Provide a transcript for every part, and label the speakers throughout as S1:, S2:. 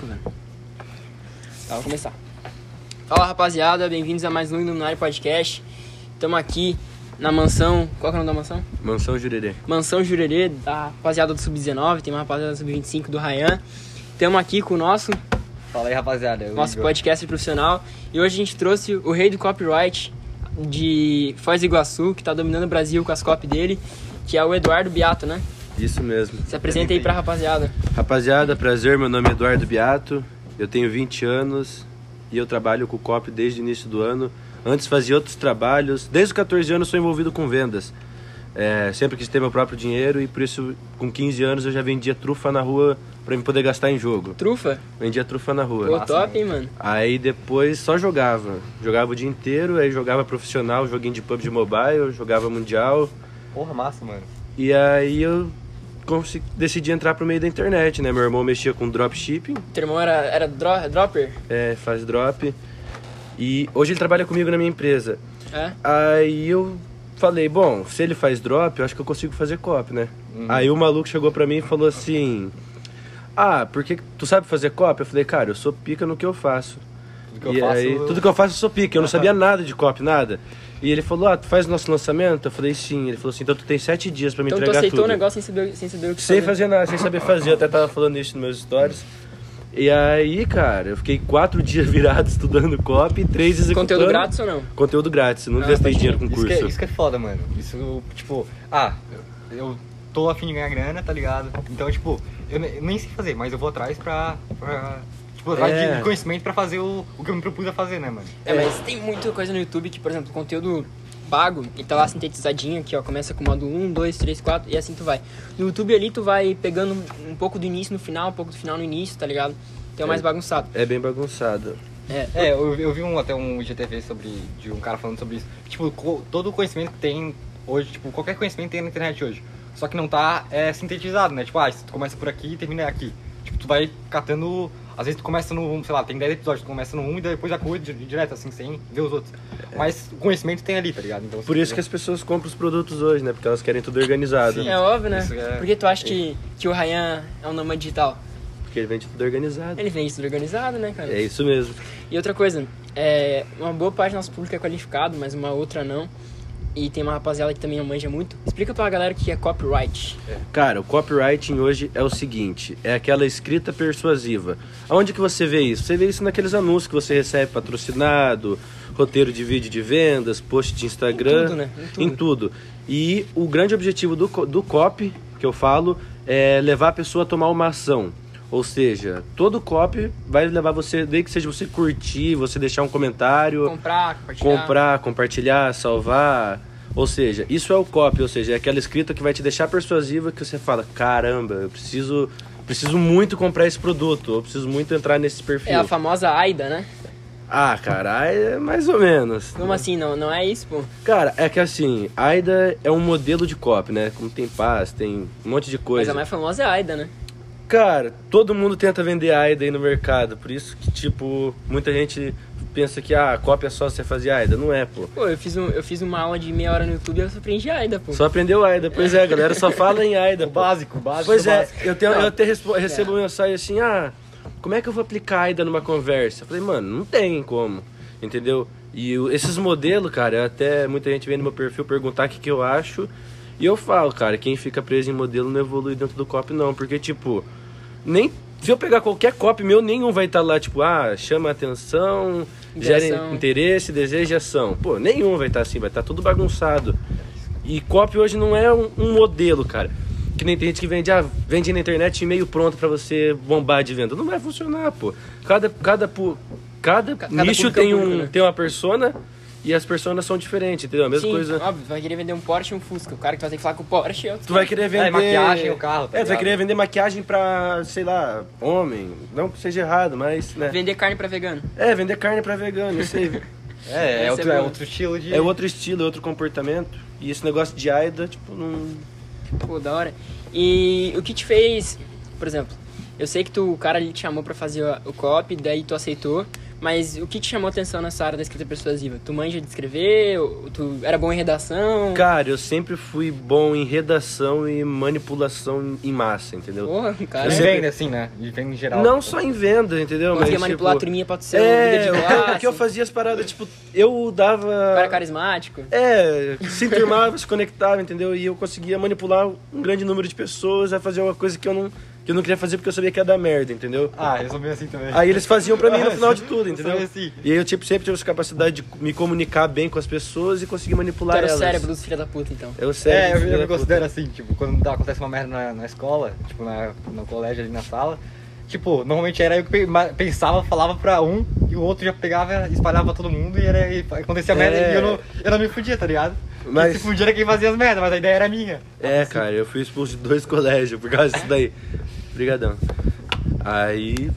S1: Vai Tá, começar. Fala rapaziada, bem-vindos a mais um Iluminário Podcast. Estamos aqui na mansão. Qual que é o nome da mansão?
S2: Mansão Jurerê.
S1: Mansão Jurerê, da rapaziada do Sub-19, tem uma rapaziada do Sub-25 do Rayan. Estamos aqui com o nosso,
S3: Fala aí, rapaziada. Eu
S1: nosso podcast profissional. E hoje a gente trouxe o rei do copyright de Foz do Iguaçu, que tá dominando o Brasil com as copy dele, que é o Eduardo Biato, né?
S2: Isso mesmo.
S1: Se apresenta aí pra rapaziada.
S2: Rapaziada, prazer, meu nome é Eduardo Biato, eu tenho 20 anos e eu trabalho com o COP desde o início do ano. Antes fazia outros trabalhos, desde os 14 anos sou envolvido com vendas. É, sempre quis ter meu próprio dinheiro e por isso com 15 anos eu já vendia trufa na rua pra me poder gastar em jogo.
S1: Trufa?
S2: Vendia trufa na rua.
S1: Pô, top, hein, mano?
S2: Aí depois só jogava. Jogava o dia inteiro, aí jogava profissional, joguinho de pub de mobile, jogava mundial.
S3: Porra, massa, mano.
S2: E aí eu consi- decidi entrar pro meio da internet, né? Meu irmão mexia com dropshipping,
S1: Teu irmão era, era dro- dropper?
S2: é, faz drop. E hoje ele trabalha comigo na minha empresa.
S1: É?
S2: Aí eu falei, bom, se ele faz drop, eu acho que eu consigo fazer copy, né?
S3: Uhum.
S2: Aí o maluco chegou pra mim e falou assim: Ah, porque tu sabe fazer copy? Eu falei, cara, eu sou pica no que eu faço.
S3: Tudo que eu
S2: e
S3: faço,
S2: aí,
S3: eu-
S2: tudo que eu faço eu sou pica, eu não sabia nada de copy, nada. E ele falou, ah, tu faz o nosso lançamento? Eu falei, sim. Ele falou assim, então tu tem sete dias pra me
S1: Então tu
S2: entregar
S1: aceitou
S2: tudo.
S1: o negócio sem saber, sem saber o que
S2: Sem fazer nada, sem saber fazer. Eu até tava falando isso nos meus stories. E aí, cara, eu fiquei quatro dias virado estudando copy, três executando.
S1: Conteúdo grátis ou não?
S2: Conteúdo grátis, não
S1: Ah,
S2: gastei
S1: pode
S2: dinheiro com
S3: Isso
S2: Um curso.
S3: que, é, isso que é foda, mano. Isso, tipo, ah, eu, eu tô afim de ganhar grana, tá ligado? Então, tipo, eu ne- nem sei fazer, mas eu vou atrás pra. pra tipo, atrás
S2: É.
S3: de conhecimento pra fazer o, o que eu me propus a fazer, né, mano?
S1: É, mas tem muita coisa no YouTube que, por exemplo, conteúdo pago e tá lá sintetizadinho aqui, ó. Começa com modo 1, 2, 3, 4 e assim tu vai. No YouTube ali tu vai pegando um pouco do início no final, um pouco do final no início, tá ligado? Então é mais bagunçado.
S2: É bem bagunçado.
S1: É.
S3: É, eu, eu vi um, até um GTV sobre. de um cara falando sobre isso. Tipo, co- todo o conhecimento que tem hoje, tipo, qualquer conhecimento que tem na internet hoje. Só que não tá é, sintetizado, né? Tipo, ah, tu começa por aqui e termina aqui. Tipo, tu vai catando. Às vezes tu começa no, sei lá, tem 10 episódios, tu começa no 1 e depois vai pro outro di- direto, assim, sem ver os outros. Mas o conhecimento tem ali, tá ligado? Então,
S2: É. Por isso que as pessoas compram os produtos hoje, né? Porque elas querem tudo organizado.
S3: Sim.
S1: É óbvio, né?
S3: Isso é-
S1: Por que tu acha que, que o Ryan é um nômade digital?
S2: Porque ele vende tudo organizado.
S1: Ele vem isso organizado, né, cara?
S2: É isso mesmo.
S1: E outra coisa, é, uma boa parte do nosso público é qualificado, mas uma outra não. E tem uma rapaziada que também manja muito. Explica pra galera o que é copyright.
S2: Cara, o copywriting hoje é o seguinte, é aquela escrita persuasiva. Aonde que você vê isso? Você vê isso naqueles anúncios que você recebe patrocinado, roteiro de vídeo de vendas, post de Instagram,
S1: Em tudo, né? Em tudo.
S2: em tudo. E o grande objetivo do, co- do copy, que eu falo, é levar a pessoa a tomar uma ação. Ou seja, todo copy vai levar você, desde que seja você curtir, você deixar um comentário,
S1: Comprar, compartilhar.
S2: comprar, compartilhar, salvar. Ou seja, isso é o copy, ou seja, é aquela escrita que vai te deixar persuasiva que você fala: caramba, eu preciso, preciso muito comprar esse produto, eu preciso muito entrar nesse perfil.
S1: É a famosa AIDA, né?
S2: Ah, cara, é mais ou menos.
S1: Como assim? Não, não é isso, pô.
S2: Cara, é que assim, AIDA é um modelo de copy, né? Como tem paz, tem um monte de
S1: Mas
S2: coisa.
S1: a mais famosa é a AIDA, né?
S2: Cara, todo mundo tenta vender AIDA aí no mercado, por isso que, tipo, muita gente pensa que ah, copy é só você fazer AIDA. Não é, pô.
S1: Pô, eu fiz, um, eu fiz uma aula de meia hora no YouTube e eu só aprendi a AIDA, pô.
S2: Tipo, Só aprendeu AIDA. Pois é, a galera só fala em AIDA.
S3: O
S2: pô.
S3: básico, o básico
S2: Pois
S3: do
S2: é,
S3: básico. É.
S2: eu, tenho, eu até respo- recebo um mensagem assim, ah, como é que eu vou aplicar AIDA numa conversa? Eu falei, mano, não tem como, entendeu? E o- esses modelos, cara, até muita gente vem no meu perfil perguntar o que, que eu acho, e eu falo, cara, quem fica preso em modelo não evolui dentro do copy não, porque, tipo, nem... Se eu pegar qualquer copy meu, nenhum vai estar lá, tipo, ah, chama atenção,
S1: Interação.
S2: gera interesse, desejo e ação. Pô, nenhum vai estar assim, vai estar tudo bagunçado. E copy hoje não é um, um modelo, cara. Que nem tem gente que vende, ah, vende na internet e-mail pronto pra você bombar de venda. Não vai funcionar, pô. Cada, cada, pu- cada,
S1: Ca- cada
S2: nicho
S1: público é
S2: tem, um,
S1: público, né?
S2: tem uma persona e as personas são diferentes, entendeu? A mesma
S1: Sim,
S2: coisa.
S1: óbvio, tu vai querer vender um Porsche e um Fusca. O cara que tu vai ter que falar com o Porsche é outro.
S2: Tu vai querer vender.
S3: maquiagem, o carro, tá
S2: é, tu vai
S3: ligado?
S2: querer vender maquiagem pra, sei lá, homem. Não que seja errado, mas, né?
S1: Vender carne pra vegano.
S2: É, vender carne pra vegano, isso aí.
S3: É,
S1: Esse
S3: é, outro,
S1: é
S3: é
S1: bom.
S3: outro estilo de.
S2: é outro estilo, é outro comportamento. E esse negócio de AIDA, tipo, não.
S1: Pô, da hora. E o que te fez, por exemplo, Eu sei que tu, o cara ele te chamou pra fazer a- o copy, daí tu aceitou, mas o que te chamou atenção nessa área da escrita persuasiva? Tu manja de escrever? Ou Tu era bom em redação?
S2: Cara, eu sempre fui bom em redação e manipulação em massa, entendeu?
S1: Porra, cara.
S3: E
S2: sempre-
S3: venda, assim, né? E venda em geral.
S2: Não só em venda, entendeu?
S1: Conseguia
S2: Mas,
S1: manipular a
S2: tipo,
S1: turminha pra tu ser um líder
S2: É,
S1: de
S2: o
S1: classe, um
S2: que- o que eu fazia as paradas, tipo, eu dava...
S1: cara carismático.
S2: É, se turmava, se conectava, entendeu? E eu conseguia manipular um grande número de pessoas a fazer uma coisa que eu não, que eu não queria fazer porque eu sabia que ia dar merda, entendeu?
S3: Ah, eu sou meio assim também.
S2: Aí eles faziam pra mim
S3: Ah,
S2: no final de tudo,
S3: Eu
S2: entendeu?
S3: sou assim.
S2: E aí eu tipo, sempre tive essa capacidade de me comunicar bem com as pessoas e conseguir
S1: Tu
S2: manipular
S1: era o
S2: elas.
S1: cérebro dos filhos da puta, então.
S2: É o cérebro.
S3: É, eu, eu
S2: filho da
S3: me
S2: puta.
S3: considero assim, tipo, quando dá- acontece uma merda na, na escola, tipo, na, no colégio ali na sala, tipo, normalmente era eu que pe- ma- pensava, falava pra um, e o outro já pegava, espalhava pra todo mundo, e, era, e acontecia
S2: É.
S3: merda, e eu não, eu não me fudia, tá ligado?
S2: Mas-
S3: Mas... se fudia era quem fazia as merdas, mas a ideia era minha.
S2: É, cara, eu fui expulso de dois colégios por causa disso daí. Obrigadão. Aí,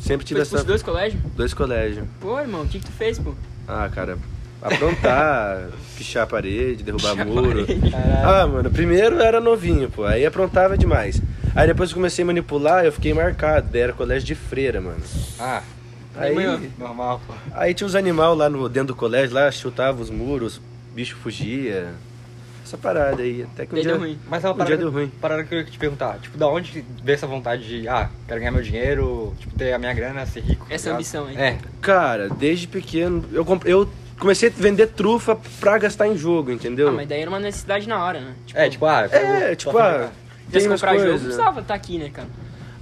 S2: sempre
S1: Tu foi expulso
S2: tive essa...
S1: de dois colégios?
S2: Dois colégios.
S1: Pô, irmão, o que, que tu fez, pô?
S2: Ah, cara, aprontar, pichar a parede, derrubar
S1: Pichar a
S2: muro.
S1: parede.
S2: Ah, mano, primeiro era novinho, pô, aí aprontava demais. Aí depois que comecei a manipular, eu fiquei marcado, daí era colégio de freira, mano.
S3: Ah,
S2: Aí,
S1: Amanhã.
S3: normal, pô.
S2: aí tinha uns animal lá no, dentro do colégio, lá chutava os muros, o bicho fugia. Essa parada aí, até que um
S1: Daí
S2: dia...
S1: deu ruim.
S3: Mas é uma
S2: Um dia
S3: parada,
S2: deu ruim.
S3: parada que eu queria te perguntar, tipo, da onde veio essa vontade de, ah, quero ganhar meu dinheiro, tipo, ter a minha grana, ser rico. tá
S1: Essa
S3: ligado?
S1: ambição aí. Tipo,
S3: É,
S2: Cara, desde pequeno, eu, comp- eu comecei a vender trufa pra gastar em jogo, entendeu?
S1: Ah, mas daí era uma necessidade na hora, né?
S3: é, tipo, ah, eu
S2: É,
S3: vou-
S2: tipo,
S3: posso
S2: ah,
S3: jogar.
S1: já
S2: tem
S1: se
S2: umas
S1: comprar jogo, não
S2: coisas...
S1: precisava estar aqui, né, cara?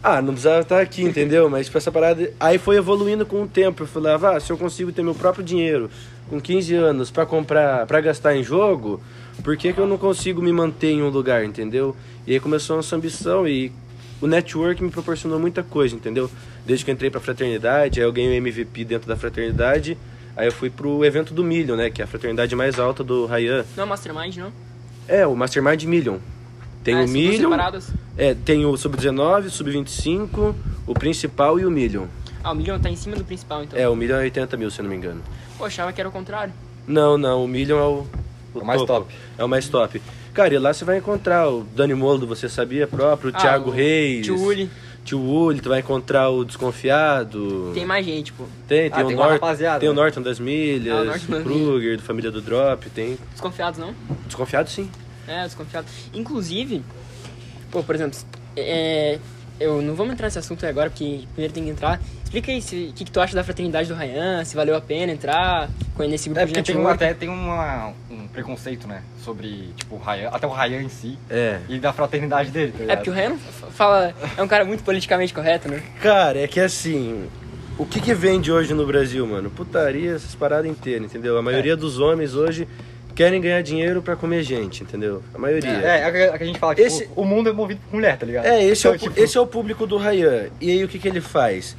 S2: Ah, não precisava estar aqui, entendeu? Mas tipo, essa parada. Aí foi evoluindo com o tempo. Eu falava, ah, se eu consigo ter meu próprio dinheiro com 15 anos pra comprar, pra gastar em jogo, por que, que eu não consigo me manter em um lugar, entendeu? E aí começou a nossa ambição e o network me proporcionou muita coisa, entendeu? Desde que eu entrei pra fraternidade, aí eu ganhei um o MVP dentro da fraternidade. Aí eu fui pro evento do Million, né? Que é a fraternidade mais alta do Rayan.
S1: Não é Mastermind, não?
S2: É, o Mastermind Million. Tem
S1: Ah,
S2: o
S1: são duas
S2: Million.
S1: separadas.
S2: É, tem o sub-19, sub-25, o principal e o Million.
S1: Ah, o Million tá em cima do principal, então.
S2: É, o Million é 80 mil, se eu não me engano.
S1: Pô, achava que era o contrário.
S2: Não, não, o Million é o,
S3: O mais
S2: topo.
S3: top.
S2: É o mais top. Cara, e lá você vai encontrar o Dani Molo, do você sabia próprio, o
S1: Ah,
S2: Thiago
S1: o
S2: Reis.
S1: Tio Uli.
S2: Tio Uli, tu vai encontrar o Desconfiado.
S1: Tem mais gente, pô.
S2: Tem, tem,
S3: Ah,
S2: o
S3: tem uma
S2: Norton,
S3: rapaziada,
S2: tem o
S3: né?
S2: Norton das
S1: Ah, o
S2: Milhas,
S1: Norton das
S2: o Kruger, do Família do Drop, tem.
S1: Desconfiados, não?
S2: Desconfiado sim.
S1: É, desconfiado. Inclusive, pô, por exemplo, é, eu não vamos entrar nesse assunto agora, porque primeiro tem que entrar. Explica aí se- o que, que tu acha da fraternidade do Ryan, se valeu a pena entrar com- nesse grupo
S3: É
S1: de
S3: porque tem um-
S1: network.
S3: até tem uma, um preconceito, né? Sobre, tipo, o Ryan, até o Ryan em si
S2: É.
S3: e da fraternidade dele, tá
S1: É porque o
S3: ligado?
S1: Ryan f- fala. É um cara muito politicamente correto, né?
S2: Cara, é que assim, o que que vende hoje no Brasil, mano? Putaria, essas paradas inteiras, entendeu? A
S1: É.
S2: maioria dos homens hoje querem ganhar dinheiro pra comer gente, entendeu? A maioria.
S3: É, é o que- é o que a gente fala, tipo,
S2: Esse-
S3: o mundo é movido por mulher, tá ligado?
S2: É, esse, é o,
S3: Então,
S2: pu-
S3: tipo,
S2: esse é o público do Ryan. E aí o que que ele faz?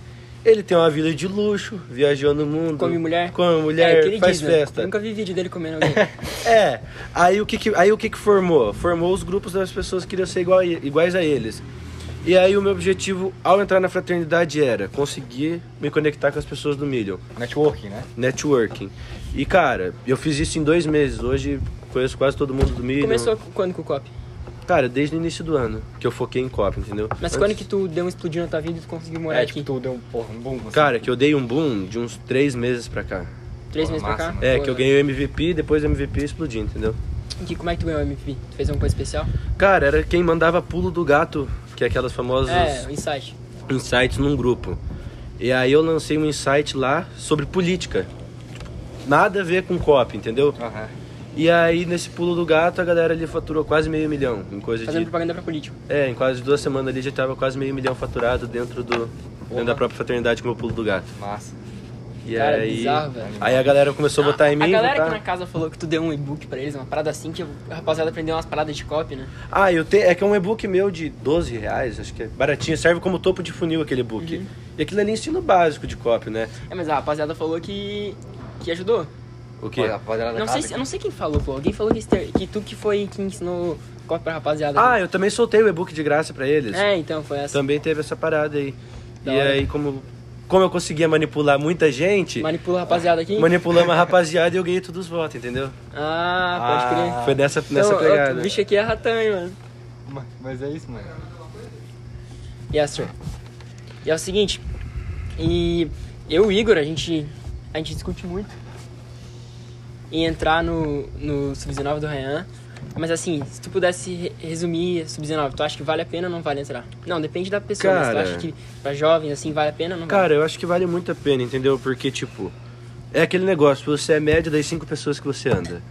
S2: Ele tem uma vida de luxo, viajou no mundo.
S1: Come mulher.
S2: Come
S1: é,
S2: mulher,
S1: que ele
S2: faz
S1: diz, né?
S2: festa.
S1: Eu Nunca vi vídeo dele comendo alguém.
S2: É, aí o que que, aí o que que formou? Formou os grupos das pessoas que queriam ser igual a e- iguais a eles. E aí o meu objetivo ao entrar na fraternidade era conseguir me conectar com as pessoas do Million.
S3: networking, né?
S2: networking. E cara, eu fiz isso em dois meses. Hoje conheço quase todo mundo do Medium.
S1: Começou com- quando com o COP?
S2: Cara, desde o início do ano que eu foquei em copy, entendeu?
S1: Mas
S2: Antes-
S1: quando que tu deu um explodiu na tua vida e tu conseguiu morar
S3: É,
S1: aqui?
S3: tipo, tu deu um, porra, um boom, assim.
S2: Cara, que eu dei um boom de uns três meses pra cá.
S1: Três
S3: Pô,
S1: meses pra
S3: massa,
S1: cá?
S3: mano.
S2: É,
S1: Pô,
S2: que eu ganhei o MVP, depois o MVP explodiu, entendeu?
S1: Que, como é que tu ganhou o MVP? Tu fez alguma coisa especial?
S2: Cara, era quem mandava pulo do gato, que é aquelas famosas
S1: É, o insight.
S2: insights num grupo. E aí eu lancei um insight lá sobre política. Tipo, Nada a ver com copy, entendeu?
S3: Aham.
S2: E aí, nesse pulo do gato, a galera ali faturou quase meio milhão em coisa
S1: Fazendo
S2: de
S1: propaganda pra político.
S2: É, em quase duas semanas ali já tava quase meio milhão faturado dentro do dentro da própria fraternidade com o pulo do gato.
S3: Massa.
S2: E
S1: Cara,
S2: aí,
S1: bizarro, velho.
S2: aí a galera começou a botar em mim,
S1: Ah, A galera
S2: botar-
S1: que na casa falou que tu deu um e-book pra eles, uma parada assim, que a rapaziada aprendeu umas paradas de copy, né?
S2: Ah, eu tenho, é que é um e-book meu de 12 reais, acho que é baratinho, serve como topo de funil aquele e-book.
S1: Uhum.
S2: E aquilo ali é ensino básico de copy, né?
S1: É, mas a rapaziada falou que. que ajudou.
S2: O quê?
S3: Olha, rapaziada da
S1: Não sei,
S3: Tá casa
S1: se-
S3: aqui.
S1: eu não sei quem falou, pô. Alguém falou que, este- que tu que foi que ensinou copy pra rapaziada.
S2: Ah, eu também soltei o e-book de graça pra eles.
S1: É, então, foi essa.
S2: Também teve essa parada aí.
S1: Da
S2: e
S1: hora.
S2: aí como como eu conseguia manipular muita gente,
S1: Manipula a rapaziada aqui?
S2: manipulamos a rapaziada e eu ganhei todos os votos, entendeu?
S1: Ah, pode crer.
S3: Ah,
S2: Foi nessa nessa
S1: Então, ó,
S2: pegada.
S1: O bicho aqui é ratanho, mano.
S3: Ma- Mas é isso, mano.
S1: Yes, sir. E é o seguinte, e eu e o Igor, a gente, a gente discute muito em entrar no, no Sub-19 do Ryan. Mas assim, se tu pudesse re- resumir Sub-19, tu acha que vale a pena ou não vale entrar? Não, depende da pessoa, mas tu
S2: Cara.
S1: acha que pra jovens, assim, vale a pena ou não vale?
S2: Cara, eu acho que vale muito a pena, entendeu? Porque, tipo, é aquele negócio, você é média das cinco pessoas que você anda.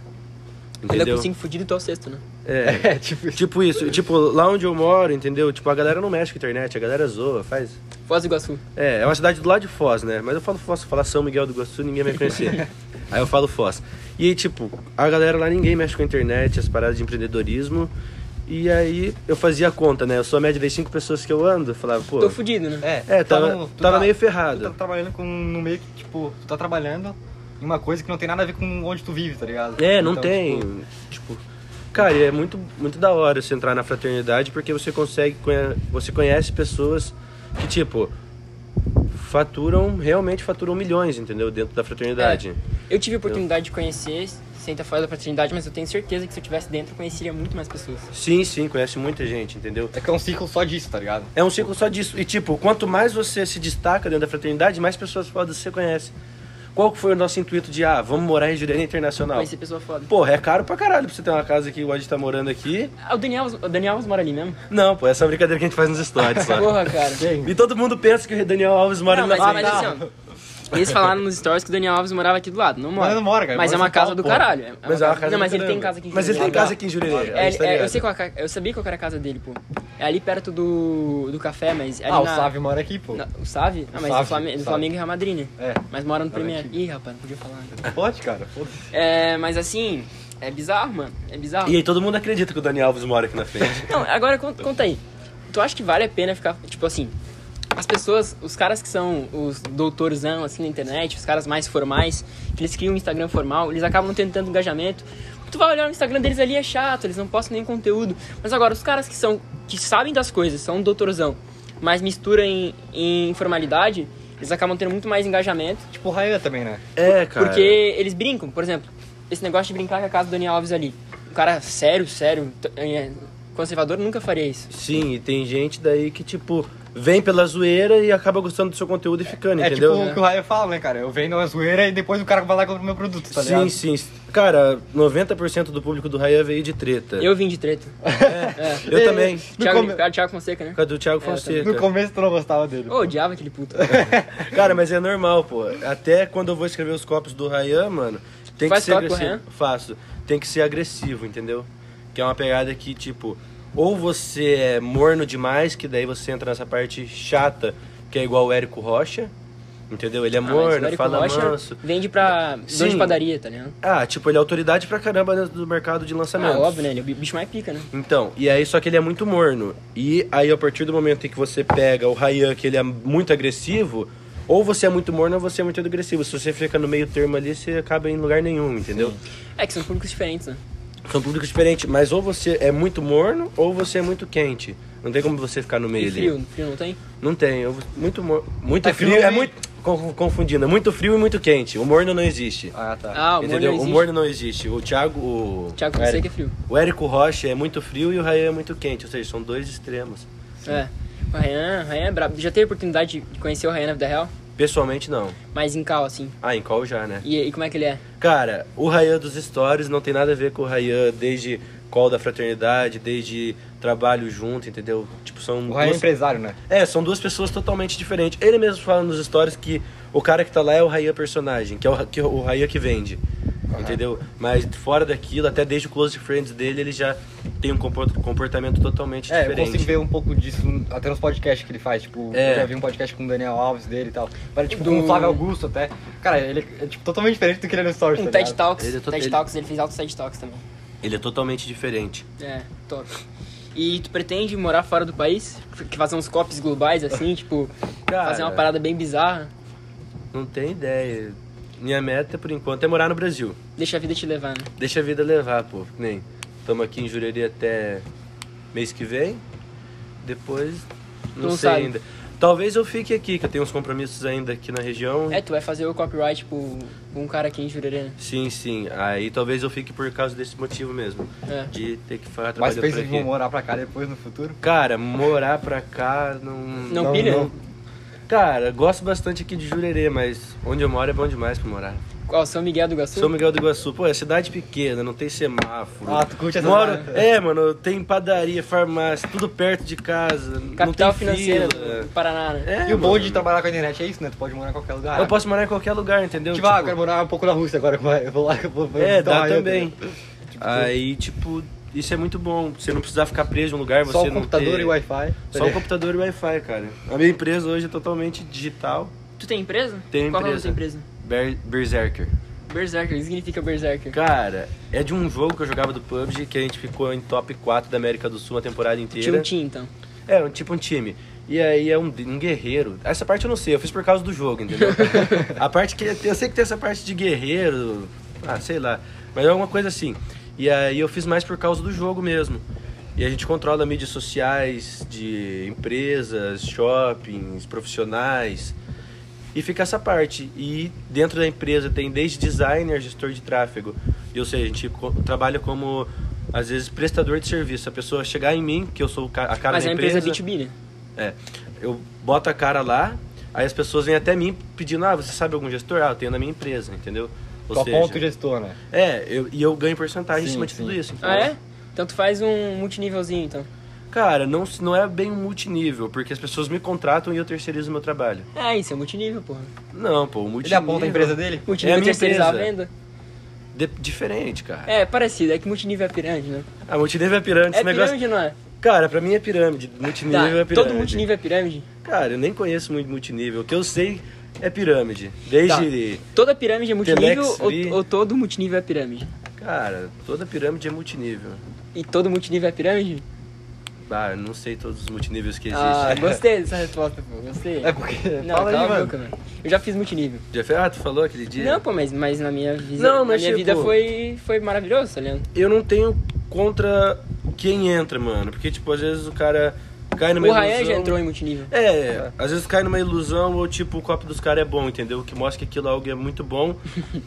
S1: Ainda
S2: Entendeu?
S1: com cinco fudido, tu é o sexto, né?
S2: É.
S3: É, tipo,
S2: Tipo isso, tipo, lá onde eu moro, entendeu? Tipo, a galera não mexe com a internet, a galera zoa, faz.
S1: Foz do Iguaçu.
S2: É, é uma cidade do lado de Foz, né? Mas eu falo Foz, se eu falar São Miguel do Iguaçu, ninguém vai conhecer. aí eu falo Foz. E aí, tipo, a galera lá, ninguém mexe com a internet, as paradas de empreendedorismo. E aí eu fazia a conta, né? Eu sou a média das cinco pessoas que eu ando, eu falava, pô.
S1: Tô fudido, né?
S3: é,
S2: É,
S3: tu
S2: tava,
S3: no- tu
S2: tava
S3: tá-
S2: meio
S3: Tu tá
S2: ferrado.
S3: trabalhando com no meio que, tipo, tu tá trabalhando em uma coisa que não tem nada a ver com onde tu vive, tá ligado?
S2: É, não
S3: Então,
S2: tem.
S3: tipo,
S2: Tipo, cara, e é muito, muito da hora você entrar na fraternidade porque você consegue. conhe- Você conhece pessoas que, tipo, faturam, realmente faturam milhões, entendeu? Dentro da fraternidade.
S1: É, Eu tive a oportunidade de conhecer, sem estar fora da fraternidade, mas eu tenho certeza que se eu tivesse dentro, eu conheceria muito mais pessoas.
S2: Sim, sim, conhece muita gente, entendeu?
S3: É que é um ciclo só disso, tá ligado?
S2: É um ciclo só disso. E, tipo, quanto mais você se destaca dentro da fraternidade, mais pessoas fodas você conhece. Qual que foi o nosso intuito de, ah, vamos morar em Jurema Internacional?
S1: Conhecer pessoa foda.
S2: Porra, é caro pra caralho pra você ter uma casa que o Ed tá morando aqui.
S1: Ah, o Daniel, o Daniel Alves mora ali mesmo?
S2: Não, pô, essa é a brincadeira que a gente faz nos stories só.
S1: Porra, cara.
S2: E todo mundo pensa que o Daniel Alves mora
S1: Não,
S2: na
S1: mas, mas assim, ó. Eles falaram nos stories que o Daniel Alves morava aqui do lado. Não mora.
S3: Mas não mora, cara.
S1: Mas é
S3: Mora em
S1: uma
S3: São Paulo,
S1: casa do
S3: porra.
S1: caralho. é uma
S2: Mas é uma
S1: casa-
S2: casa
S1: Não, mas
S2: do
S1: ele tem
S2: caramba.
S1: casa aqui em
S2: Mas ele tem
S1: Jurerê.
S2: casa aqui em Jurerê.
S1: É, é, eu, sei qual, a ca- eu sabia qual era a casa dele, pô. É ali perto do, do café, mas. é Ali
S3: ah, o
S1: na-
S3: Sávio mora aqui, pô.
S1: na- o Sávio? Ah, mas
S3: Sávio,
S1: do, Flamengo, do
S3: Sávio.
S1: Flamengo e Real Madrid, né?
S3: É.
S1: Mas mora no
S3: Mora
S1: Premier.
S3: aqui.
S1: Ih, rapaz, não podia falar. né?
S3: Pode, cara. Foda-se.
S1: É, mas assim, é bizarro, mano. É bizarro.
S2: E aí todo mundo acredita que o Daniel Alves mora aqui na frente.
S1: Não, agora conta, conta aí. Tu acha que vale a pena ficar, tipo assim, as pessoas, os caras que são os doutorzão, assim, na internet, os caras mais formais, que eles criam um Instagram formal, eles acabam não tendo tanto engajamento. Tu vai olhar o Instagram deles ali, é chato, eles não postam nenhum conteúdo. Mas agora, os caras que são, que sabem das coisas, são um doutorzão, mas misturam em, em informalidade, eles acabam tendo muito mais engajamento,
S3: Tipo o Ryan também, né?
S2: É, cara.
S1: porque eles brincam, por exemplo, esse negócio de brincar com a casa do Daniel Alves ali. O cara sério, sério, t- é, conservador nunca faria isso.
S2: Sim, e tem gente daí que, tipo, vem pela zoeira e acaba gostando do seu conteúdo e ficando,
S3: É
S2: entendeu?
S3: tipo
S1: um
S3: o que o Ryan fala, né, cara? Eu vendo uma zoeira e depois o cara vai lá e compra o meu produto, tá ligado?
S2: Sim, sim. Cara, 90% do público do Raia veio de treta.
S1: Eu vim de treta.
S2: Eu
S3: É,
S2: também.
S3: No
S1: Thiago,
S3: come-
S1: Ricardo, Thiago Fonseca, né?
S2: Por causa do Thiago Fonseca.
S3: No começo tu não gostava dele.
S1: Eu odiava aquele puto.
S2: Cara, mas é normal, pô. Até quando eu vou escrever os copos do Rayan, mano, tem
S1: Faz
S2: que ser
S1: copy com o
S2: agressivo.
S1: Rayan?
S2: Faço. Tem que ser agressivo, entendeu? Que é uma pegada que, tipo, ou você é morno demais, que daí você entra nessa parte chata, que é igual o Érico Rocha. Entendeu? Ele é
S1: Ah, mas o
S2: morno,
S1: Érico
S2: fala
S1: Rocha
S2: manso.
S1: Vende pra dono de
S2: Sim.
S1: padaria, tá ligado?
S2: Ah, tipo, ele é autoridade pra caramba dentro do mercado de
S1: Ah,
S2: lançamentos.
S1: óbvio, né? Ele é o bicho mais pica, né?
S2: Então, e aí só que ele é muito morno. E aí a partir do momento em que você pega o Ryan, que ele é muito agressivo, ou você é muito morno ou você é muito agressivo. Se você fica no meio termo ali, você acaba em lugar nenhum, entendeu?
S1: É que são públicos diferentes, né?
S2: São públicos diferentes, mas ou você é muito morno ou você é muito quente. Não tem como você ficar no meio
S1: E
S2: ali.
S1: frio, frio não tem?
S2: Não tem, eu, muito morno. Muito
S3: Tá
S2: frio,
S3: frio
S2: é
S3: e-
S2: muito. con- Confundindo, é muito frio e muito quente. O morno não existe.
S3: Ah, tá.
S1: Ah, o humor
S2: entendeu?
S1: não
S2: o
S1: existe.
S2: morno não existe. O Thiago. O,
S1: Thiago
S2: o,
S1: Fonseca
S2: Érico,
S1: é frio.
S2: o Érico Rocha é muito frio e o Ryan é muito quente. Ou seja, são dois extremos.
S1: É. O Ryan, Ryan é brabo. Já teve oportunidade de conhecer o Ryan na vida real?
S2: Pessoalmente, não.
S1: Mas em cal, assim.
S2: Ah, em call já, né?
S1: E, e como é que ele é?
S2: Cara, o Rayan dos stories não tem nada a ver com o Rayan desde call da fraternidade, desde trabalho junto, entendeu? Tipo, são
S3: O Ryan é
S2: duas...
S3: empresário, né?
S2: É, são duas pessoas totalmente diferentes. Ele mesmo fala nos stories que o cara que tá lá é o Rayan personagem, que é o, Ra- que, o Rayan que vende. Entendeu? Mas fora daquilo, até desde o Close Friends dele, ele já tem um compor- comportamento totalmente
S3: É, eu
S2: diferente.
S3: consigo ver um pouco disso até nos podcasts que ele faz, tipo,
S2: É.
S3: eu já vi um podcast com o Daniel Alves dele e tal. Para tipo
S1: Do-
S3: com o Flávio Augusto até. Cara, ele é tipo totalmente diferente do que ele é no Stories,
S1: Um
S3: tá
S1: TED
S3: ligado?
S1: Talks.
S2: Ele é todo-
S1: TED
S2: ele-
S1: Talks, ele fez altos TED Talks também.
S2: Ele é totalmente diferente.
S1: É, top. E tu pretende morar fora do país? Que fazer uns copies globais, assim, tipo,
S2: Cara.
S1: fazer uma parada bem bizarra?
S2: Não tem ideia. Minha meta, por enquanto, é morar no Brasil.
S1: Deixa a vida te levar, né?
S2: Deixa a vida levar, pô. Que Nem estamos aqui em Jurerê até mês que vem. Depois, não,
S1: Não
S2: sei
S1: sabe.
S2: ainda. Talvez eu fique aqui, que eu tenho uns compromissos ainda aqui na região.
S1: É, tu vai fazer o copyright pro, pra um cara aqui em Jurerê, né?
S2: Sim, sim. Aí talvez eu fique por causa desse motivo mesmo.
S1: É.
S2: De ter que falar
S3: Mas um
S2: trabalhando por
S3: pensa que vão
S2: aqui.
S3: morar pra cá depois no futuro?
S2: Cara, morar pra cá não.
S1: Hum, Não pilha?
S3: não.
S2: Cara, gosto bastante aqui de Jurerê, mas onde eu moro é bom demais pra morar.
S1: Qual? São Miguel do Iguaçu?
S2: São Miguel do Iguaçu, pô, é cidade pequena, não tem semáforo.
S3: Ah, tu curte essa
S2: Moro...
S3: vibe?
S2: É, mano, tem padaria, farmácia, tudo perto de casa.
S1: Capital
S2: não tem
S1: financeira
S2: fila.
S1: do Paraná, né?
S2: É,
S3: e o bom
S2: mano.
S3: de trabalhar com a internet é isso, né? Tu pode morar em qualquer lugar.
S2: Eu posso morar em qualquer lugar, entendeu?
S3: Tipo, ah, eu quero morar um pouco na Rússia agora. vai, Eu vou lá, eu vou... vou
S2: É,
S3: dar
S2: dá
S3: uma
S2: também.
S3: reta.
S2: Aí, tipo, isso é muito bom. Você não precisar ficar preso em um lugar, você
S3: Só o
S2: não
S3: computador
S2: ter-
S3: e o Wi-Fi.
S2: Só o computador e o Wi-Fi, cara. A minha empresa hoje é totalmente digital.
S1: Tu tem empresa?
S2: Tenho
S1: Qual é a
S2: empresa.
S1: tua empresa?
S2: Ber- Berserker.
S1: Berserker, o que significa Berserker?
S2: Cara, é de um jogo que eu jogava do PUBG que a gente ficou em top 4 da América do Sul a temporada
S1: Tinha um
S2: inteira.
S1: time, então.
S2: É, um- tipo um time. E aí é um, um guerreiro. Essa parte eu não sei, eu fiz por causa do jogo, entendeu? a parte que eu sei que tem essa parte de guerreiro, ah, sei lá, mas é alguma coisa assim. E aí eu fiz mais por causa do jogo mesmo. E a gente controla mídias sociais de empresas, shoppings, profissionais. E fica essa parte. E dentro da empresa tem desde designer, gestor de tráfego. E, ou seja, a gente co- trabalha como, às vezes, prestador de serviço. A pessoa chegar em mim, que eu sou o ca- a cara
S1: Mas é
S2: da
S1: uma
S2: empresa.
S1: empresa B2B, né?
S2: É. Eu boto a cara lá, aí as pessoas vêm até mim pedindo, ah, você sabe algum gestor? Ah, eu tenho na minha empresa, entendeu? Ou
S3: Só
S2: seja,
S3: ponto gestor, né?
S2: É, eu, e eu ganho porcentagem em
S3: Sim,
S2: cima de
S3: sim.
S2: tudo isso. entendeu?
S1: Ah, é? Então tu faz um multinívelzinho, então.
S2: Cara, não, se- não é bem um multinível, porque as pessoas me contratam e eu terceirizo meu trabalho.
S1: É, isso é multinível, porra.
S2: Não, pô, o
S3: Ele
S2: multinível...
S3: aponta a empresa dele?
S1: Multinível
S2: minha
S1: terceirizar a
S2: empresa.
S1: venda.
S2: de- diferente, cara.
S1: É, parecido. É que multinível é pirâmide, né?
S2: A multinível é pirâmide,
S1: É
S2: esse negócio...
S1: pirâmide, não é?
S2: Cara, pra mim é pirâmide, multinível é pirâmide.
S1: Todo multinível é pirâmide?
S2: Cara, eu nem conheço muito multinível, o que eu sei é pirâmide. Desde...
S1: Toda pirâmide é multinível
S2: Telex, Free.
S1: ou, ou todo multinível é pirâmide?
S2: Cara, toda pirâmide é multinível.
S1: E todo multinível é pirâmide?
S2: Ah, eu não sei todos os multiníveis que existem.
S1: Ah, gostei dessa resposta, pô. Gostei.
S3: É porque...
S1: Não, cala
S3: Fala aí,
S1: a
S3: mano.
S1: boca, velho. Eu já fiz multinível.
S2: Já fez? Ah, tu falou aquele dia?
S1: Não, pô, mas, mas na minha vida,
S2: Não, mas
S1: na minha vida
S2: tipo-
S1: foi, foi maravilhoso, tá ligado?
S2: Eu não tenho contra quem entra, mano. Porque, tipo, às vezes o cara cai numa
S1: O
S2: ilusão...
S1: Ryan já entrou em multinível.
S2: É, às vezes cai numa ilusão ou, tipo, o copo dos caras é bom, entendeu? Que mostra que aquilo algo é muito bom.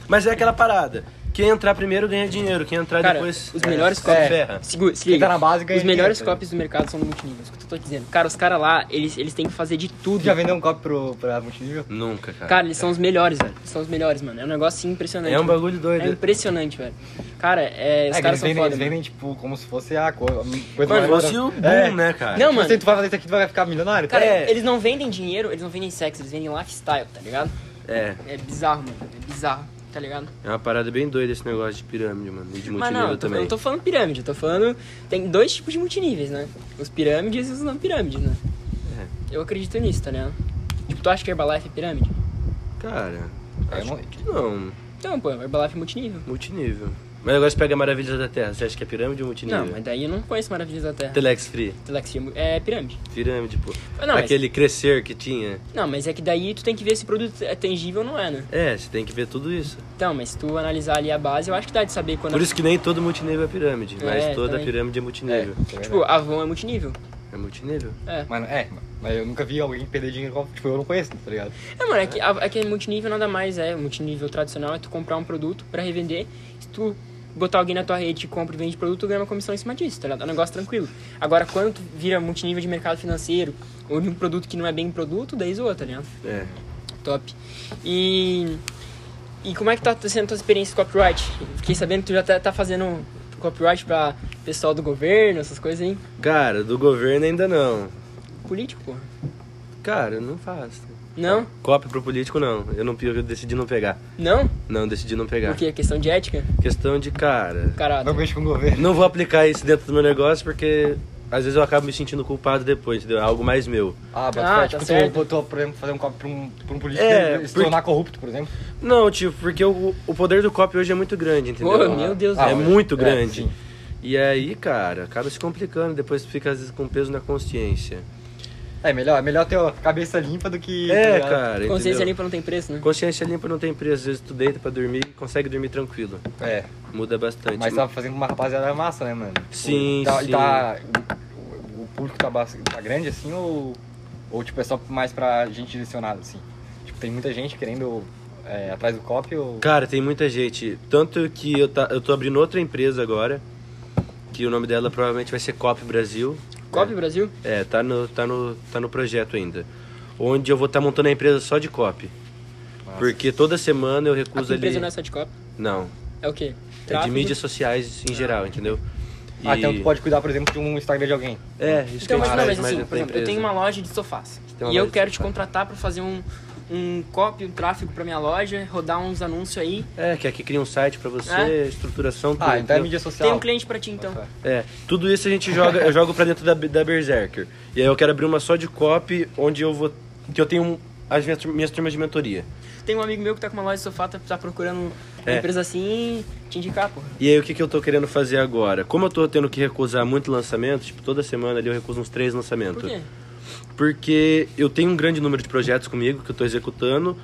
S2: Mas é aquela parada. Quem entrar primeiro ganha dinheiro. Quem entrar
S1: Cara,
S2: depois...
S1: os
S2: é,
S1: melhores
S2: se
S1: copos.
S2: ferra.
S1: Segura, se
S3: Quem
S1: liga.
S3: tá na base ganha
S1: os melhores
S3: dinheiro, tá
S1: copos do mercado são do multinível, isso que eu tô dizendo. Cara, os caras lá, eles, eles têm que fazer de tudo.
S3: Tu já vendeu um copo pro, pra multinível?
S2: Nunca, cara.
S1: Cara, eles são os melhores, velho. Eles são os melhores, mano. É um negócio assim, impressionante.
S2: é um
S1: mano.
S2: bagulho
S1: É
S2: doido.
S1: impressionante, velho. Cara, é, os
S3: É, que
S1: caras
S3: eles
S1: são
S3: vendem,
S1: foda.
S3: eles
S1: mano.
S3: vendem, tipo, como se fosse a coisa... coisa
S2: Mano,
S3: maior.
S2: fosse o boom,
S3: É.
S2: né, cara?
S1: Não,
S3: Tipo,
S1: mano.
S3: Se tu vai fazer isso aqui, tu vai ficar milionário. tá?
S1: Cara,
S2: É.
S1: eles não vendem dinheiro, eles não vendem sexo, eles vendem lifestyle, tá ligado?
S2: É,
S1: É bizarro, mano. É bizarro, tá ligado?
S2: é uma parada bem doida esse negócio de pirâmide, mano. E de multinível
S1: Mas não, eu tô, eu
S2: também.
S1: não tô falando pirâmide, eu tô falando. Tem dois tipos de multiníveis, né? Os pirâmides e os não pirâmides, né? Eu acredito nisso, tá ligado? Tipo, tu acha que Herbalife é pirâmide?
S2: Cara,
S3: É,
S2: acho
S3: não-
S2: que não.
S1: Então, pô, Herbalife é multinível.
S2: Multinível. Mas agora você pega Maravilhas da Terra. Você acha que é pirâmide ou multinível?
S1: Não, mas daí eu não conheço Maravilhas da Terra.
S2: Telex Free.
S1: Telexia é mu- é pirâmide.
S2: Pirâmide, pô.
S1: Ah, não, mas-
S2: Aquele crescer que tinha.
S1: Não, mas é que daí tu tem que ver se o produto é tangível ou não é, né?
S2: É, você tem que ver tudo isso.
S1: Então, mas se tu analisar ali a base, eu acho que dá de saber quando.
S2: Por isso que nem todo multinível é pirâmide.
S1: É,
S2: mas toda
S1: também.
S2: pirâmide é multinível.
S3: Tá vendo?
S1: Tipo, Avon é multinível.
S2: É. multinível?
S1: É.
S3: Mano, é, mas eu nunca vi alguém perder dinheiro com. Tipo, eu não conheço, tá ligado?
S1: É, mano, é que, é que multinível nada mais é. Multinível tradicional é tu comprar um produto pra revender. Se tu botar alguém na tua rede que compra e vende produto, tu ganha uma comissão em cima disso, tá ligado? É um negócio tranquilo. Agora, quando tu vira multinível de mercado financeiro, ou de um produto que não é bem produto, daí zoa, tá ligado?
S2: É.
S1: Top. E. E como é que tá sendo a tua experiência com copyright? Fiquei sabendo que tu já tá, tá fazendo copyright pra pessoal do governo, essas coisas, hein?
S2: Cara, do governo ainda não.
S1: Político, porra.
S2: Cara, eu não faço.
S1: Não?
S2: Copy pro político, não. Eu, não. eu decidi não pegar.
S1: Não?
S2: Não, decidi não pegar.
S1: Porque é questão de ética?
S2: Questão de, cara...
S1: Caralho.
S3: Não mexo com o governo.
S2: Não vou aplicar isso dentro do meu negócio porque... Às vezes eu acabo me sentindo culpado depois, entendeu? É algo mais meu.
S3: Ah, bota
S1: Ah,
S3: fé,
S1: tá
S3: tipo, tu
S1: certo.
S3: botou, por exemplo, fazer um copo pra um, pra um político
S2: É,
S3: se
S2: porque-
S3: tornar corrupto, por exemplo.
S2: Não, tipo, porque o, o poder do copy hoje é muito grande, entendeu?
S1: Ô, meu Deus,
S2: é
S1: velho.
S2: muito
S3: é,
S2: grande.
S3: sim.
S2: e aí, cara, acaba se complicando, depois fica às vezes com peso na consciência.
S3: É melhor, é melhor ter a cabeça limpa do que. tá
S2: é,
S3: ligado?
S2: cara,
S1: Consciência
S2: entendeu? é?
S1: limpa não tem preço, né?
S2: Consciência limpa não tem preço, às vezes tu deita pra dormir, consegue dormir tranquilo.
S3: É,
S2: Muda bastante.
S3: mas tá fazendo uma rapaziada massa, né, mano? Tipo,
S2: Sim,
S3: tá,
S2: sim.
S3: Tá, o, o público tá, bas- tá grande assim ou. Ou, tipo, é só mais pra gente direcionada, assim? Tipo, tem muita gente querendo é, atrás do copy ou.
S2: Cara, tem muita gente. Tanto que eu, tá, eu tô abrindo outra empresa agora, que o nome dela provavelmente vai ser Copy Brasil.
S1: Copy Brasil?
S2: É, tá no, tá no, tá no projeto ainda. onde eu vou estar montando a empresa só de copy. Porque toda semana eu
S1: A
S2: recuso
S1: tua
S2: ali.
S1: empresa não é só de copy?
S2: Não,
S1: É o quê?
S2: é de
S1: Tráfego? né?
S2: mídias sociais em geral, entendeu?
S3: Ah, então
S2: E-
S3: tu pode cuidar, por exemplo, de um Instagram de alguém.
S2: É, isso
S1: Então,
S2: que
S1: mas não,
S2: a gente faz
S1: mas
S2: mais
S1: assim,
S2: dentro
S1: por exemplo,
S2: da
S1: eu
S2: empresa.
S1: tenho uma loja de sofás.
S2: tem uma
S1: E eu
S2: loja de
S1: quero te
S2: sofá.
S1: contratar pra fazer um, um copy, um tráfego pra minha loja, rodar uns anúncios aí.
S2: É, que aqui cria um site pra você,
S1: É.
S2: estruturação, tudo.
S3: Ah, então é
S2: entendeu?
S3: mídia social.
S1: Tem um cliente pra ti então.
S3: Bota fé.
S2: É, tudo isso a gente joga, eu jogo pra dentro da, da Berserker. E aí eu quero abrir uma só de copy, onde eu vou. que eu tenho um, as minhas, minhas turmas de mentoria.
S1: Tem um amigo meu que tá com uma loja de sofá, tá, tá procurando
S2: É.
S1: uma empresa assim, te indicar, porra.
S2: E aí o que, que eu tô querendo fazer agora? Como eu tô tendo que recusar muito lançamento, tipo, toda semana ali eu recuso uns três lançamentos.
S1: Por quê?
S2: Porque eu tenho um grande número de projetos comigo que eu tô executando.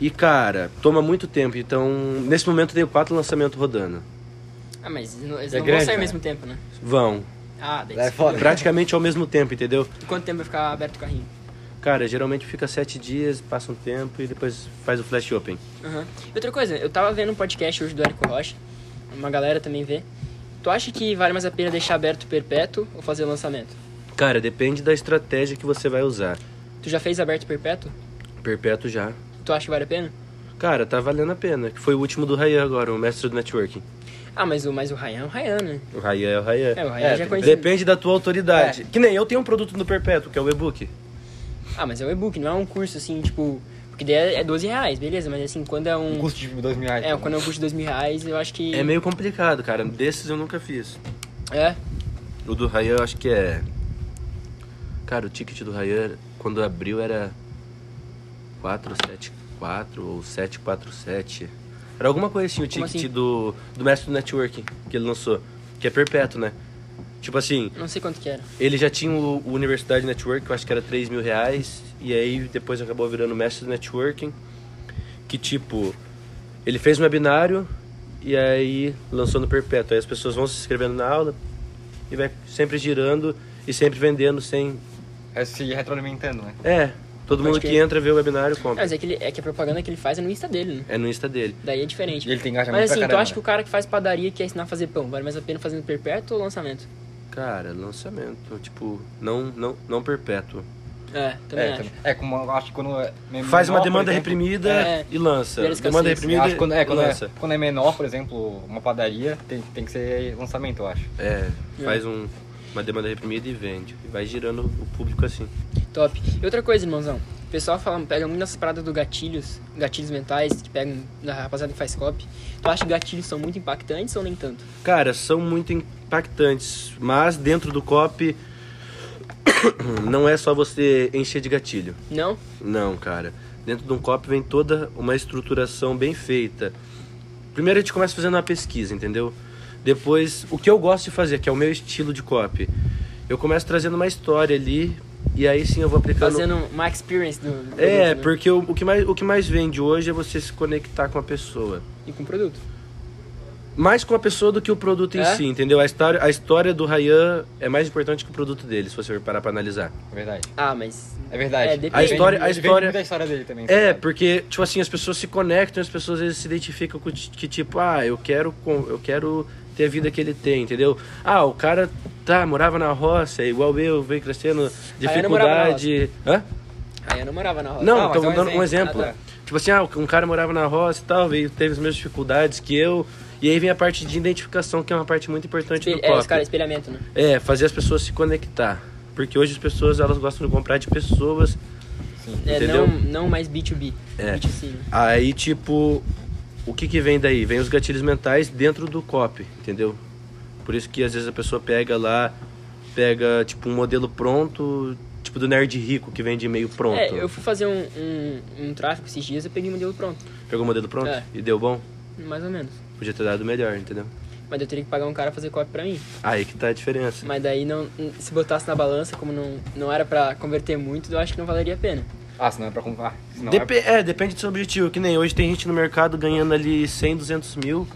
S2: E cara, toma muito tempo. Então, nesse momento eu tenho quatro lançamentos rodando.
S1: Ah, mas eles não, eles
S3: É
S1: não
S3: grande,
S1: vão sair ao
S3: né?
S1: mesmo tempo, né?
S2: Vão.
S1: Ah, daí.
S3: É foda.
S2: Praticamente ao mesmo tempo, entendeu?
S1: Quanto tempo vai ficar aberto o carrinho?
S2: Cara, geralmente fica sete dias, passa um tempo e depois faz o flash open.
S1: Aham. E Outra coisa, eu tava vendo um podcast hoje do Érico Rocha, uma galera também vê. Tu acha que vale mais a pena deixar aberto perpétuo ou fazer lançamento?
S2: Cara, depende da estratégia que você vai usar.
S1: Tu já fez aberto perpétuo?
S2: Perpétuo já.
S1: Tu acha que vale a pena?
S2: Cara, tá valendo a pena. Que foi o último do Rayan agora, o mestre do networking.
S1: Ah, mas o, mas o Ryan é o Ryan, né?
S2: O Rayan é o Rayan.
S1: É, o Rayan já é conhecido.
S2: Depende da tua
S1: É.
S2: autoridade. Que nem eu tenho um produto no Perpétuo, que é o e-book.
S1: Ah, mas é um e-book, não é um curso assim, tipo. Porque daí é- é 12 reais, beleza, mas assim, quando é um.
S3: Um custo de dois mil reais. né?
S1: É, quando é um curso de 2 mil reais, eu acho que.
S2: É meio complicado, cara. Desses eu nunca fiz.
S1: É?
S2: O do Rayan eu acho que é. Cara, o ticket do Rayan, quando abriu, era 474 ou 747. Era alguma coisa assim, o
S1: Como
S2: ticket
S1: assim?
S2: do, do mestre do networking que ele lançou. Que é perpétuo, né? Tipo assim,
S1: Não sei quanto que era.
S2: ele já tinha o, o Universidade Network, que eu acho que era 3 mil reais. E aí depois acabou virando o mestre do networking. Que tipo, ele fez um webinário e aí lançou no perpétuo. Aí as pessoas vão se inscrevendo na aula e vai sempre girando e sempre vendendo sem.
S3: É se retroalimentando, né?
S2: É, todo
S1: Pode
S2: mundo que
S1: crer.
S2: entra vê o webinário
S1: Ah,
S2: compra.
S1: mas é que, ele- é que a propaganda que ele faz é no Insta dele, né?
S2: É no Insta dele.
S1: Daí é diferente.
S3: E ele tem engajamento
S1: Mas assim,
S3: pra
S1: tu
S3: caramba,
S1: acha que o cara que faz padaria quer ensinar a fazer pão? Vale mais a pena fazendo perpétuo ou lançamento?
S2: Cara, lançamento, tipo, não, não, não perpétuo.
S1: É, também
S3: É,
S1: acho.
S3: também. é, como eu acho que quando é menor,
S2: Faz uma
S3: por
S2: demanda
S3: exemplo,
S2: reprimida
S1: é.
S2: e lança.
S1: Primeira
S2: Demanda
S1: escassez.
S3: eu
S2: reprimida
S3: acho que quando, é,
S2: e
S3: quando, é,
S2: lança.
S3: quando é menor, por exemplo, uma padaria, tem, tem que ser lançamento, eu acho.
S2: É,
S1: É.
S2: faz um, uma demanda reprimida e vende. E vai girando o público assim.
S1: Top. E outra coisa, irmãozão. O pessoal fala, pega muito nessa parada do gatilhos, gatilhos mentais, que pegam da rapaziada que faz copy. Tu acha que gatilhos são muito impactantes ou nem tanto?
S2: Cara, são muito impactantes, mas dentro do COP não é só você encher de gatilho.
S1: Não?
S2: Não, cara. Dentro de um COP vem toda uma estruturação bem feita. Primeiro a gente começa fazendo uma pesquisa, entendeu? Depois, o que eu gosto de fazer, que é o meu estilo de COP, eu começo trazendo uma história ali e aí sim eu vou aplicando
S1: Fazendo uma experience do, do
S2: É,
S1: produto, né?
S2: porque o, o que mais, o que mais vende hoje é você se conectar com a pessoa.
S1: E com o produto.
S2: Mais com a pessoa do que o produto em
S1: É?
S2: si, entendeu? A história, a história do Ryan é mais importante que o produto dele, se você parar pra analisar.
S3: É verdade.
S1: Ah, mas...
S3: É verdade.
S1: É, depende. A
S2: história- a
S3: Depende
S2: história-
S3: muito da história dele também.
S2: É,
S3: porque
S2: porque, tipo assim, as pessoas se conectam, as pessoas às vezes se identificam com ti- que, tipo, ah, eu quero, com- eu quero ter a vida que ele tem, entendeu? Ah, o cara tá, morava na roça, é igual eu, veio crescendo,
S1: Ryan não morava na roça.
S2: dificuldade. Hã?
S1: Aí eu não morava na roça.
S2: Não,
S3: Não,
S2: então
S3: mas é um
S2: dando um exemplo.
S3: exemplo. Ah,
S2: Tipo assim, ah, um cara morava na roça e tal, veio, teve as mesmas dificuldades que eu. E aí vem a parte de identificação, que é uma parte muito importante
S1: Espelha-
S2: do
S1: é, os
S2: pop.
S1: caras, espelhamento, né?
S2: É, fazer as pessoas se conectar. Porque hoje as pessoas, elas gostam de comprar de pessoas.
S1: É,
S2: Hum, Entendeu?
S1: não, não mais B2B.
S2: É.
S1: B2C, né?
S2: Aí, tipo, o que que vem daí? Vem os gatilhos mentais dentro do copy, entendeu? Por isso que às vezes a pessoa pega lá, pega, tipo, um modelo pronto, tipo do nerd rico, que vende meio pronto.
S1: É, eu fui fazer um, um, um tráfego esses dias, eu peguei um modelo pronto.
S2: Pegou o modelo pronto
S1: É.
S2: e deu bom?
S1: Mais ou menos.
S2: Podia ter dado melhor, entendeu?
S1: Mas eu teria que pagar um cara fazer copy pra mim.
S2: Aí que tá a diferença.
S1: Mas daí, não, se botasse na balança, como não, não era pra converter muito, eu acho que não valeria a pena.
S3: Ah, senão é pra comprar. Senão
S2: Depe- é, depende do seu objetivo. Que nem hoje tem gente no mercado ganhando ali 100, 200 mil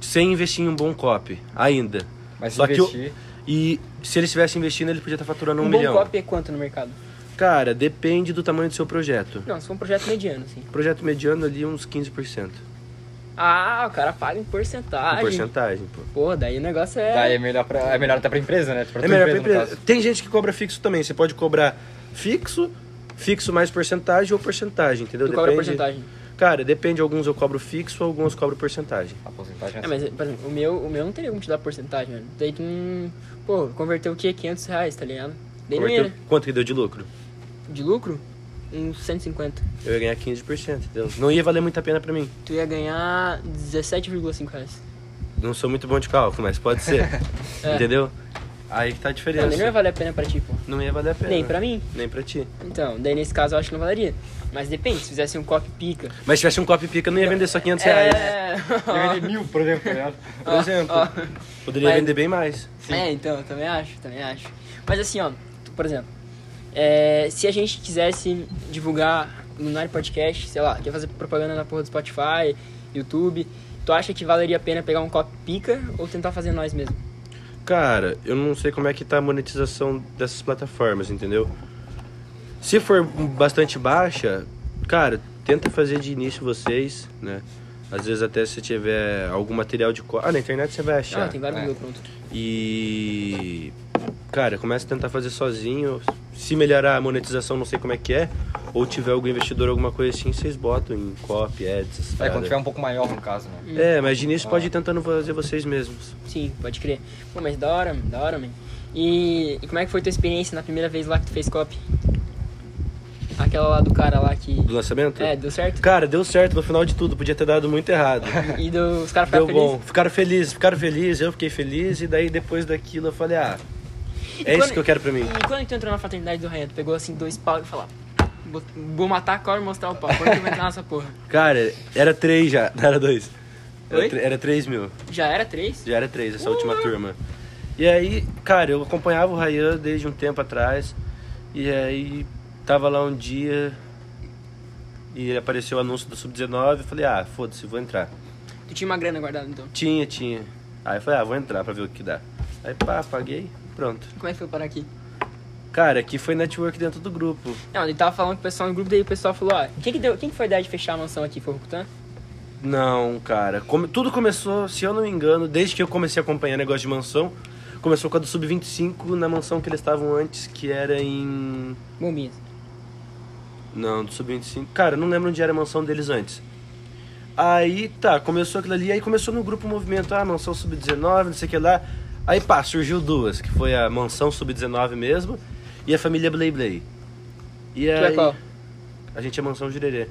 S2: sem investir em um bom copy ainda.
S3: é... Mas
S2: Só que o-
S3: investir...
S2: E se ele estivesse investindo, ele podia estar faturando um,
S1: um
S2: milhão.
S1: bom copy é quanto no mercado?
S2: Cara, depende do tamanho do seu projeto.
S1: Não, se for um projeto mediano, assim.
S2: Projeto mediano ali, uns 15%.
S1: Ah, o cara paga em
S2: Em
S1: porcentagem.
S2: porcentagem, pô.
S1: Pô, daí o negócio é...
S3: Daí é melhor, pra, é melhor até pra empresa, né? Pra
S2: É
S3: tua
S2: melhor pra
S3: no
S2: empresa. Tem gente que cobra fixo também. Você pode cobrar fixo fixo mais porcentagem ou porcentagem, entendeu?
S1: Tu cobra é porcentagem.
S2: Cara, depende, alguns eu cobro fixo, alguns eu cobro porcentagem.
S3: A porcentagem
S2: assim.
S1: É, mas, por exemplo, o meu, o meu não teria como te dar porcentagem, velho. Daí tu não... Pô, converteu o quê? 500 reais, tá ligado? Daí não ia,
S2: Converteu-
S1: né?
S2: Quanto é que deu de lucro?
S1: De lucro, uns 150.
S2: Eu ia ganhar 15%, entendeu? Não ia valer muito a pena pra mim.
S1: Tu ia ganhar 17,5 reais.
S2: Não sou muito bom de cálculo, mas pode ser.
S1: É.
S2: Entendeu? Aí que tá a
S1: Não, daí não ia
S2: diferença.
S1: valer a pena pra ti, pô.
S2: Não ia valer a pena.
S1: Nem pra mim.
S2: Nem pra ti.
S1: Então, daí nesse caso eu acho que não valeria. Mas depende, se fizesse um copo pica...
S2: Mas se tivesse um copo e pica, eu não
S1: É.
S2: ia vender só 500 reais.
S3: Eu ganhei mil, por exemplo, tá ligado?
S2: Por exemplo.
S3: ah.
S2: Poderia
S1: Mas-
S2: vender bem mais.
S1: É, então, eu também acho, também acho. Mas assim, ó, tu- por exemplo, é, se a gente quisesse divulgar o Lunar Podcast, sei lá, quer fazer propaganda na porra do Spotify, YouTube, tu acha que valeria a pena pegar um copo pica ou tentar fazer nós mesmo?
S2: Cara, eu não sei como é que tá a monetização dessas plataformas, entendeu? Se for bastante baixa, cara, tenta fazer de início vocês, né? Às vezes até se tiver algum material de... co- Ah, na internet você vai achar.
S1: Ah, tem vários
S3: é.
S1: mil pronto.
S2: E. Cara, começa a tentar fazer sozinho. Se melhorar a monetização, não sei como é que é. Ou tiver algum investidor, alguma coisa assim, vocês botam em copy, ads, essas
S3: É, quando
S2: paradas.
S3: tiver um pouco maior, no caso, né?
S1: um
S2: É, mas de início pode ir tentando fazer vocês mesmos.
S1: Sim, pode crer. Pô, mas da hora, mano, da hora, man. E, e como é que foi tua experiência na primeira vez lá que tu fez copy? Aquela lá do cara lá que.
S2: Do lançamento?
S1: É, deu certo?
S2: Cara, deu certo no final de tudo, podia ter dado muito errado.
S1: E deu- os caras
S2: deu
S1: ficaram felizes?
S2: bom. Ficaram felizes, ficaram felizes, eu fiquei feliz, e daí depois daquilo eu falei, ah,
S1: E
S2: é isso
S1: quando-
S2: que eu quero pra mim.
S1: E quando tu entrou na fraternidade do Ryan, tu pegou assim dois pau e falou: "Vou- Vou matar a cobra e mostrar o pau. Quando que eu vou entrar nessa porra?
S2: Cara, era três já, não era dois. Era,
S1: Oi?
S2: tre- era três mil.
S1: Já era três?
S2: Já era três, essa última turma. E aí, cara, eu acompanhava o Rayan desde um tempo atrás. E aí, tava lá um dia e apareceu o anúncio do Sub-19. Eu falei, ah, foda-se, vou entrar.
S1: Tu tinha uma grana guardada então.
S2: Tinha, tinha. Aí eu falei, ah, vou entrar pra ver o que dá. Aí, pá, paguei, pronto.
S1: Como é que foi parar aqui?
S2: Cara, aqui foi network dentro do grupo.
S1: Não, ele tava falando com o pessoal no grupo, daí o pessoal falou: Ó, quem que, deu, quem que foi a ideia de fechar a mansão aqui? Foi o Rukutan?
S2: Não, cara. Come- Tudo começou, se eu não me engano, desde que eu comecei a acompanhar negócio de mansão. Começou com a do Sub-25 na mansão que eles estavam antes, que era em.
S1: Bombinhas.
S2: Não, do Sub-25. Cara, eu não lembro onde era a mansão deles antes. Aí, tá, começou aquilo ali, aí começou no grupo o movimento, ah, mansão Sub-19, não sei o que lá. Aí, pá, surgiu duas, que foi a mansão Sub-19 mesmo e a família Blay Blay. E
S1: Tu é
S2: aí,
S1: qual?
S2: a gente é mansão Jurerê.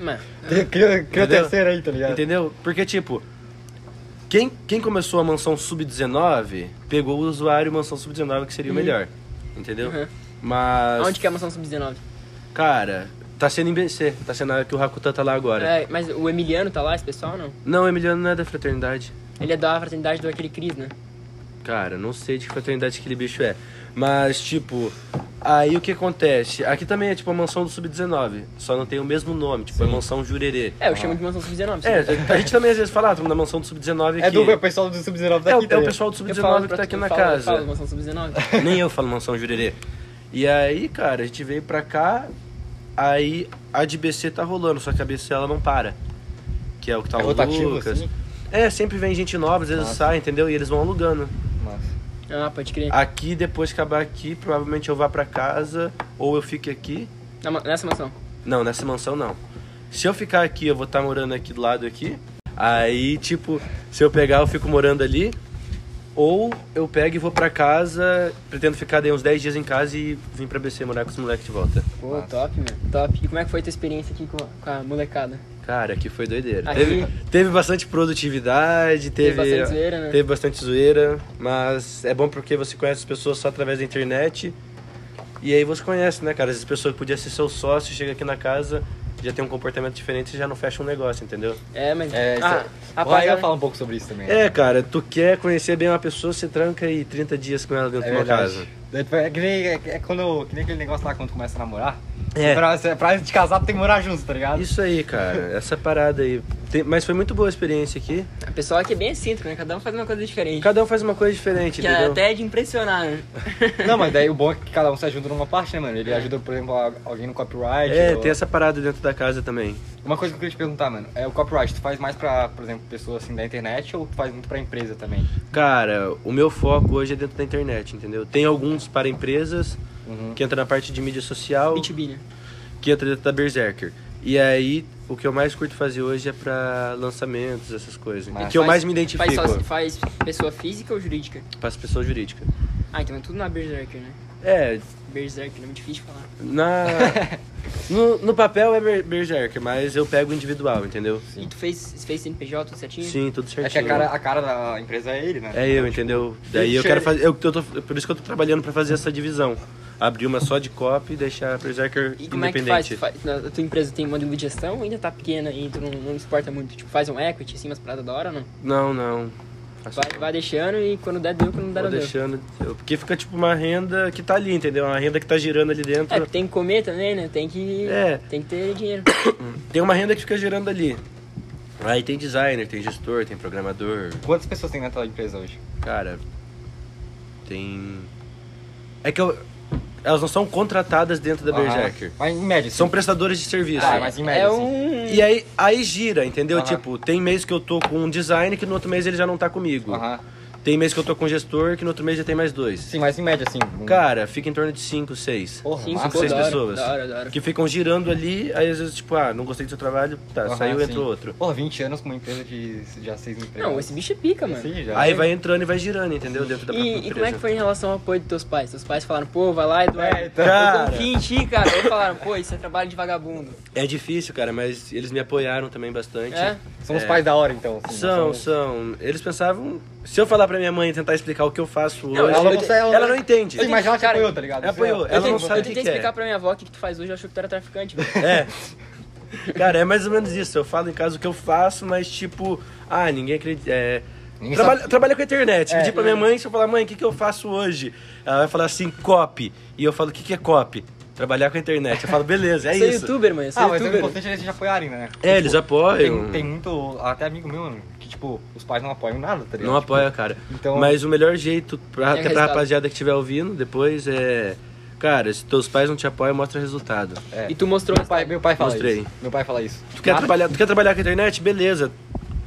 S1: Mano,
S3: Cria, cria
S2: Entendeu?
S3: o terceiro aí, tá
S1: é?
S3: ligado?
S2: Entendeu? Porque, tipo, quem, quem começou a mansão sub-19 pegou o usuário mansão sub-19, que seria o melhor. Entendeu?
S1: Uhum.
S2: Mas.
S1: onde que é a mansão sub-19?
S2: Cara, tá sendo em BC, tá sendo a hora que o Rakutan tá lá agora.
S1: É, mas o Emiliano tá lá, esse pessoal não?
S2: Não, o Emiliano não é da fraternidade.
S1: Ele é da fraternidade do aquele Cris, né?
S2: Cara, não sei de que fraternidade aquele bicho é. Mas, tipo, aí o que acontece? Aqui também é tipo a mansão do sub-19, só não tem o mesmo nome, tipo, é mansão Jurerê.
S1: É, eu chamo de mansão sub-19.
S2: É,
S1: sim.
S2: a gente também às vezes fala, ah, tamo na mansão do sub-19 aqui.
S3: É do pessoal do Sub-19
S2: É o-
S3: daqui,
S2: é
S3: tá
S2: o
S3: ligado?
S2: pessoal do
S1: Eu falo
S2: sub-19 que
S1: pra
S2: tá
S1: tu,
S2: aqui
S1: eu
S2: na
S1: falo- eu
S2: casa.
S1: falo mansão sub-19.
S2: Nem eu falo mansão jurerê. E aí, cara, a gente veio pra cá, aí a de BC tá rolando, só que a BC ela não para. Que é o que tá
S3: É
S2: o
S3: rotativo,
S2: Lucas.
S3: assim?
S2: É, sempre vem gente nova, às vezes
S3: Nossa.
S2: sai, entendeu? E eles vão alugando.
S3: Nossa.
S1: Ah, pode crer.
S2: Aqui, depois que acabar aqui, provavelmente eu vá pra casa ou eu fique aqui.
S1: Na ma- nessa mansão.
S2: Não, nessa mansão não. Se eu ficar aqui, eu vou estar morando aqui do lado aqui. Aí, tipo, se eu pegar, eu fico morando ali. Ou eu pego e vou pra casa, pretendo ficar daí uns 10 dias em casa e vim pra BC morar com os moleques de volta.
S1: Pô,
S3: Massa.
S1: top, mano. Top. E como é que foi tua experiência aqui com a- com a molecada?
S2: Cara, aqui foi doideira.
S1: Aqui-
S2: Teve, teve bastante produtividade, teve,
S1: Teve bastante zoeira, né?
S2: teve bastante zoeira, mas é bom porque você conhece as pessoas só através da internet. E aí você conhece, né, cara? As pessoas podiam ser seu sócio, chega aqui na casa, já tem um comportamento diferente e já não fecha um negócio, entendeu?
S1: É, mas.
S3: É, isso
S1: ah,
S3: é...
S1: a
S3: O Raia
S1: parada-
S3: fala um pouco sobre isso também.
S2: É, cara, tu quer conhecer bem uma pessoa, você tranca aí 30 dias com ela dentro
S3: É
S2: de uma
S3: verdade.
S2: casa.
S3: É, tipo, é que nem, é, é quando, que nem aquele negócio lá quando tu começa a namorar.
S2: É.
S3: Pra, pra gente casar, tu tem que morar junto, tá ligado?
S2: Isso aí, cara, essa parada aí. Tem- mas foi muito boa a experiência aqui.
S1: O pessoal aqui é bem excêntrico, né? Cada um faz uma coisa diferente.
S2: Cada um faz uma coisa diferente,
S1: Que é
S2: entendeu?
S1: até de impressionar, né?
S3: Não, mas daí o bom é que cada um se ajuda numa parte, né, mano? Ele ajuda, por exemplo, a- alguém no copyright.
S2: É,
S3: ou-
S2: tem essa parada dentro da casa também.
S3: Uma coisa que eu queria te perguntar, mano, é o copyright, tu faz mais pra, por exemplo, pessoas assim da internet ou tu faz muito pra empresa também?
S2: Cara, o meu foco hoje é dentro da internet, entendeu? Tem alguns para empresas,
S3: Uhum.
S2: É que entra na parte de mídia social.
S1: B2B, né?
S2: que a treta da Berserker. E aí, o que eu mais curto fazer hoje é pra lançamentos, essas coisas.
S3: Mas
S2: e que eu
S1: Faz-
S2: mais me
S1: Faz,
S2: identifico.
S1: só- faz pessoa física ou jurídica?
S2: Faz pessoa jurídica.
S1: Ah, então é tudo na Berserker, né?
S2: É,
S1: Berserker, nome difícil de falar.
S2: na. no, no papel é ber- Berserker, mas eu pego individual, entendeu?
S1: E tu fez, fez CNPJ tudo certinho?
S2: Sim, tudo certinho.
S3: É que a cara, a cara da empresa é ele, né?
S2: É eu, entendeu? Daí eu quero fazer. Eu, eu tô, por isso que eu tô trabalhando pra fazer essa divisão. Abrir uma só de copy e deixar a Berserker
S1: E como é que tu faz?
S2: independente.
S1: Tu faz- na- A tua empresa tem modelo de gestão ou ainda tá pequena e tu não, não exporta muito? Tipo, faz um equity, assim, umas paradas da hora ou não?
S2: Não, não. Faço-
S1: Vai, vai deixando e quando der, deu, quando não der,
S2: Vou
S1: não deu.
S2: deixando. eu- Porque fica tipo uma renda que tá ali, entendeu? Uma renda que tá girando ali dentro.
S1: É, porque tem que comer também, né? Tem que,
S2: É.
S1: tem que ter dinheiro.
S2: Tem uma renda que fica girando ali. Aí tem designer, tem gestor, tem programador.
S3: Quantas pessoas tem na tua empresa hoje?
S2: Cara, tem. É que eu... elas não são contratadas dentro da Berserker.
S3: Ah, Mas em média,
S2: São
S3: sim.
S2: prestadores de serviço.
S3: Ah, mas em média,
S1: é
S3: assim.
S1: um...
S2: E aí, aí gira, entendeu?
S3: Aham.
S2: Tipo, tem mês que eu tô com um design que no outro mês ele já não tá comigo.
S3: Aham.
S2: Tem mês que eu tô com um gestor que no outro mês já tem mais dois.
S3: Sim, mas em média, assim. um-
S2: Cara, fica em torno de cinco, seis.
S3: Porra,
S1: Sim,
S3: massa.
S2: pô, seis
S1: da hora,
S2: pessoas.
S1: Da hora, da hora.
S2: Que ficam girando ali, aí às vezes, tipo, ah, não gostei do seu trabalho, tá,
S3: Aham,
S2: saiu,
S3: sim.
S2: entrou outro.
S3: Porra, 20 anos com uma empresa de já seis empregos.
S1: Não, esse bicho é pica, mano.
S3: Sim, já.
S2: Aí vai entrando e vai girando, entendeu? Dentro da própria
S1: E,
S2: empresa.
S1: e como é que foi em relação ao apoio dos teus pais? Teus pais falaram, pô, vai lá, Eduardo.
S3: É, então-
S1: Eu
S2: Cara.
S1: confio em ti, cara. Ou falaram, pô, isso é trabalho de vagabundo.
S2: É difícil, cara, mas eles me apoiaram também bastante.
S1: É?
S3: São os
S2: É.
S3: pais da hora, então. assim,
S2: São, são. Eles pensavam. Se eu falar pra minha mãe e tentar explicar o que eu faço hoje.
S3: ela não sai- ela-
S2: ela não entende.
S3: Sim, mas ela te
S1: Cara,
S3: apoiou, tá ligado? tipo,
S2: ela apoiou.
S3: Ela-
S1: Eu
S2: Ela não
S1: tentei-
S2: sabe
S1: Eu
S2: o que
S1: tentei
S2: que é.
S1: explicar pra minha avó o que, que tu faz hoje, eu achou que tu era traficante, velho.
S2: É. Cara, é mais ou menos isso. Eu falo em casa o que eu faço, mas tipo, ah, ninguém acredita. É,
S3: Ninguém
S2: trabalha, trabalha com a internet.
S3: É.
S2: Pedir pra minha mãe, se eu falar, mãe, o que, que eu faço hoje? Ela vai falar assim, copy. E eu falo, o que, que é copy? Trabalhar com a internet. Eu falo, beleza, é
S1: Você é
S2: isso.
S1: youtuber, mano. Você
S3: Ah,
S1: é
S3: mas o
S1: youtuber.
S3: importante é eles te apoiarem, né?
S2: É, eles apoiam.
S3: Tem, tem muito. Até amigo meu, mano, que, tipo, os pais não apoiam nada, tá ligado?
S2: Não apoia, cara.
S3: então-
S2: Mas o melhor jeito, pra,
S1: É
S2: até pra
S1: resultado.
S2: rapaziada que estiver ouvindo depois, é. Cara, se teus pais não te apoiam, mostra resultado.
S3: É.
S1: E tu mostrou
S3: Meu pai, meu pai fala
S2: Mostrei.
S3: isso. Meu pai fala isso.
S2: Tu quer,
S3: Mas-
S2: trabalhar, tu quer trabalhar com a internet? Beleza.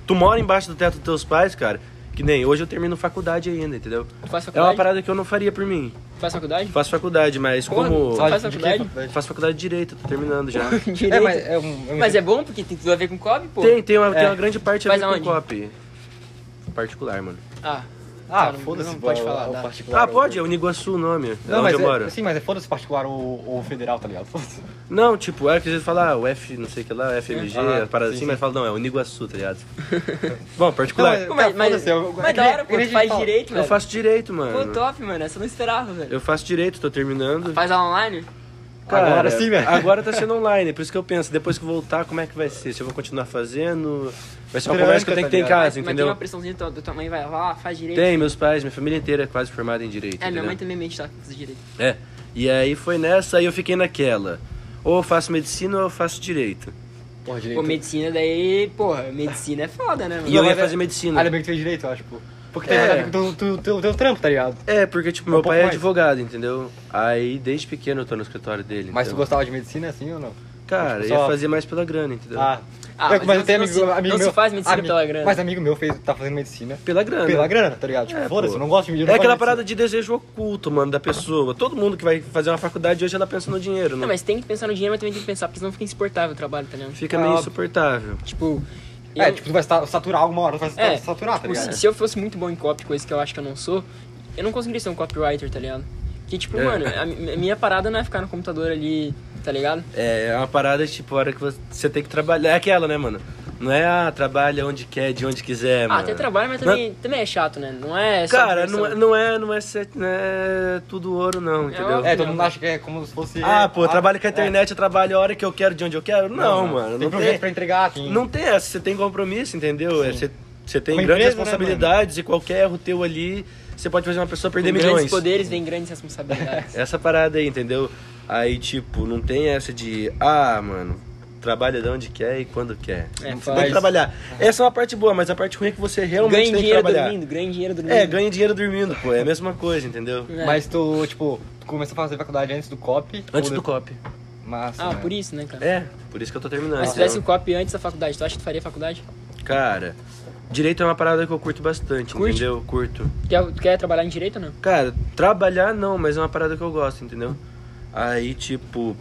S2: Tu mora embaixo do teto dos teus pais, cara. Que nem hoje eu termino faculdade ainda, entendeu?
S1: Faz
S3: Tá
S2: É uma
S1: faculdade?
S2: parada que eu não faria por mim.
S1: Faz faculdade?
S2: Faço faculdade, mas
S1: Porra,
S2: como.
S1: Faz
S3: Sabe de
S1: faculdade?
S3: quê?
S2: Faço faculdade de direito, tô terminando já.
S1: Direito.
S3: É, mas é um. um-
S1: Mas é bom porque tem tudo a ver com cobre, pô.
S2: tem, tem uma,
S3: É.
S2: tem uma grande parte a
S1: Faz
S2: ver com
S1: aonde?
S2: copy. Particular, mano.
S1: Ah,
S3: Ah,
S1: não-
S3: foda-se.
S1: não pode
S3: o-
S1: falar,
S3: o
S1: dá.
S3: particular,
S2: Ah,
S3: o-
S2: pode, é Uniguaçu o nome. é
S3: Não,
S2: onde
S3: mas
S2: eu
S3: é-
S2: moro.
S3: Sim, mas é foda-se particular ou, ou federal, tá ligado? Foda-se.
S2: Não, tipo, é que às vezes fala ah, o F, não sei o que lá, FMG,
S3: Ah,
S2: as paradas
S3: sim,
S2: assim,
S3: sim.
S2: mas fala, não, é Uniguaçu, tá ligado? Bom, particular.
S3: Não,
S1: Pô, Mas,
S3: Tá,
S1: mas,
S3: foda-se, eu-
S1: mas da hora, pô,
S3: eu-
S1: tu faz
S3: eu-
S1: direito,
S2: eu
S1: velho.
S2: faço direito,
S1: Pô,
S2: mano.
S1: top, mano. Essa eu não esperava, velho.
S2: Eu faço direito, tô terminando.
S1: Faz aula online?
S3: Agora sim, velho.
S2: Agora tá sendo online, por isso que eu penso, depois que eu voltar, como é que vai ser? Se eu vou continuar fazendo, vai ser uma
S3: Tranca,
S2: conversa que eu tenho que ter em
S3: tá ligado?
S2: casa,
S1: mas tem
S2: entendeu?
S1: uma pressãozinha do, do tua mãe, vai lá, faz direito.
S2: Tem, meus pais, minha família inteira é quase formada em direito.
S1: É, minha
S2: entendeu?
S1: mãe também mente tá com esse direito.
S2: É. E aí foi nessa, aí eu fiquei naquela. Ou eu faço medicina ou eu faço direito.
S3: Porra, direito.
S1: Pô, medicina daí, porra, medicina é foda, né, mano?
S2: E eu
S3: mas
S2: ia
S3: é-
S2: fazer medicina.
S3: Ainda bem que tu fez direito, eu acho, pô. Porque
S2: É.
S3: tem nada a ver com o teu- teu- teu trampo, tá ligado?
S2: É, porque, tipo,
S3: Um
S2: meu
S3: pouco
S2: pai é
S3: mais.
S2: advogado, entendeu? Aí, desde pequeno eu tô no escritório dele.
S3: Mas tu
S2: então-
S3: gostava de medicina assim ou não?
S2: Cara,
S3: tipo,
S2: ia
S3: só-
S2: fazer mais pela grana, entendeu?
S3: Ah,
S1: Ah,
S3: Eu-
S1: mas
S3: mas
S1: não-
S3: tem
S1: não
S3: amigo,
S1: se-
S3: amigo
S1: não se
S3: meu-
S1: faz medicina
S3: ami-
S1: pela grana.
S3: Mas amigo meu fez, tá fazendo medicina
S2: Pela grana.
S3: pela grana, tá ligado? Tipo,
S2: Ah, É,
S3: foda-se,
S2: pô.
S3: eu não gosto de medicina.
S2: É aquela parada de desejo oculto, mano, da pessoa. Todo mundo que vai fazer uma faculdade hoje, ela pensa no dinheiro,
S1: Não,
S2: não?
S1: mas tem que pensar no dinheiro, mas também tem que pensar, porque senão fica insuportável o trabalho, tá ligado?
S2: Fica
S3: Ah,
S2: meio
S3: óbvio.
S2: insuportável.
S1: Tipo, eu,
S3: É, tipo, tu vai sa- saturar alguma hora, tu vai sa-
S1: É,
S3: saturar, tá
S1: tipo,
S3: ligado?
S1: se, se eu fosse muito bom em copy, coisa que eu acho que eu não sou, eu não conseguiria ser um copywriter, tá ligado? Que, tipo,
S2: É.
S1: mano, a, mi- a minha parada não é ficar no computador ali, tá ligado?
S2: É é uma parada, tipo, a hora que você- você tem que trabalhar. É aquela, né, mano? Não é, ah, trabalha onde quer, de onde quiser,
S1: ah,
S2: mano.
S1: até trabalho, mas também, também é chato, né? Não é só
S2: Cara,
S1: diversão.
S2: não é, não é, não é, ser- não é tudo ouro, não, entendeu?
S1: óbvio.
S3: É, todo mundo acha que é como se fosse.
S2: Ah, pô, eu
S3: eu
S2: trabalho com a internet, eu trabalho a hora que eu quero, de onde eu quero? Não, mano.
S3: É. Tem
S2: Não
S3: projeto
S2: tem,
S3: pra entregar, assim. tem.
S2: não tem essa. Você tem compromisso, entendeu? É, Você, você tem
S3: Uma
S2: grandes
S3: empresa, né,
S2: responsabilidades e qualquer erro teu ali, você pode fazer uma pessoa
S1: Com
S2: perder
S1: grandes
S2: milhões.
S1: poderes vem grandes responsabilidades.
S2: Essa parada aí, entendeu? Aí, tipo, não tem essa de, ah, mano, trabalha de onde quer e quando quer.
S1: É,
S2: você
S1: faz-
S2: tem que trabalhar. Essa é uma parte boa, mas a parte ruim é que você realmente
S1: ganha
S2: tem que
S1: dinheiro
S2: trabalhar.
S1: dormindo, ganha dinheiro dormindo.
S2: É, ganha dinheiro dormindo, pô. É a mesma coisa, entendeu?
S1: É.
S3: Mas tu, tipo, tu começou a fazer faculdade antes do COP.
S2: Antes
S3: ou
S2: do
S3: depois?
S2: COP.
S3: Massa.
S1: Ah,
S3: né?
S1: por isso, né, cara?
S2: É, por isso que eu tô terminando.
S1: Mas se
S2: entendeu?
S1: fizesse o copy antes da faculdade, tu acha que tu faria faculdade?
S2: Cara, direito é uma parada que eu curto bastante,
S1: Curte?
S2: entendeu? Curto.
S1: Tu quer, tu quer trabalhar em direito ou não?
S2: Cara, trabalhar não, mas é uma parada que eu gosto, entendeu? Aí, tipo,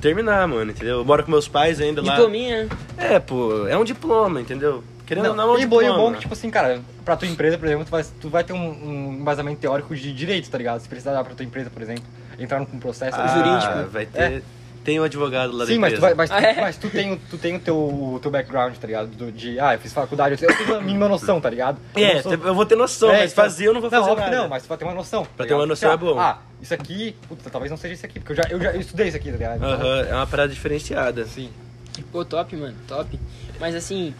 S2: terminar, mano, entendeu? Eu moro com meus pais ainda lá.
S1: Diplominha.
S2: É, pô, é um diploma, entendeu? Querendo ou não, é um
S3: e bom, e o
S2: diploma.
S3: bom é que, tipo assim, cara, pra tua empresa, por exemplo, tu vai, tu vai ter um, um embasamento teórico de direito, tá ligado? Se precisar dar pra tua empresa, por exemplo, entrar num processo
S2: Ah,
S1: jurídico.
S2: Vai ter. Tem um advogado lá
S3: né? É. Sim,
S2: da
S3: mas, tu,
S2: empresa.
S3: vai, mas, tu-
S1: Ah, é?
S3: mas tu tem, o- tu tem o teu, o teu background, tá ligado? Do- de, ah, eu fiz faculdade, eu tenho- eu tenho a mínima noção, tá ligado? Eu
S2: É,
S3: não sou-
S2: eu vou ter noção,
S3: É,
S2: mas
S3: então-
S2: fazer eu não vou fazer
S3: Não, óbvio que
S2: nada.
S3: não, mas tu vai ter uma noção. tá
S2: Pra ter
S3: ligado?
S2: uma noção é
S3: Tipo,
S2: bom.
S3: Ah, isso aqui, puta, talvez não seja isso aqui, porque eu já, eu já eu estudei isso aqui, tá ligado? Então,
S2: Aham, é uma parada diferenciada.
S3: Sim.
S1: Pô, top, mano, top. Mas assim,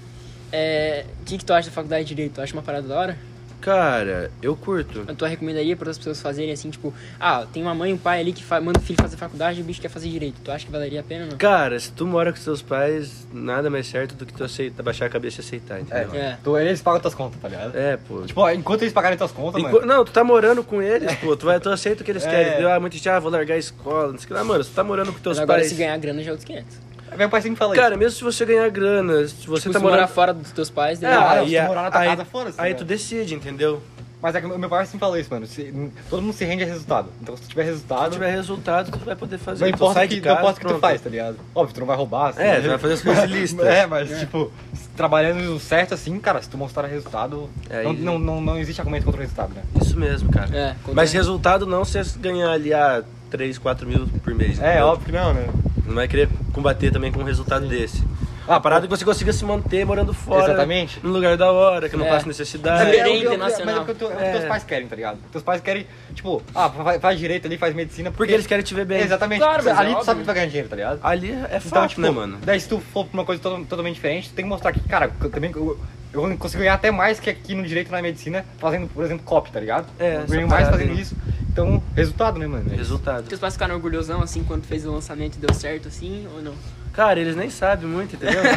S1: é, o que, que tu acha da faculdade de direito? Tu acha uma parada da hora?
S2: Cara, eu curto.
S1: Tu recomendaria para as pessoas fazerem assim, tipo, ah, tem uma mãe e um pai ali que fa- manda o filho fazer faculdade e o bicho quer fazer direito. Tu acha que valeria a pena ou não?
S2: Cara, se tu mora com seus pais, nada mais certo do que tu aceita, baixar a cabeça e aceitar, entendeu?
S1: É.
S3: Então eles pagam tuas contas, tá ligado?
S2: É, pô.
S3: Tipo, ó, enquanto eles pagarem tuas contas,
S2: Enqu-
S3: mano.
S2: Não, tu tá morando com eles, pô. Tu, vai, tu aceita o que eles
S3: É.
S2: querem. Entendeu? Ah, muito já, vou largar a escola, não sei o que lá. Mano, se tu tá morando com teus
S1: Mas agora
S2: pais.
S1: se ganhar grana já é outros 500.
S3: Meu pai sempre fala
S2: Cara, mesmo se você ganhar grana, se você
S1: Tipo,
S2: tá
S1: se
S2: morando.
S1: morar fora dos teus pais, daí
S2: É,
S1: não
S3: Ah,
S1: vale.
S3: se tu morar na tua casa,
S2: aí,
S3: foda-se,
S2: aí
S3: né?
S2: tu decide, entendeu?
S3: isso. Mas é que meu pai sempre fala isso, mano. Se- todo mundo se rende a resultado. Então se tu tiver
S2: Se
S3: resultado,
S2: tiver resultado, tu vai poder fazer.
S3: não
S2: Tu
S3: importa
S2: sai
S3: o que,
S2: de
S3: não
S2: casa,
S3: importa o que tu
S2: pronto.
S3: faz, tá ligado? Óbvio, tu não vai roubar, assim.
S2: É,
S3: né?
S2: tu vai fazer as coisas listas.
S3: É, mas tipo, se- trabalhando certo assim, cara, se tu mostrar resultado,
S2: É,
S3: não,
S2: e-
S3: não, não, não existe argumento contra o resultado, né?
S2: Isso mesmo, cara.
S1: É, contra-
S2: mas resultado não se ganhar ali a 3, 4 mil por mês.
S3: É,
S2: entendeu?
S3: óbvio que não, né?
S2: Não vai querer combater também com um resultado desse.
S3: Ah,
S2: A parada é que você consiga se manter morando fora.
S3: Exatamente.
S2: Num lugar da hora, que não
S1: É.
S2: passa
S3: Mas
S2: necessidade.
S1: Também
S3: é o-
S1: Bem
S3: é o-
S1: internacional.
S3: Mas é o que, teu- é o que
S2: É.
S3: teus pais querem, tá ligado? Teus pais querem, tipo, ah, faz, faz direito ali, faz medicina.
S2: Porque eles querem te ver bem.
S3: Exatamente.
S1: Claro, mas é
S3: ali tu
S1: óbvio.
S3: sabe que tu vai ganhar dinheiro, tá ligado?
S2: Ali é fato,
S3: Então, tipo,
S2: né, mano?
S3: daí se tu for pra uma coisa to- totalmente diferente, tu tem que mostrar que, cara, eu também eu, eu consigo ganhar até mais que aqui no direito e na medicina, fazendo, por exemplo, copy, tá ligado?
S2: É,
S3: eu
S2: essa
S3: ganho mais
S2: parada
S3: fazendo
S2: aí.
S3: isso. Então, resultado, né, mano?
S2: Resultado.
S1: Teus pais ficaram orgulhosão assim quando fez o lançamento e deu certo assim ou não?
S2: Cara, eles nem sabem muito, entendeu?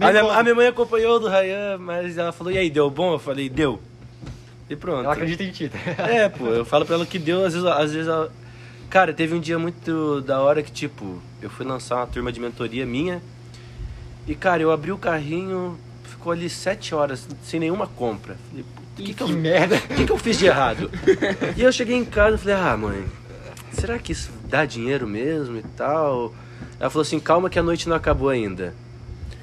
S2: a, minha, a minha mãe acompanhou o do Ryan, mas ela falou, e aí, deu bom? Eu falei, deu. E pronto.
S3: Ela acredita em ti, tá ligado?
S2: É, pô, eu falo pra ela que deu, às vezes, às vezes ela... Cara, teve um dia muito da hora que, tipo, eu fui lançar uma turma de mentoria minha. E, cara, eu abri o carrinho, ficou ali sete horas, sem nenhuma compra. Falei, "Pô, o que, é um- que, eu,
S3: Que merda.
S2: o que, que eu fiz de errado? e eu cheguei em casa e falei, ah, mãe, será que isso dá dinheiro mesmo e tal? Ela falou assim, calma que a noite não acabou ainda.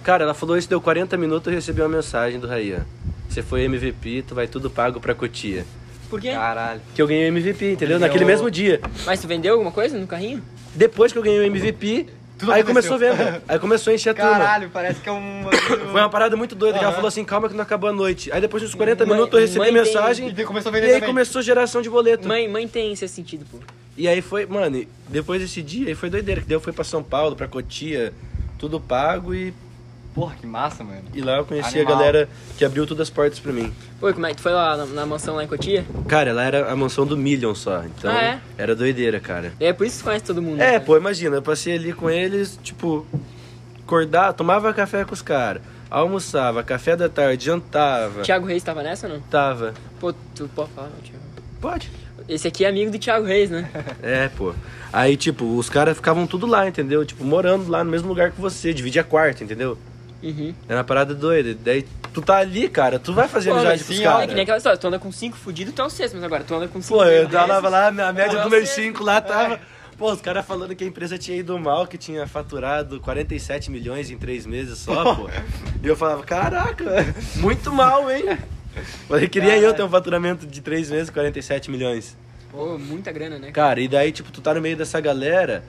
S2: Cara, ela falou isso, deu 40 minutos eu recebi uma mensagem do Rayan. Você foi MVP, tu vai tudo pago pra Cotia.
S1: Por quê?
S3: Caralho.
S2: Que eu ganhei o MVP, entendeu?
S3: Ganhou.
S2: Naquele mesmo dia.
S1: Mas tu vendeu alguma coisa no carrinho?
S2: Depois que eu ganhei o MVP,
S3: Tudo
S2: aí
S3: aconteceu.
S2: começou a venda. Aí começou a encher a turma.
S3: Caralho, parece que é um.
S2: Foi uma parada muito doida, que ela
S3: Aham.
S2: falou assim, calma que não acabou a noite. Aí depois de uns 40
S1: Mãe-
S2: minutos eu recebi
S1: mãe tem-
S2: mensagem.
S3: E começou a
S2: E
S3: vender
S2: aí
S3: também.
S2: começou geração de boleto.
S1: Mãe, mãe tem esse sentido, pô.
S2: E aí foi, mano, e depois desse dia, aí foi doideira, que daí eu fui pra São Paulo, pra Cotia, tudo pago e,
S3: Porra, que massa, mano.
S2: e lá eu conheci
S3: Animal.
S2: a galera que abriu todas as portas pra mim.
S1: Pô, como é que tu foi lá na, na mansão lá em Cotia?
S2: Cara, lá era a mansão do Million só, então
S1: Ah, é?
S2: era doideira, cara.
S1: É por isso que tu conhece todo mundo.
S2: É,
S1: né?
S2: pô, imagina, eu passei ali com eles, tipo, acordar, tomava café com os caras, almoçava, café da tarde, jantava,
S1: Thiago Reis tava nessa ou não?
S2: tava.
S1: Pô, tu pode falar, não, Thiago.
S2: Pode?
S1: Esse aqui é amigo do Thiago Reis, né?
S2: É, pô. Aí, tipo, os caras ficavam tudo lá, entendeu? Tipo, morando lá no mesmo lugar que você, dividia quarto, entendeu?
S1: Uhum.
S2: Era É uma parada doida. Daí tu tá ali, cara, tu vai fazer
S1: Pô,
S2: amizade
S1: mas
S2: com os
S3: sim, olha
S1: É que nem
S2: caras.
S1: aquela história, tu anda com cinco fudidos, tu é o sexto, mas agora tu anda com cinco.
S2: Pô, eu
S1: mesmo,
S2: tava
S1: esses-
S2: lá, a média
S1: Pô,
S2: do
S1: é o
S2: meus
S1: sexto.
S2: cinco lá tava. Pô, os caras falando que a empresa tinha ido mal, que tinha faturado 47 milhões em três meses só, pô. E eu falava, caraca, muito mal, hein? Falei, queria eu ter um faturamento de três meses, 47 milhões.
S1: Pô, muita grana, né?
S2: Cara, e daí, tipo, tu tá no meio dessa galera.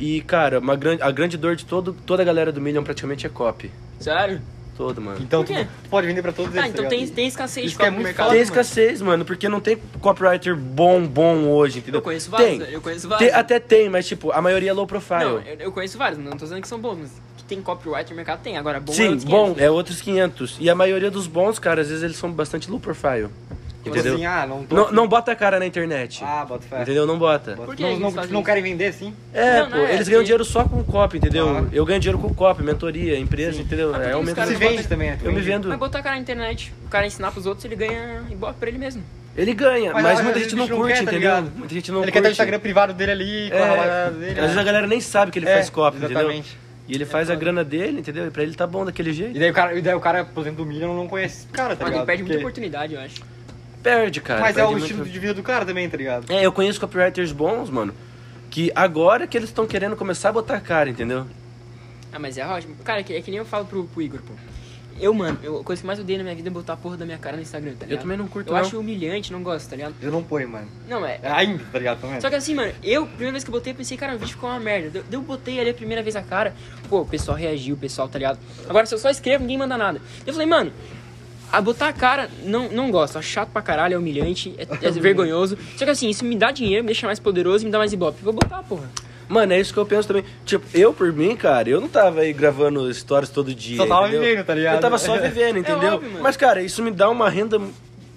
S2: E, cara, uma grande, a grande dor de todo, toda a galera do Million praticamente é copy.
S1: Sério?
S2: Todo, mano.
S3: Então
S1: Por
S3: tu,
S1: quê?
S3: tu pode vender pra todos eles.
S1: Ah, então
S3: tá
S1: tem,
S3: ligado?
S1: tem escassez
S3: Isso
S1: de
S3: que é
S1: copo no
S3: muito
S1: mercado.
S2: Tem
S3: mano.
S2: escassez, mano, porque não tem copywriter bom, bom hoje, entendeu?
S1: Eu conheço vários,
S2: Tem.
S1: eu conheço vários.
S2: Tem- até tem, mas, tipo, a maioria é low profile.
S1: Não, eu, eu conheço vários, não tô dizendo que são bons, mas que tem copyright no mercado tem. Agora, bom é
S2: Sim,
S1: outros 500.
S2: bom, é outros 500. E a maioria dos bons, cara, às vezes eles são bastante low profile.
S3: Tipo
S2: Entendeu?
S3: assim, ah, não tô.
S2: não, não bota a cara na internet.
S3: Ah, bota fé.
S2: entendeu? Não bota.
S3: Bota-
S1: Por que
S3: não,
S1: eles
S3: não,
S1: fazem
S3: não
S1: isso?
S3: querem vender, sim?
S2: É,
S1: Não,
S2: pô,
S1: não, é,
S2: eles ganham
S1: sim.
S2: dinheiro só com copy, entendeu?
S3: Ah.
S2: Eu ganho dinheiro com copy, mentoria, empresa, entendeu?
S1: Ah, por que
S2: É
S1: que
S2: um
S1: os
S2: mentor-
S1: caras
S3: Se
S1: botam-
S3: vende também, né?
S2: Eu me vendo.
S1: Mas botar a cara na internet, o cara ensinar pros outros, ele ganha ibope pra ele mesmo.
S2: Ele ganha,
S3: Mas
S2: mas,
S3: às
S2: muita
S3: vezes
S2: gente
S3: o
S2: não
S3: bicho não
S2: curte,
S3: quer, tá
S2: entendeu?
S3: ligado?
S2: muita gente não
S3: Ele quer
S2: curte.
S3: ter o Instagram privado dele ali, com a namorada
S2: é,
S3: dele.
S2: às vezes a
S3: né?
S2: galera nem sabe que ele faz copy, entendeu?
S3: Exatamente. É
S2: E ele faz a grana dele, entendeu? E pra ele tá bom daquele jeito.
S3: E daí, o cara, e daí o cara, por exemplo, do Minion não conhece esse cara, tá
S1: Mas ele
S3: ligado?
S1: perde muita
S3: Porque-
S1: oportunidade, eu acho.
S2: Perde, cara.
S3: Mas é
S2: perde
S3: o
S2: muito.
S3: estilo de vida do cara também, tá ligado?
S2: É, eu conheço copywriters bons, mano. que agora que eles estão querendo começar a botar a cara, entendeu?
S1: Ah, mas é ótimo. Cara, é que, é que nem eu falo pro, pro Igor, pô. Eu, mano, eu, a coisa que mais odeio na minha vida é botar a porra da minha cara no Instagram, tá
S2: Eu
S1: ligado?
S2: também não curto,
S1: Eu
S2: não.
S1: acho humilhante, não gosto, tá ligado?
S3: Eu não ponho, mano.
S1: Não, é...
S3: Ainda, tá ligado? Também.
S1: Só que assim, mano, eu, primeira vez que eu botei, eu pensei, cara, o vídeo ficou uma merda. Deu- Eu botei ali a primeira vez a cara, pô, o pessoal reagiu, o pessoal, tá ligado? Agora, se eu só escrevo, ninguém manda nada. Eu falei, mano, a botar a cara, não, não gosto, acho chato pra caralho, é humilhante, é, é vergonhoso. Só que assim, isso me dá dinheiro, me deixa mais poderoso, me dá mais ibope. Vou botar, porra.
S2: Mano, é isso que eu penso também. Tipo, eu por mim, cara, eu não tava aí gravando stories todo dia.
S3: Só tava
S2: entendeu?
S3: vivendo, tá ligado? É
S2: Eu tava só vivendo, entendeu?
S1: óbvio, mano.
S2: Mas, cara, isso me dá uma renda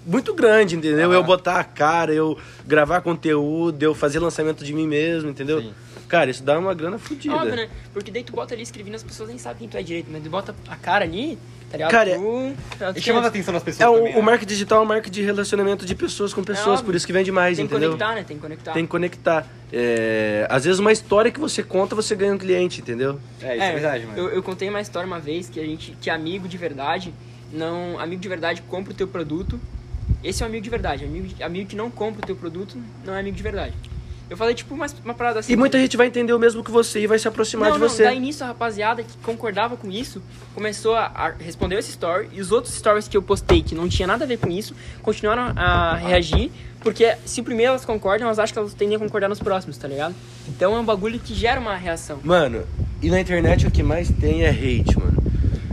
S2: muito grande, entendeu?
S3: Ah.
S2: Eu botar a cara, eu gravar conteúdo, eu fazer lançamento de mim mesmo, entendeu?
S3: Sim.
S2: Cara, isso dá uma grana fodida.
S1: Óbvio, né? Porque daí tu bota ali escrevendo, as pessoas nem sabem quem tu é direito, mas tu bota a cara ali, tá ligado?
S2: Cara,
S1: tu... tá
S3: E chamando a atenção das pessoas
S2: É,
S3: também,
S2: o,
S3: né?
S2: o marketing digital é um marketing de relacionamento de pessoas com pessoas,
S1: É óbvio.
S2: por isso que vende mais,
S1: Tem que
S2: entendeu?
S1: conectar, né? Tem que conectar.
S2: Tem que conectar. É, às vezes uma história que você conta, você ganha um cliente, entendeu?
S3: É, isso é, verdade, mano.
S1: Eu, eu contei uma história uma vez que a gente, que amigo de verdade, não, amigo de verdade compra o teu produto. Esse é um amigo de verdade, amigo, de- amigo que não compra o teu produto não é amigo de verdade. Eu falei tipo uma, uma parada assim.
S2: E muita gente vai entender o mesmo que você e vai se aproximar
S1: não,
S2: de
S1: não,
S2: você.
S1: daí nisso a rapaziada que concordava com isso começou a, a responder esse story e os outros stories que eu postei que não tinha nada a ver com isso continuaram a reagir porque se primeiro elas concordam, elas acham que elas tendem a concordar nos próximos, tá ligado? Então é um bagulho que gera uma reação.
S2: Mano, e na internet o que mais tem é hate, mano.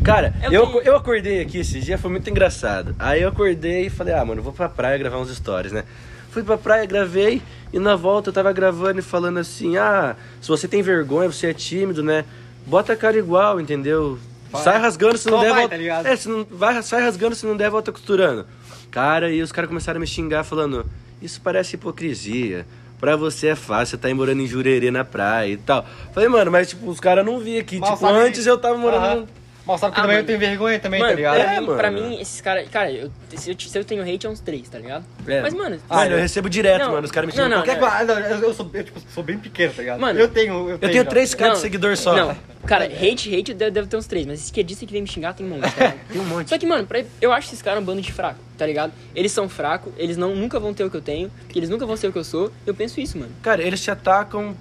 S2: Cara,
S1: Eu
S2: eu, eu,
S1: tenho-
S2: acordei aqui esses dias, foi muito engraçado. Aí eu acordei e falei, ah, mano, eu vou pra praia gravar uns stories, né? Fui pra praia, gravei, e na volta eu tava gravando e falando assim, ah, se você tem vergonha, você é tímido, né? Bota a cara igual, entendeu?
S3: Vai.
S2: Sai rasgando se não
S3: Só
S2: der,
S3: vai,
S2: volta.
S3: tá ligado?
S2: é, se não, vai, sai rasgando se não der, volta costurando. Cara, e os caras começaram a me xingar falando, isso parece hipocrisia. Pra você é fácil, você tá aí morando em Jurerê na praia e tal. Falei, mano, mas tipo, os caras não vi aqui.
S3: Mal
S2: tipo,
S3: sabe-
S2: antes eu tava morando.
S3: Aham. Mal sabe que
S1: Ah,
S3: também
S1: mano.
S3: eu tenho vergonha também,
S1: Mano,
S3: tá ligado?
S1: pra,
S2: É,
S1: mim,
S2: mano.
S1: pra mim, esses caras. Cara, eu, se, eu, te- se eu tenho hate, é uns três, tá ligado?
S2: É.
S1: Mas, mano.
S2: Ah,
S1: sério,
S2: eu recebo direto,
S1: Não,
S2: mano. Os caras me
S1: não,
S2: xingam.
S1: não,
S2: qualquer
S1: não.
S2: coisa.
S3: Ah, não, eu, eu sou, eu, tipo, sou bem pequeno, tá ligado?
S1: Mano,
S3: eu tenho, eu
S2: Eu tenho
S3: já.
S2: três caras de
S1: Não,
S2: seguidor só.
S1: Não, cara, hate, hate deve, deve ter uns três, mas esquerdista que vem me xingar tem um monte. Cara.
S2: Tem um monte.
S1: Só que, mano, pra- eu acho esses caras um bando de fraco, tá ligado? Eles são fracos, eles não, nunca vão ter o que eu tenho, que eles nunca vão ser o que eu sou. Eu penso isso, mano.
S2: Cara, eles te atacam.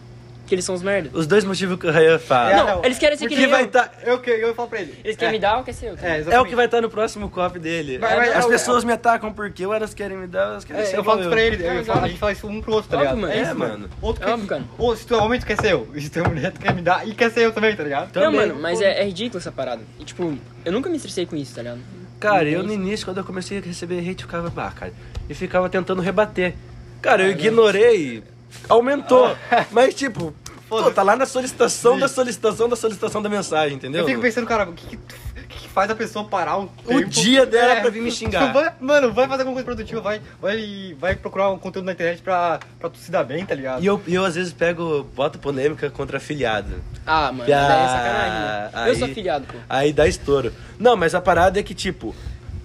S1: Que eles são os merda.
S2: Os dois motivos que o Rayan
S3: É,
S2: fala.
S1: não, eles querem ser
S2: Ah, Porque
S1: que é nem
S2: vai
S1: eu.
S2: tá-
S3: Eu, que- eu falo pra ele.
S1: Eles querem
S3: é,
S1: me dar ou quer ser eu? tá
S3: É,
S1: ligado?
S2: É o
S3: exatamente.
S2: que vai estar no próximo copy dele.
S3: Vai, vai,
S2: As
S3: é,
S2: pessoas me atacam porque ou elas querem me dar, ou elas querem
S3: É,
S2: ser
S3: eu
S2: igual
S3: falo isso pra ele,
S1: É,
S3: eu falo- a gente fala isso um pro outro, tá
S1: Óbvio,
S3: ligado?
S1: mano.
S2: É,
S3: isso,
S2: mano.
S3: Outro
S1: É óbvio, cara.
S3: quer, ou se tu é homem, tu quer ser eu. E se tu é mulher, tu quer me dar e quer ser eu também, tá ligado?
S1: Não,
S2: também.
S1: mano, mas é, é ridículo essa parada. E, tipo, eu nunca me estressei com isso, tá ligado?
S2: Cara, eu no início, quando eu comecei a receber hate, eu ficava, bah, cara. E ficava tentando rebater. Cara, eu ignorei, aumentou. Mas, tipo, pô, tá lá na solicitação da solicitação da solicitação da mensagem, entendeu?
S3: Eu fico pensando, cara, o que, que, o que que faz a pessoa parar um
S2: O
S3: tempo?
S2: dia dela pra vir me
S3: tu-
S2: xingar.
S3: tu vai- mano, vai fazer alguma coisa produtiva, vai, vai, vai procurar um conteúdo na internet pra, pra tu se dar bem, tá ligado?
S2: E eu, e eu, às vezes, pego, boto polêmica contra afiliado.
S1: Ah, mano,
S2: Ah,
S1: daí é sacanagem, né? Eu sou
S2: aí-
S1: afiliado, pô.
S2: Aí dá estouro. Não, mas a parada é que, tipo,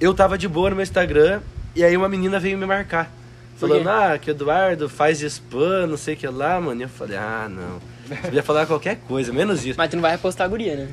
S2: eu tava de boa no meu Instagram e aí uma menina veio me marcar.
S1: Por
S2: Falando,
S1: quê?
S2: ah, que o Eduardo faz spam, não sei o que lá, mano. E eu falei, ah, não. Eu podia falar qualquer coisa, menos isso.
S1: Mas tu não vai repostar a guria, né?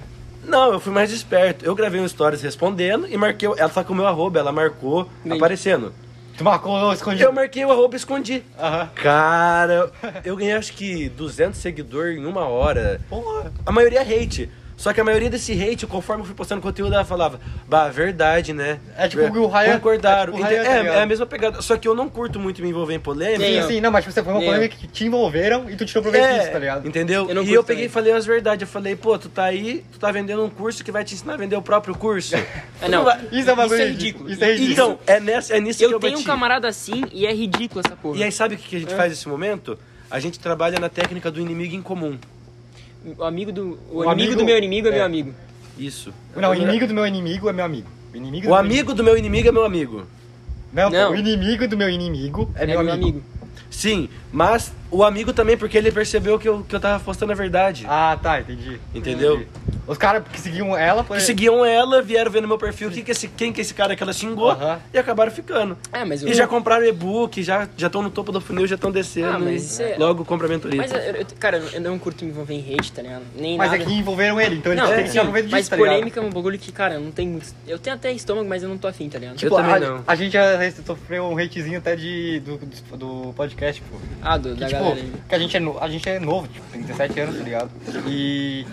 S2: Não, eu fui mais esperto. Eu gravei um stories respondendo e marquei. o- Ela tá com o meu arroba, ela marcou
S1: Entendi. é?
S2: aparecendo.
S3: Tu marcou escondido.
S2: Eu marquei o arroba e escondi.
S3: Aham.
S2: Cara, eu ganhei acho que 200 seguidores em uma hora.
S3: Porra.
S2: A maioria hate. Só que a maioria desse hate, conforme eu fui postando conteúdo, ela falava, bah, verdade, né?
S3: É tipo o Gil Ryan-
S2: Concordaram.
S3: é tipo o Ryan,
S2: Ente-
S3: tá
S2: é,
S3: ligado?
S2: é a mesma pegada. Só que eu não curto muito me envolver em polêmica.
S1: Nem
S3: Sim,
S1: eu.
S3: sim, não, mas tipo, você foi uma
S1: Nem eu.
S3: polêmica que te envolveram e tu tirou
S2: É.
S3: proveito disso, tá ligado?
S2: Entendeu?
S1: Eu não
S2: e
S1: curto
S2: eu peguei
S1: também.
S2: e falei as verdades. Eu falei, pô, tu tá aí, tu tá vendendo um curso que vai te ensinar a vender o próprio curso.
S1: É, não.
S2: Tu vai-
S3: Isso
S1: Isso
S3: é, uma
S1: é
S3: coisa
S1: ridículo.
S3: Isso é ridículo.
S2: Então, é, nessa, é nisso
S1: Eu,
S2: que eu
S1: tenho um
S2: bati.
S1: camarada assim e é ridículo essa porra.
S2: E aí, sabe o que que a
S3: É.
S2: gente faz nesse momento? A gente trabalha na técnica do inimigo em comum.
S1: O amigo do. O,
S3: O
S1: inimigo
S3: amigo-
S1: do meu inimigo é,
S3: é.
S1: meu amigo.
S2: Isso.
S3: Não, o inimigo do meu inimigo é meu amigo. O inimigo do
S2: O
S3: meu
S2: amigo do meu inimigo é meu amigo.
S3: Não, pô,
S1: Não.
S3: o inimigo do meu inimigo é, meu, amigo.
S2: Sim, mas o amigo também, porque ele percebeu que eu, que eu tava postando a verdade.
S3: Ah, tá, entendi.
S2: entendeu?
S3: Entendi. Os caras que seguiam ela, por
S2: Que seguiam ela, vieram ver no meu perfil que que esse, quem que é esse cara que ela xingou
S3: Aham.
S2: e acabaram ficando.
S1: É, mas eu-
S2: E já compraram e-book, já estão no topo do funil, já estão descendo.
S1: Ah, mas
S2: e
S1: isso é-
S2: Logo compra a mentoria.
S1: Mas, eu- eu- cara, eu não curto me envolver em hate, tá ligado? Nem
S3: Mas é
S1: nada.
S3: aqui envolveram ele, então ele
S1: Não, é
S3: tem que
S1: sim,
S3: se aproveitar disso,
S1: mas
S3: tá ligado?
S1: polêmica é um bagulho que, cara, não tem muito... Eu tenho até estômago, mas eu não tô afim, tá ligado?
S2: Eu também
S3: Tipo, a,
S2: não.
S3: a gente já sofreu um hatezinho até de, do, do podcast, pô.
S1: Ah, do,
S3: Que,
S1: da
S3: tipo,
S1: galera aí.
S3: que a gente, é no- a gente é novo, tipo, tem 17 anos, tá ligado? E.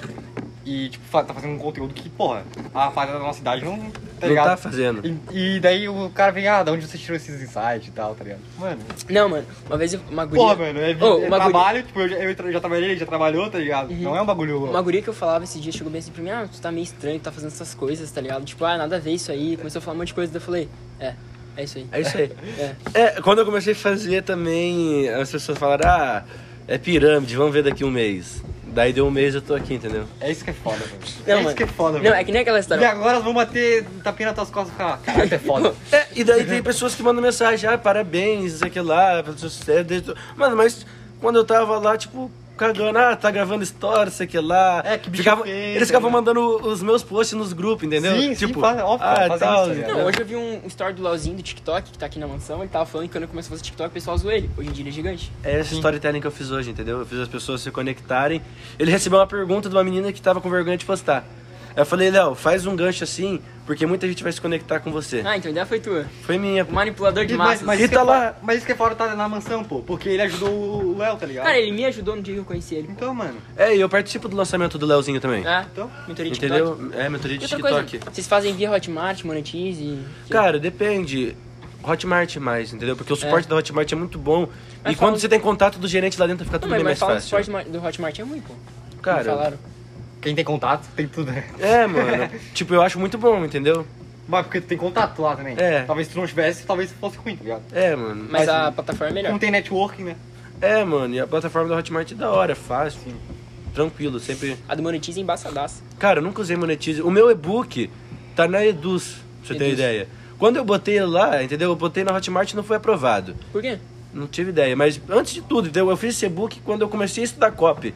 S3: E, tipo, fa- tá fazendo um conteúdo que, porra, a rapaziada da nossa idade não. Tá
S2: Não
S3: ligado?
S2: tá fazendo.
S3: E, e daí o cara vem, ah, de onde você tirou esses insights e tal, tá ligado? Mano,
S1: Não, mano, uma vez eu- uma guria...
S3: porra, mano, é, vi-
S1: Ô,
S3: é
S1: uma guria-
S3: trabalho, tipo, eu já, eu tra- já trabalhei, ele já trabalhou, tá ligado? Não é um bagulho.
S1: Uma guria que eu falava esse dia chegou bem assim pra mim, ah, tu tá meio estranho, tu tá fazendo essas coisas, tá ligado? Tipo, ah, nada a ver isso aí. Começou a falar um monte de coisa, daí eu falei, é, é isso aí.
S2: É isso aí.
S1: É.
S2: É, quando eu comecei a fazer também, as pessoas falaram, ah, é pirâmide, vamos ver daqui um mês. Daí deu um mês eu tô aqui, entendeu?
S3: É isso que é foda, velho.
S1: Não,
S3: é
S1: mano.
S3: isso que é foda,
S1: Não, é
S3: velho.
S1: que nem aquela
S3: E
S1: história.
S3: agora vão bater tapinha nas tuas costas e ficar, caralho, tu é foda.
S2: É, e daí tem pessoas que mandam mensagem, ah, parabéns, isso aqui lá, pelo seu sucesso. desde o-" Mano, mas quando eu tava lá, tipo, cagando, ah, tá gravando stories, isso aqui lá.
S3: É, que bicho
S2: Ficava-
S3: feio,
S2: Eles ficavam
S3: né?
S2: mandando os meus posts nos grupos, entendeu?
S3: Sim, sim,
S2: tipo,
S3: faz- ó,
S2: ah,
S3: fazem
S2: tal,
S3: isso, tá ligado?
S1: Não, hoje eu vi um um story do Lauzinho do TikTok, que tá aqui na mansão, ele tava falando que quando eu comecei a fazer TikTok, o pessoal zoou ele. Hoje em dia ele é gigante.
S2: É essa storytelling que eu fiz hoje, entendeu? Eu fiz as pessoas se conectarem. Ele recebeu uma pergunta de uma menina que tava com vergonha de postar. Aí Eu falei, Léo, faz um gancho assim, porque muita gente vai se conectar com você.
S1: Ah, então a ideia foi tua.
S2: Foi minha.
S1: O manipulador de massas.
S2: mas-
S3: isso
S2: E tá
S3: que é
S2: lá-
S3: foda- mas isso que é fora tá na mansão, pô. Porque ele ajudou o Léo, tá ligado?
S1: Cara, ele me ajudou no dia que eu conheci ele.
S3: Então, mano.
S2: É, e eu participo do lançamento do Leozinho também.
S1: É,
S3: Então,
S1: mentoria de TikTok.
S2: Entendeu? É, mentoria
S1: E
S2: de
S1: outra
S2: TikTok.
S1: coisa, vocês fazem via Hotmart, Monetize e...
S2: Cara, depende. Hotmart mais, entendeu? Porque o suporte da Hotmart é muito bom.
S1: Mas
S2: e quando
S1: fala-
S2: você tem contato do gerente lá dentro, fica
S1: Não,
S2: tudo
S1: mas,
S2: bem
S1: mas
S2: mais
S1: fala do
S2: fácil.
S1: suporte do Hotmart é ruim, pô.
S2: Cara,
S1: Me falaram.
S3: Quem tem contato tem tudo, né?
S2: É, mano. tipo, eu acho muito bom, entendeu?
S3: Mas porque tu tem contato lá também.
S2: É.
S3: Talvez tu não tivesse, talvez fosse ruim, tá ligado?
S2: É, mano.
S1: Mas
S3: Mas-
S1: a plataforma é melhor.
S3: Não tem networking, né?
S2: É, mano. E a plataforma da Hotmart é da hora, é fácil. Tranquilo, sempre.
S1: A do Monetize é embaçadaça.
S2: Cara, eu nunca usei Monetize. O meu e-book tá na Eduz, pra você ter uma
S1: Eduz.
S2: ideia. Quando eu botei lá, entendeu? Eu botei na Hotmart e não foi aprovado.
S1: Por quê?
S2: Não tive ideia, mas antes de tudo, entendeu? Eu fiz esse e-book quando eu comecei a estudar copy.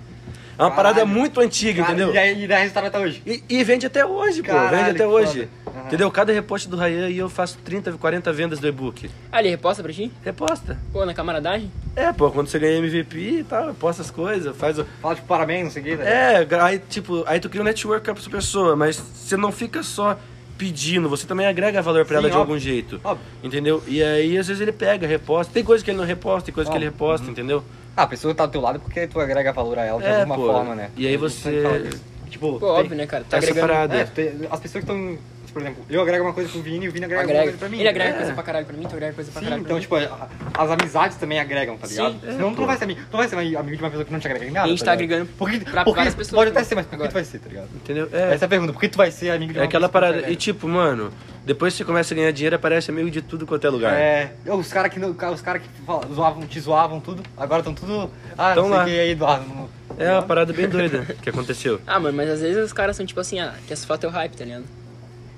S2: É uma
S3: Caralho.
S2: parada muito antiga,
S3: Cara,
S2: entendeu?
S3: E, aí, e dá resultado até hoje.
S2: E, e vende até hoje, pô.
S3: Caralho,
S2: vende até
S3: que
S2: hoje.
S3: foda. Aham.
S2: Entendeu? Cada reposta do Rayan aí eu faço 30, 40 vendas do e-book.
S1: Ah, ele reposta pra ti?
S2: Reposta.
S1: Pô, na camaradagem?
S2: É, pô, quando você ganha MVP e tal, posta as coisas, faz o.
S3: Fala, tipo, parabéns, não sei o que, né?
S2: É, aí tipo, aí tu cria um network com essa pessoa, mas você não fica só pedindo, você também agrega valor pra
S3: Sim,
S2: ela de
S3: óbvio.
S2: algum jeito.
S3: Óbvio.
S2: Entendeu? E aí às vezes ele pega, reposta. Tem coisa que ele não reposta, tem coisa que
S3: Óbvio.
S2: ele reposta, entendeu?
S3: Ah, a pessoa tá do teu lado porque tu agrega valor a ela de
S2: É,
S3: alguma
S2: pô.
S3: forma, né?
S2: E aí
S3: A gente
S2: você-
S3: sempre fala disso. Tipo,
S1: Pô,
S3: tem-
S1: óbvio, né, cara? Tá
S2: Essa
S1: agregando.
S2: parada.
S3: É, tu tem- as pessoas que estão. Por exemplo, eu agrego uma coisa pro Vini e o Vini agrega, uma
S1: Agrega.
S3: coisa pra mim.
S1: Ele agrega
S3: É.
S1: coisa pra caralho pra mim, tu agrega coisa pra
S3: Sim,
S1: caralho
S3: então,
S1: pra
S3: tipo, a- as amizades também agregam, tá
S1: Sim.
S3: ligado?
S1: É,
S3: Senão tu não vai ser amigo. Tu não vai ser ami- amigo de uma pessoa que não te agrega em nada.
S1: A gente tá
S3: ligado?
S1: agregando
S3: porque,
S1: pra
S3: porque
S1: várias pessoas
S3: Pode até
S1: agora.
S3: ser, mas por que tu vai ser, tá ligado?
S2: Entendeu?
S3: Essa é a pergunta, por que tu vai ser amigo de
S2: É
S3: uma
S2: aquela
S3: pessoa que não
S2: parada.
S3: te
S2: E
S3: agrega?
S2: tipo, mano, depois que você começa a ganhar dinheiro, aparece amigo de tudo quanto é lugar.
S3: É, os caras que, não- os cara que fala- zoavam, te zoavam tudo, agora estão tudo. Ah,
S2: Tão
S3: não sei
S2: lá.
S3: o que aí, Eduardo. não-
S2: É uma parada bem doida que aconteceu.
S1: Ah, mano, mas às vezes os caras são tipo assim, ah, quer surfar teu hype, tá ligado?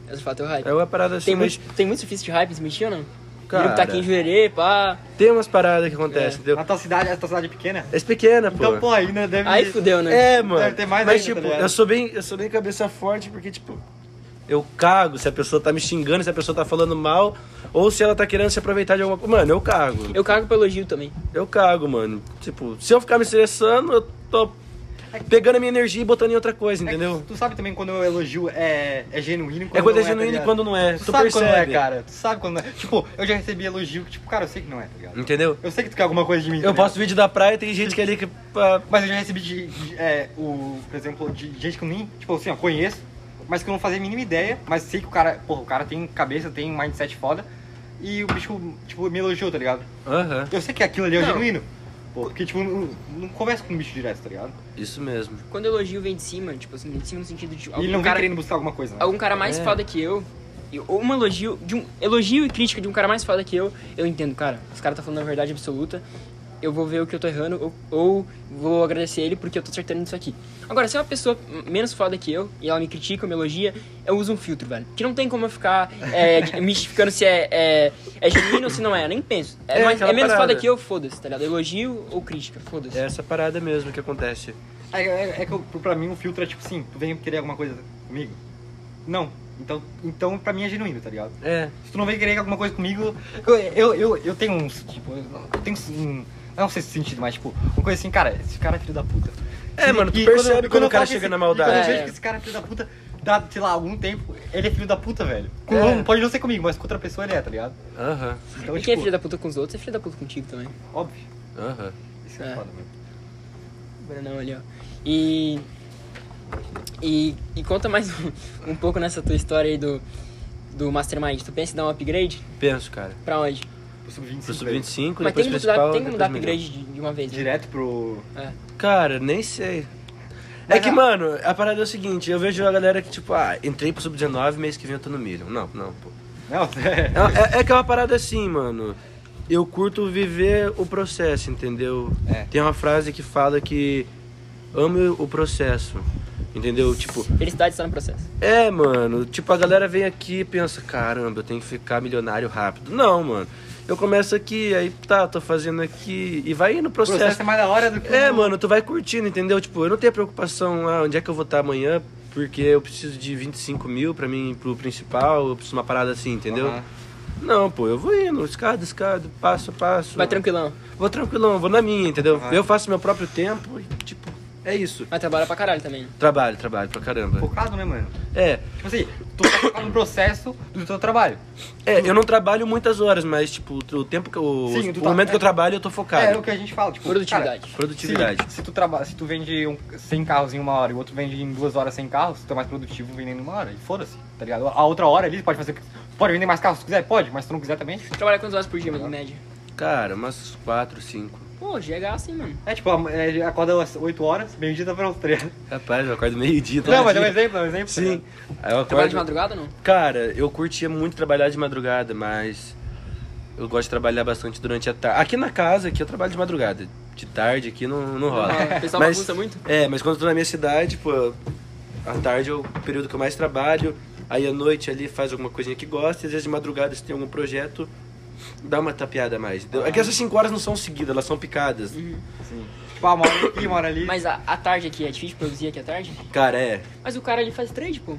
S1: Quer surfar teu hype.
S2: É uma parada assim,
S1: Tem
S2: mas
S1: muito, tem muito surfista de hype, se mexia ou não?
S2: Cara.
S1: Grupo tá aqui em Juerê, pá.
S2: tem umas paradas que acontecem,
S1: É.
S2: entendeu?
S3: Na tua cidade, a tua cidade é pequena?
S2: É pequena, pô.
S3: Então, pô, ainda deve.
S1: Aí fudeu, né?
S2: É, mano.
S3: Deve ter mais
S2: mas,
S3: ainda, tá
S2: tipo,
S3: ligado?
S2: eu sou bem. Eu sou bem cabeça forte, porque, tipo, eu cago se a pessoa tá me xingando, se a pessoa tá falando mal, ou se ela tá querendo se aproveitar de alguma coisa. Mano, eu cago. Eu...
S1: Eu cago pelo elogio também.
S2: cago, mano. Tipo, se eu ficar me estressando, eu tô pegando a minha energia e botando em outra coisa,
S3: É que
S2: entendeu?
S3: Tu sabe também quando o elogio é, é genuíno. e
S2: É quando é
S3: não tá
S2: genuíno e
S3: ligado?
S2: quando não é.
S3: Tu,
S2: Tu,
S3: sabe
S2: percebe.
S3: quando não é, cara. Tu sabe quando não é. Tipo, eu já recebi elogio que, tipo, cara, eu sei que não é, tá ligado?
S2: Entendeu?
S3: Eu sei que tu quer alguma coisa de mim. tá
S2: Eu
S3: ligado?
S2: posto vídeo da praia e tem gente que é ali que. pá,
S3: Mas eu já recebi de, de- é, o, por exemplo, de gente que eu nem, tipo assim, ó, conheço, mas que eu não fazia a mínima ideia, mas sei que o cara, porra, o cara tem cabeça, tem um mindset foda, e o bicho, tipo, me elogiou, tá ligado?
S2: Aham,
S3: Eu sei que aquilo ali é
S1: Não.
S3: genuíno, pô, porque, tipo, não, não conversa com o bicho direto, tá ligado?
S2: isso mesmo.
S1: Quando o elogio vem de cima, tipo assim, vem de cima no sentido de.
S3: E ele
S1: algum
S3: não vem
S1: cara-
S3: querendo buscar alguma coisa, né?
S1: algum cara mais
S2: É.
S1: foda que eu, e- ou um elogio, de um elogio e crítica de um cara mais foda que eu, eu entendo, cara. Esse cara tá falando a verdade absoluta. Eu vou ver o que eu tô errando, ou, ou vou agradecer ele porque eu tô acertando isso aqui. Agora, se é uma pessoa m- menos foda que eu, e ela me critica, me elogia, eu uso um filtro, velho. Que não tem como eu ficar é, de- mistificando se é, é, é genuíno ou se não é, eu nem penso. É,
S2: É
S1: mais-
S2: aquela
S1: é menos
S2: parada.
S1: foda que eu, foda-se, tá ligado? Elogio ou crítica, foda-se.
S2: É essa parada mesmo que acontece.
S3: É, é, é que eu- pra mim o filtro é tipo assim, tu vem querer alguma coisa comigo? Não. Então, então pra mim é genuíno, tá ligado?
S2: É.
S3: Se tu não vem querer alguma coisa comigo, eu, eu, eu, eu tenho uns, tipo, eu tenho um, não sei se sentido, mas tipo, uma coisa assim, cara, esse cara é filho da puta.
S2: É, mano, tu
S3: E
S2: percebe
S3: eu-
S2: quando o
S3: eu
S2: cara
S3: falo que
S2: chega
S3: esse-
S2: na maldade.
S3: e Quando eu
S1: É.
S3: vejo que esse cara é filho da puta, dá, sei lá, algum tempo, ele é filho da puta, velho. Com-
S2: É.
S3: não- Pode não ser comigo, mas com outra pessoa ele é, tá ligado?
S2: Aham.
S3: Então,
S1: E quem é
S2: tipo-
S1: filho da puta com os outros é filho da puta contigo também.
S3: Óbvio.
S2: Aham.
S3: Isso é,
S1: É.
S3: foda, mano.
S1: O Brandão ali, ó. E. E, e conta mais um, um pouco nessa tua história aí do, do Mastermind. Tu pensa em dar um upgrade?
S2: Penso, cara.
S1: Pra onde?
S3: Pro sub-25.
S2: Pro
S3: velho.
S2: sub-25,
S1: Mas
S2: depois
S1: tem que mudar,
S2: principal,
S1: tem que mudar
S2: depois
S1: upgrade de, de uma vez. né?
S3: Direto pro.
S1: É.
S2: Cara, nem sei. é
S3: Mas
S2: que,
S3: a-
S2: mano, a parada é o seguinte, eu vejo a galera que, tipo, ah, entrei pro Sub-19, mês que vem eu tô no milho. Não, não, pô.
S3: Não, é.
S2: É, é, é que é uma parada assim, mano. Eu curto viver o processo, entendeu?
S3: É.
S2: Tem uma frase que fala que ame o processo. Entendeu? Tipo,
S1: Felicidade está no processo.
S2: é, mano, tipo, a galera vem aqui e pensa, caramba, eu tenho que ficar milionário rápido. Não, mano. Eu começo aqui, aí tá, tô fazendo aqui, e vai indo o
S3: O processo é mais da hora do que.
S2: é,
S3: o-
S2: mano, tu vai curtindo, entendeu? Tipo, eu não tenho a preocupação, ah, onde é que eu vou estar amanhã, porque eu preciso de 25 mil pra mim, pro principal, eu preciso de uma parada assim, entendeu?
S3: Aham.
S2: Não, pô, eu vou indo, escada, escada, passo a passo.
S1: Vai tranquilão.
S2: Vou tranquilão, vou na minha, entendeu?
S3: Aham.
S2: Eu faço meu próprio tempo e, tipo, é isso.
S1: Vai trabalhar pra caralho também. né?
S2: Trabalho, trabalho pra caramba.
S3: Focado, né, mano?
S2: É,
S3: Tipo assim, tu tá focado no processo do teu trabalho.
S2: é, eu não trabalho muitas horas, mas, tipo, o tempo que eu.
S3: Sim,
S2: o
S3: tu tá-
S2: momento que eu trabalho, eu tô focado.
S3: É o que a gente fala, tipo.
S1: Produtividade.
S2: Produtividade.
S3: Se, se tu trabalha, se tu vende um, 100 carros em uma hora e o outro vende em duas horas 100 carros, tu é mais produtivo vendendo em uma hora. E foda-se, tá ligado? A outra hora ali, tu pode fazer. Pode vender mais carros se tu quiser, pode, mas se tu não quiser também.
S1: Trabalhar quantas horas por dia, mano, em média?
S2: Cara, umas 4, 5.
S1: Pô, GH assim, mano.
S3: É tipo, a- é, acorda às 8 horas, meio-dia tá pronto, tá ligado?
S2: Rapaz, eu acordo meio-dia. todo
S3: Não, mas é um
S2: dia.
S3: exemplo, é um exemplo.
S2: Então, Sim. Aí eu
S1: Trabalha de
S2: acordo.
S1: madrugada não?
S2: Cara, eu curtia muito trabalhar de madrugada, mas eu gosto de trabalhar bastante durante a tarde. Aqui na casa, aqui eu trabalho de madrugada. De tarde aqui não, não rola.
S1: rola. O pessoal bagunça muito?
S2: É, mas quando eu tô na minha cidade, pô, à tarde é o período que eu mais trabalho. Aí à noite ali faz alguma coisinha que gosta. E às vezes de madrugada, se tem algum projeto, dá uma tapeada a mais. entendeu? É que essas 5 horas não são seguidas, elas são picadas.
S3: Sim. Tipo, ah, uma hora aqui, uma hora ali.
S1: Mas a, a tarde aqui, é difícil produzir aqui à tarde?
S2: Cara, é.
S1: Mas o cara ele faz trade, pô.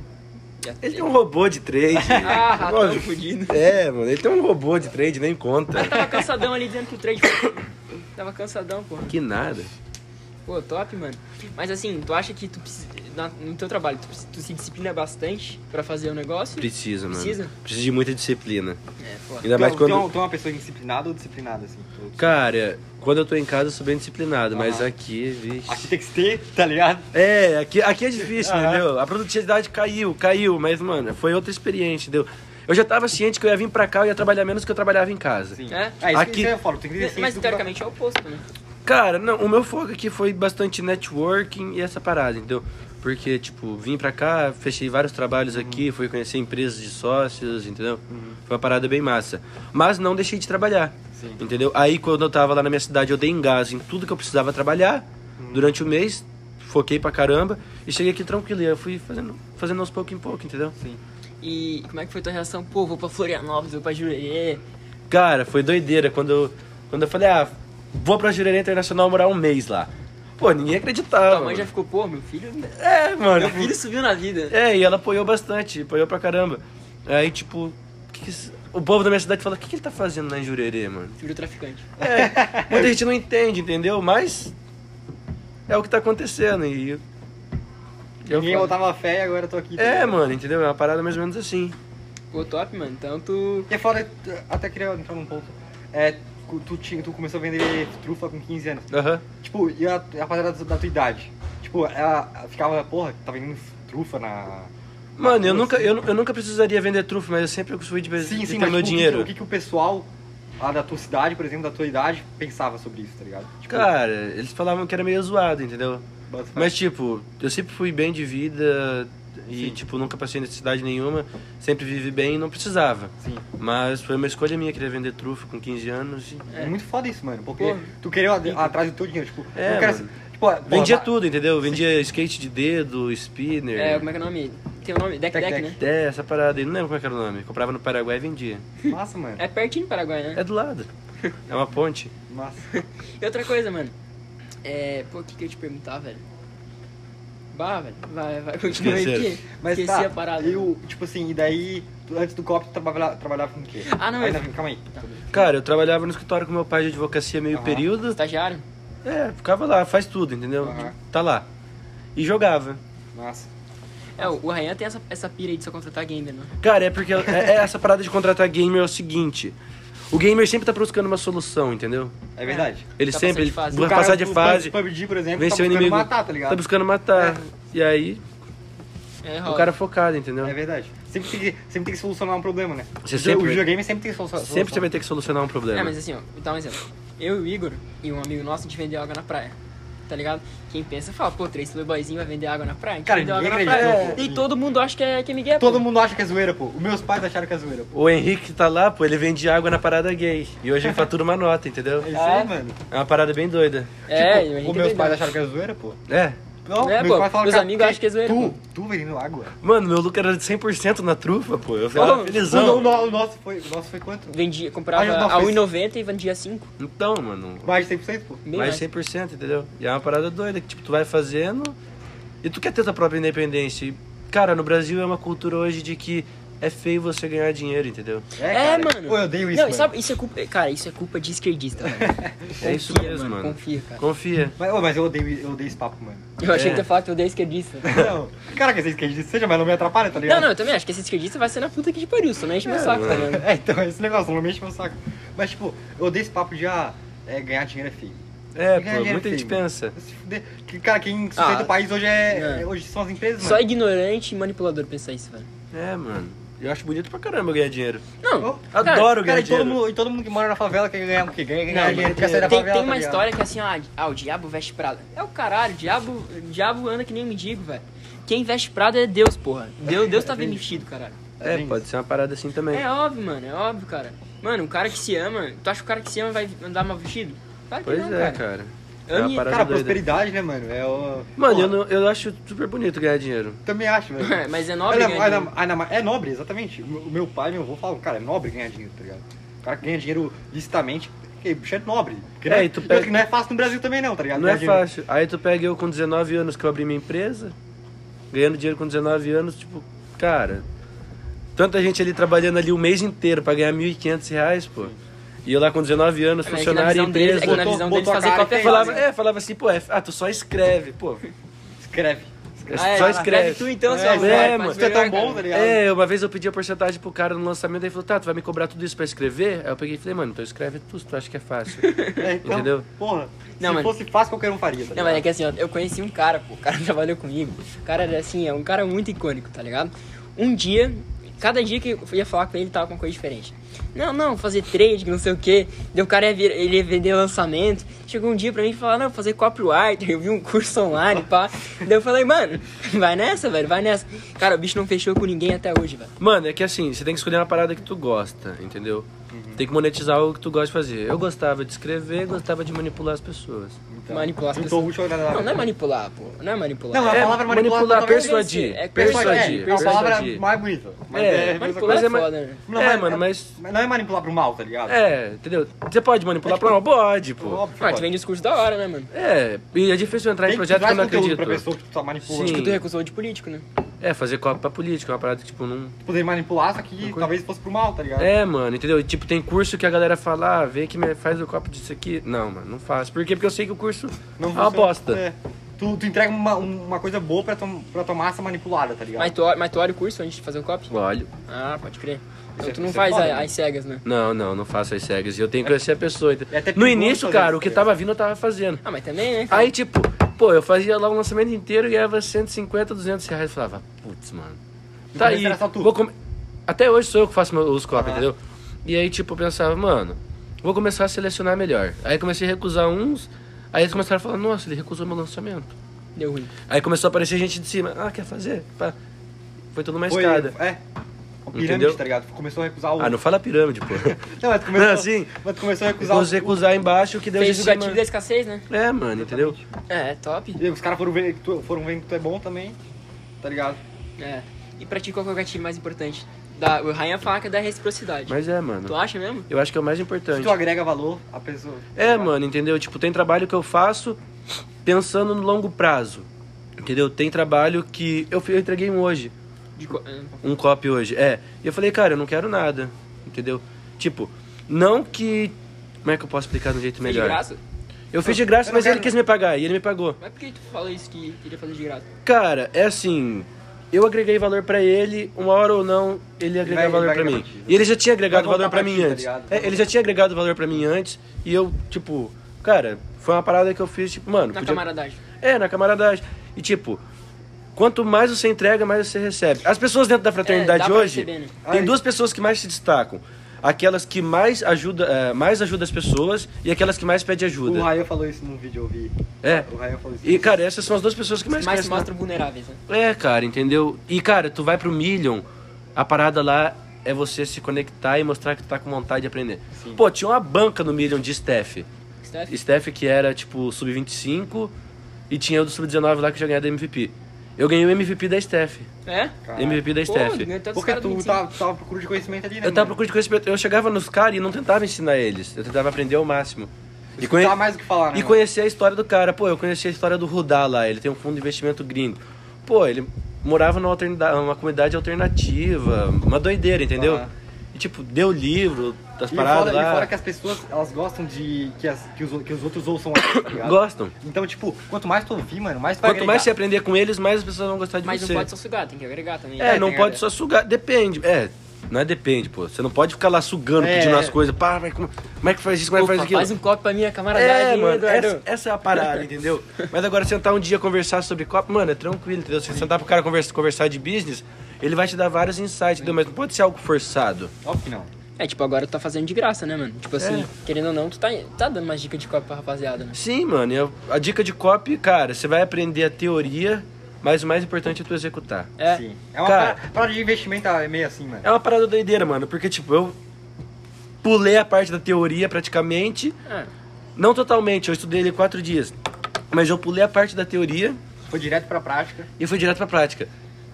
S2: Ele tem um robô de trade.
S1: Ah, ratão
S2: Lógico.
S1: fudido.
S2: É, mano, ele tem um robô de trade, nem conta.
S1: Tava cansadão ali dentro do trade, pô. Tava cansadão, porra.
S2: Que nada.
S1: Pô, top, mano. Mas assim, tu acha que tu precisa, na- no teu trabalho, tu, precisa- tu se disciplina bastante pra fazer o negócio?
S2: Precisa, mano.
S1: Precisa?
S2: Precisa de muita disciplina.
S1: É, foda.
S2: Ainda mais
S3: tu, tu é
S2: quando.
S3: uma- tu é uma pessoa indisciplinada ou disciplinada, assim? Tu-
S2: Cara, quando eu tô em casa eu sou bem disciplinado, mas
S3: Aham.
S2: aqui, vixe.
S3: Aqui tem que ter, tá ligado?
S2: É, aqui, aqui é difícil,
S3: Aham.
S2: entendeu? A produtividade caiu, caiu, mas, mano, foi outra experiência, entendeu? Eu já tava ciente que eu ia vir pra cá e ia trabalhar menos que eu trabalhava em casa.
S3: Sim.
S1: É?
S3: isso
S2: Aqui-
S3: que eu ia falar, tem que ter
S1: Mas
S3: ciência do-
S1: teoricamente é o oposto, né?
S2: Cara, não, o meu foco aqui foi bastante networking e essa parada, entendeu? Porque, tipo, vim pra cá, fechei vários
S1: Uhum.
S2: trabalhos aqui, fui conhecer empresas de sócios, entendeu? Foi uma parada bem massa. Mas não deixei de trabalhar,
S3: Sim.
S2: entendeu? Aí, quando eu tava lá na minha cidade, eu dei engás em tudo que eu precisava trabalhar
S1: Uhum.
S2: durante o mês, foquei pra caramba e cheguei aqui tranquilo. E eu fui fazendo, fazendo aos pouco em pouco, entendeu?
S3: Sim.
S1: E como é que foi tua reação? Pô, vou pra Florianópolis, vou pra Jurerê.
S2: Cara, foi doideira quando eu, quando eu falei, ah, vou pra Jurerê Internacional morar um mês lá. Pô, ninguém acreditava.
S1: Tua mãe já
S2: mano.
S1: ficou, pô, meu filho. Meu
S2: É, mano.
S1: filho subiu na vida.
S2: É, e ela apoiou bastante, apoiou pra caramba. Aí, tipo, que que esse- o povo da minha cidade fala, o que, que ele tá fazendo lá em Jurerê, mano? É,
S1: Virou traficante.
S2: Muita gente não entende, entendeu? Mas é o que tá acontecendo. E eu- eu
S3: Ninguém
S2: falo-
S3: botava fé e agora eu tô aqui. tá
S2: É,
S3: ligado?
S2: mano, entendeu? É uma parada mais ou menos assim.
S1: Pô, top, mano. Então tu.
S3: E é foda, até queria entrar num ponto. É, tu, tu tinha- tu começou a vender trufa com 15 anos.
S2: Aham.
S3: Tipo, e a, a rapaziada da, da tua idade? Tipo, ela ela ficava, porra, tá vendendo trufa na.
S2: Mano, eu
S3: Como
S2: nunca,
S3: assim?
S2: eu, nu- eu nunca precisaria vender trufa, mas eu sempre fui de, de ter
S3: mas,
S2: meu
S3: tipo,
S2: dinheiro.
S3: O que, que, o que que o pessoal lá da tua cidade, por exemplo, da tua idade, pensava sobre isso, tá ligado? Tipo, Tá.
S2: Cara, eles falavam que era meio zoado, entendeu?
S3: bota fé.
S2: Mas, tipo, eu sempre fui bem de vida e,
S3: Sim.
S2: tipo, nunca passei necessidade nenhuma. Sempre vivi bem e não precisava.
S3: Sim.
S2: Mas foi uma escolha minha querer vender trufa com 15 anos. e-
S3: É. muito foda isso, mano. Porque
S1: Porra.
S3: tu queria ad- atrás do teu dinheiro. Tipo,
S2: É,
S3: eu quero.
S2: mano.
S3: Tipo, porra,
S2: Vendia
S3: vai-
S2: tudo, entendeu? Vendia skate de dedo, spinner.
S1: É, como é que é o nome? Tem o nome? Deck
S3: Deck
S1: Deck,
S3: Deck.
S1: né?
S2: É, essa parada aí, não lembro como é que era o nome. Comprava no Paraguai e vendia.
S3: Massa, mano.
S1: É pertinho do Paraguai, né?
S2: É do lado. É uma ponte.
S3: Massa.
S1: É, E outra coisa, mano. É. Pô, o que, que eu ia te perguntar, velho? Bah, velho, vai, vai continuar aí,
S2: Esqueceram.
S1: porque
S3: Mas
S1: esqueci
S3: tá,
S1: a parada.
S3: e o, tipo assim, e daí, tu- antes do COP, tu trabalhava, trabalhava com o quê?
S1: Ah, não,
S3: Aí,
S1: eu-
S3: Calma aí.
S2: Cara, eu trabalhava no escritório com meu pai de advocacia meio
S3: Aham.
S2: período.
S1: Estagiário?
S2: É, ficava lá, faz tudo, entendeu?
S3: Aham.
S2: Tá lá. E jogava.
S3: Nossa.
S1: É, o o Rayan tem essa, essa pira aí de só contratar gamer, né?
S2: Cara, é porque é, é essa parada de contratar gamer é o seguinte. O gamer sempre tá buscando uma solução, entendeu?
S3: É verdade.
S2: Ele
S1: Tá passando
S2: sempre, ele
S1: de fase.
S2: vai
S1: O
S2: passar de
S3: o é
S2: fase,
S3: PUBG, por exemplo, tá
S2: vencer o
S3: buscando
S2: inimigo.
S3: matar, tá ligado?
S2: Tá buscando matar. E aí,
S1: É,
S2: o
S1: rola.
S2: cara é focado, entendeu?
S3: É verdade. Sempre tem, que, sempre tem que solucionar um problema, né?
S2: Você
S3: O jo-
S2: sempre-
S3: O videogame sempre tem que solucionar.
S2: Sempre você vai ter que solucionar um
S3: né?
S2: problema.
S1: É, mas assim, ó, vou dar um exemplo. Eu e o Igor e um amigo nosso, a gente vendeu água na praia. Tá ligado? Quem pensa fala, pô, três playboyzinho vai vender água na praia. A gente
S3: Cara,
S1: vendeu água
S3: ninguém
S1: na
S3: acredita,
S1: praia.
S3: pô.
S1: E todo mundo acha que é, que é Miguel.
S3: Todo
S1: pô.
S3: mundo acha que é zoeira, pô. Os meus pais acharam que é zoeira, pô.
S2: O Henrique que tá lá, pô, ele vende água na parada gay. E hoje ele fatura uma nota, entendeu?
S3: É isso aí,
S1: É.
S3: mano.
S2: É uma parada bem doida.
S1: É,
S3: tipo,
S1: o Henrique
S3: os meus
S1: é
S3: pais
S1: doidão.
S3: acharam que é zoeira, pô.
S2: É.
S3: Não,
S1: É,
S3: meus
S1: pô,
S3: pais falaram,
S1: meus
S3: cara,
S1: amigos acham que é zoeira,
S3: Tu, tu vendendo água?
S2: Mano, meu lucro era de 100% na trufa, pô. Eu ficava
S1: Ô,
S2: felizão.
S3: O, no- o nosso foi, o nosso foi quanto?
S1: Vendia, comprava
S3: Ah, eu não
S1: a
S3: fiz.
S1: 1,90 e vendia 5.
S2: Então, mano,
S3: Mais de 100%, pô.
S1: Bem
S2: mais
S1: mais.
S2: 100%, entendeu? E é uma parada doida que, tipo, tu vai fazendo e tu quer ter tua própria independência. E, cara, no Brasil é uma cultura hoje de que é feio você ganhar dinheiro, entendeu?
S1: É,
S3: cara.
S1: mano.
S3: Pô, eu odeio isso,
S1: Não,
S3: mano.
S1: sabe, isso é culpa. Cara, isso é culpa de esquerdista, velho.
S2: É isso
S1: Confia,
S2: mesmo, mano.
S1: Confia, cara.
S2: Confia.
S3: Mas, ô, mas eu, odeio, eu odeio esse papo, mano.
S1: Eu achei
S2: É.
S1: que tu ia falar que tu odeia esquerdista.
S3: Não, cara, que esse que a gente seja, mas não me atrapalha, tá
S1: Não,
S3: ligado?
S1: não, eu também acho que esse esquerdista vai ser na puta que te pariu, só não enche meu saco, tá
S2: mano.
S1: ligado?
S3: É, então, esse negócio, não mexe meu saco. Mas, tipo, eu odeio esse papo de, ah, é, ganhar dinheiro é feio.
S2: É,
S3: Ganhar
S2: pô,
S3: dinheiro
S2: muita
S3: é
S2: gente
S3: feio, mano.
S2: pensa.
S3: Se fuder. Que, cara, quem sustenta
S1: Ah,
S3: o país hoje é,
S1: é.
S3: é, Hoje são as empresas,
S1: Só
S3: mano.
S1: ignorante e manipulador pensar isso, velho.
S2: É, mano. Eu acho bonito pra caramba ganhar dinheiro.
S1: Não,
S3: Oh,
S1: cara,
S2: Adoro ganhar
S3: Cara, e todo,
S2: dinheiro.
S3: mundo, e todo mundo que mora na favela quer ganhar o quê? Ganha, ganhar
S1: Não,
S3: dinheiro,
S1: mano,
S3: quer sair da
S1: tem,
S3: favela,
S1: tem uma
S3: tá ligado?
S1: história que é assim, ó, ah, o diabo veste prada. É o caralho, o diabo, o diabo anda que nem mendigo, velho. Quem veste prada é Deus, porra. Deus, Deus tá bem vestido, caralho.
S2: É,
S3: Tem
S2: pode ser uma parada assim também.
S1: É óbvio, mano, é óbvio, cara. Mano, um cara que se ama, tu acha que o cara que se ama vai andar mal vestido? Claro que
S2: Pois
S1: não, cara.
S2: é, cara. É
S1: Ame-
S2: uma parada
S3: Cara,
S2: doida.
S3: prosperidade, né, mano? É o...
S2: Mano,
S3: Pô,
S2: eu, não- eu acho super bonito ganhar dinheiro.
S3: Também acho, velho.
S1: Mas é nobre
S3: Ainda-
S1: ganhar
S3: ainda-
S1: dinheiro.
S3: ainda mais- É nobre, exatamente. O meu- o meu pai e meu avô falam, cara, é nobre ganhar dinheiro, tá ligado? O cara que ganha dinheiro licitamente, que bicho é nobre. Porque
S2: É,
S3: não, é,
S2: e tu pega-
S3: que não é fácil no Brasil também não, tá ligado?
S2: Não é
S3: Ganhar dinheiro.
S2: fácil. Aí tu pega eu com 19 anos que eu abri minha empresa, ganhando dinheiro com 19 anos, tipo, cara. Tanta gente ali trabalhando ali o mês inteiro pra ganhar 1.500 reais, pô. E eu lá com 19 anos,
S1: É que na
S2: funcionário
S1: visão
S2: em
S1: deles-
S2: empresa.
S1: é que na
S3: botou-
S1: visão deles
S3: botou a
S1: fazer
S3: cara
S1: cópia é
S3: e fez.
S1: fácil.
S2: Falava, é, falava assim, pô, é, ah, tu só escreve, pô.
S3: Escreve.
S2: É,
S1: Ah, é,
S2: só
S1: lá,
S2: escreve.
S1: escreve tu então,
S3: É,
S1: seu
S2: escreve,
S1: otário,
S2: mano.
S1: faz
S3: Você é tão
S1: melhor,
S3: bom,
S1: cara.
S3: tá ligado?
S2: É, uma vez eu pedi a porcentagem pro cara no lançamento, aí ele falou, tá, tu vai me cobrar tudo isso pra escrever? Aí eu peguei e falei, mano, então escreve tu, se tu acha que é fácil.
S3: É, então,
S2: Entendeu?
S3: Porra,
S1: Não,
S3: se
S1: mas-
S3: fosse fácil, qualquer um faria, tá
S1: Não,
S3: ligado?
S1: mas é que assim, ó, eu conheci um cara, pô, o cara trabalhou comigo. O cara era assim, é um cara muito icônico, tá ligado? Um dia, cada dia que eu ia falar com ele, tava com uma coisa diferente. Não, não, fazer trade, que não sei o quê. Daí o cara ia, vir, ele ia vender lançamento. Chegou um dia pra mim e falou, não, vou fazer copyright, eu vi um curso online, pá. Daí eu falei, mano, vai nessa, velho, vai nessa. Cara, o bicho não fechou com ninguém até hoje, velho.
S2: Mano, é que assim, você tem que escolher uma parada que tu gosta, entendeu?
S3: Uhum.
S2: Tem que monetizar algo que tu gosta de fazer. Eu gostava de escrever, gostava de manipular as pessoas.
S3: Então,
S1: manipular as
S3: Juntou o útil ao
S1: Não, não é
S3: agradável.
S1: manipular, pô. Não é manipular.
S3: Tá. Não, a
S2: É,
S3: palavra manipular,
S2: manipular,
S3: talvez
S2: persuadir.
S1: seja- é
S2: persuadir,
S1: persuadir.
S3: É a palavra
S2: persuadir.
S3: mais bonita. Mas
S2: É,
S3: é, a mesma
S1: manipular
S2: coisa
S1: é
S2: é ma-
S1: foda, né?
S3: coisa. Não,
S2: É, mano, mas-
S3: Não é manipular pro mal, tá ligado?
S2: É, entendeu? Você pode manipular pra uma bode, pô.
S3: É tipo- Óbvio,
S1: Ah,
S3: pô.
S1: tu vende os cursos da hora, né, mano?
S2: É, e é difícil eu entrar
S3: Tem
S2: em projeto que eu
S3: traz
S2: não
S3: conteúdo pra
S2: acredito.
S3: pessoa que tu tá manipulando.
S2: Sim.
S1: Que tu recusou de político, né?
S2: É, fazer copo pra política, é uma parada que, tipo, não.
S3: poder manipular, só que
S2: coisa.
S3: talvez fosse pro mal, tá ligado?
S2: É, mano, entendeu? E, tipo, tem curso que a galera fala, ah, vê que me faz o copo disso aqui. Não, mano, não faço. Por quê? Porque eu sei que o curso é uma
S3: funciona.
S2: bosta.
S3: É. Tu, tu entrega uma, uma coisa boa pra, tua- pra tua massa manipulada, tá ligado?
S1: Mas tu, mas tu olha o curso antes de fazer o copy?
S2: Olha.
S1: Ah, pode crer. Então
S3: Isso é-
S1: tu não
S3: isso é
S1: faz
S3: foda,
S1: a-
S3: né?
S1: as cegas, né?
S2: Não, não, não faço as cegas. E eu tenho que conhecer a pessoa. entendeu?
S3: É até
S2: no
S3: perigoso
S2: início,
S3: fazer
S2: cara,
S3: isso,
S2: o que
S3: tá
S2: tava vindo eu tava fazendo.
S1: Ah, mas também, né? cara?
S2: Aí, tipo, pô, eu fazia lá um lançamento inteiro e ganhava 150, 200 reais. Eu falava, putz, mano.
S3: No
S2: Tá
S3: começo
S2: aí.
S3: era só tu.
S2: Vou come- Até hoje sou eu que faço meu- os copos,
S3: Ah.
S2: entendeu? E aí, tipo, eu pensava, mano, vou começar a selecionar melhor. Aí comecei a recusar uns. Aí eles começaram a falar, nossa, ele recusou meu lançamento.
S1: Deu ruim.
S2: Aí começou a aparecer gente de cima. Ah, quer fazer? Pá. Foi tudo uma
S3: Foi-
S2: escada.
S3: É. Uma pirâmide,
S2: Entendeu?
S3: tá ligado? Começou a recusar o.
S2: Ah, não fala pirâmide, pô.
S3: Não, mas tu começou,
S2: Não, assim,
S3: mas tu começou a recusar
S2: Vamos
S3: o.
S2: recusar embaixo o que deu
S1: Fez
S2: de
S1: o
S2: cima.
S1: gatilho da escassez, né?
S2: É, mano, entendeu?
S1: É, é top.
S3: E os caras foram vendo, que tu, foram vendo que tu é bom também, tá ligado?
S1: É. E pra ti, qual que é o gatilho mais importante? Da, o Ryan fala que é da reciprocidade.
S2: Mas é, mano.
S1: Tu acha mesmo?
S2: Eu acho que é o mais
S3: Se
S2: importante.
S3: tu agrega valor à pessoa. tá
S2: É,
S3: ligado?
S2: mano, entendeu? Tipo, tem trabalho que eu faço pensando no longo prazo. Entendeu? Tem trabalho que. Eu, fui- eu entreguei um hoje.
S1: De co- é,
S2: um copy hoje. É. E eu falei, cara, eu não quero nada. Entendeu? Tipo, não que. Como é que eu posso explicar de um jeito
S1: fez
S2: melhor?
S1: de graça?
S2: Eu fiz de graça,
S3: Eu não
S2: mas ele
S3: quero-
S2: quis me pagar e ele me pagou.
S1: Mas por que tu falou isso que queria fazer de graça?
S2: Cara, é assim. Eu agreguei valor pra ele, uma hora ou não, ele agregar
S3: vai-
S2: valor
S3: vai
S2: pra
S3: agregar
S2: mim.
S3: pra ti.
S2: E ele já tinha agregado
S3: Vai voltar
S2: valor pra
S3: pra
S2: mim
S3: ti, tá
S2: antes.
S3: ligado?
S2: É, ele já tinha agregado valor pra mim antes e eu, tipo, cara, foi uma parada que eu fiz, tipo, mano,
S1: Na
S2: podia-
S1: camaradagem.
S2: É, na camaradagem. E tipo, quanto mais você entrega, mais você recebe. As pessoas dentro da
S1: É,
S2: fraternidade
S1: dá pra
S2: hoje,
S1: perceber, né?
S2: tem
S3: Ai.
S2: duas pessoas que mais se destacam. Aquelas que mais ajuda, eh, mais ajuda as pessoas e aquelas que mais pede
S3: O
S2: ajuda.
S3: Rayan falou isso num vídeo, eu ouvi.
S2: É.
S3: O Rayan falou isso.
S2: E cara, essas são as duas pessoas que mais,
S1: Mas se
S2: crescem.
S1: mostram vulneráveis, né?
S2: É, cara, entendeu? E cara, tu vai pro Million, a parada lá é você se conectar e mostrar que tu tá com vontade de aprender.
S3: Sim.
S2: Pô, tinha uma banca no Million de Steph.
S1: Steph?
S2: Steph, que era tipo sub-25, e tinha o do sub-19 lá que já ganhava da MVP. Eu ganhei o MVP da Steph.
S1: É?
S3: Caralho.
S2: MVP da Steph.
S1: ganhou até dos
S3: Porque
S1: Então caras do
S3: tu
S1: 25.
S2: tá
S3: tava, tu tava à procura de conhecimento ali, né?
S2: Eu tava
S3: mano?
S2: procurando conhecimento. Eu chegava nos caras e não tentava ensinar eles. Eu tentava aprender ao máximo. E, conhe...
S3: Escutar mais o que falar, né?
S2: e
S3: mano?
S2: conhecer a história do cara. Pô, eu conheci a história do Rudá lá. Ele tem um fundo de investimento gringo. Pô, ele morava numa alterna- uma comunidade alternativa. Uma doideira, entendeu?
S3: Ah.
S2: E tipo, deu livro, das
S3: E
S2: paradas
S3: fora, e
S2: lá.
S3: fora que é as pessoas, elas gostam de que, as- que, os, que os outros ouçam elas, tá ligado? é
S2: Gostam.
S3: Então, tipo, quanto mais tu ouvir, mano, mais tu vai
S2: Quanto mais você
S3: agregar.
S2: aprender com eles, mais as pessoas vão gostar de
S1: Mas
S2: você.
S1: não pode só sugar, tem que agregar também.
S2: É, não
S1: tem
S2: pode
S1: que
S2: só sugar. Depende. É, não é depende, pô. Você não pode ficar lá sugando,
S3: É,
S2: pedindo as
S3: é.
S2: coisas. Pá, mas como, como é que faz isso? Como é que
S1: agregar.
S2: faz
S1: Opa,
S2: aquilo?
S1: faz um copo pra minha camaradagem,
S2: É,
S1: hein,
S2: mano,
S1: Eduardo?
S2: essa, essa é a parada, entendeu? Mas agora sentar um dia conversar sobre copo, mano, é tranquilo, entendeu? Se você sentar pro cara conversa, conversar de business, ele vai te dar vários insights, entendeu? Mas não pode ser algo forçado.
S3: Óbvio que não.
S1: É, tipo, agora tu tá fazendo de graça, né, mano? Tipo assim,
S2: É.
S1: querendo ou não, tu tá, tá dando umas dicas de copo pra rapaziada, né?
S2: Sim, mano, e a- a dica de copy, cara, você vai aprender a teoria, mas o mais importante é tu executar.
S1: É.
S3: Sim. É uma
S2: Cara-
S3: parada, parada de investimento é meio assim, mano.
S2: É uma parada doideira, mano, porque, tipo, eu pulei a parte da teoria praticamente,
S1: Ah,
S2: não totalmente, eu estudei ele quatro dias, mas eu pulei a parte da teoria
S3: Foi direto pra prática.
S2: e fui direto pra prática.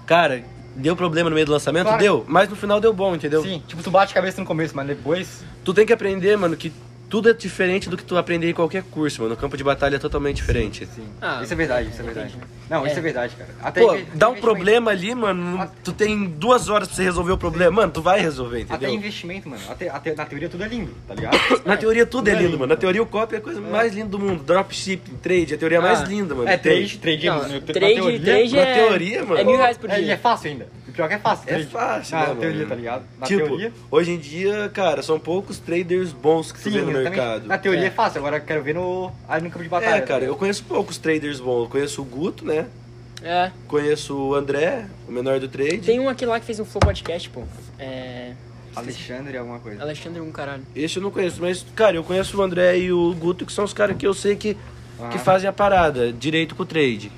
S2: Cara, deu problema no meio do lançamento?
S3: Claro.
S2: Deu, mas no final deu bom, entendeu?
S3: Sim, tipo, tu bate cabeça no começo, mas depois.
S2: Tu tem que aprender, mano, que tudo é diferente do que tu aprender em qualquer curso, mano. O campo de batalha é totalmente diferente.
S3: Sim.
S1: Ah,
S3: isso é verdade, isso é verdade. Não, isso é verdade, cara. Até
S2: Pô,
S3: inve-
S2: dá um
S3: investimento-
S2: problema ali, mano. Tu tem duas horas pra você resolver o problema. Mano, tu vai resolver,
S3: Até
S2: entendeu?
S3: investimento, mano. Até, até, na teoria tudo é lindo, tá ligado?
S2: Na teoria tudo é
S3: Não é
S2: lindo,
S3: lindo.
S2: mano. Na teoria o copy é a coisa mais linda do mundo. Dropshipping, trade, é a teoria mais
S1: Ah,
S2: linda, mano.
S3: É,
S2: que tem.
S3: trade, trade é-
S1: não,
S3: na
S1: trade,
S3: teoria-
S1: trade
S2: na
S1: é...
S2: teoria, mano.
S1: É mil reais por
S3: É, e é
S1: dia.
S3: fácil ainda. O pior é que é fácil.
S2: É
S3: trade.
S2: fácil,
S3: Na
S2: né, mano?
S3: teoria, tá ligado? Na
S2: tipo,
S3: teoria.
S2: hoje em dia, cara, são poucos traders bons que tu vê no
S3: exatamente.
S2: mercado.
S3: Na teoria é.
S1: É.
S3: fácil, agora eu quero ver no, aí no campo de batalha.
S2: É,
S3: tá
S2: cara, eu
S3: ligado?
S2: conheço poucos traders bons. Eu conheço o Guto, né?
S1: É.
S2: Conheço o André, o menor do trade.
S1: Tem um aqui lá que fez um flow podcast, pô. É...
S3: Alexandre, alguma coisa.
S1: Alexandre um caralho.
S2: Esse eu não conheço, mas, cara, eu conheço o André e o Guto, que são os caras que eu sei que,
S3: Ah.
S2: que fazem a parada direito com o trade.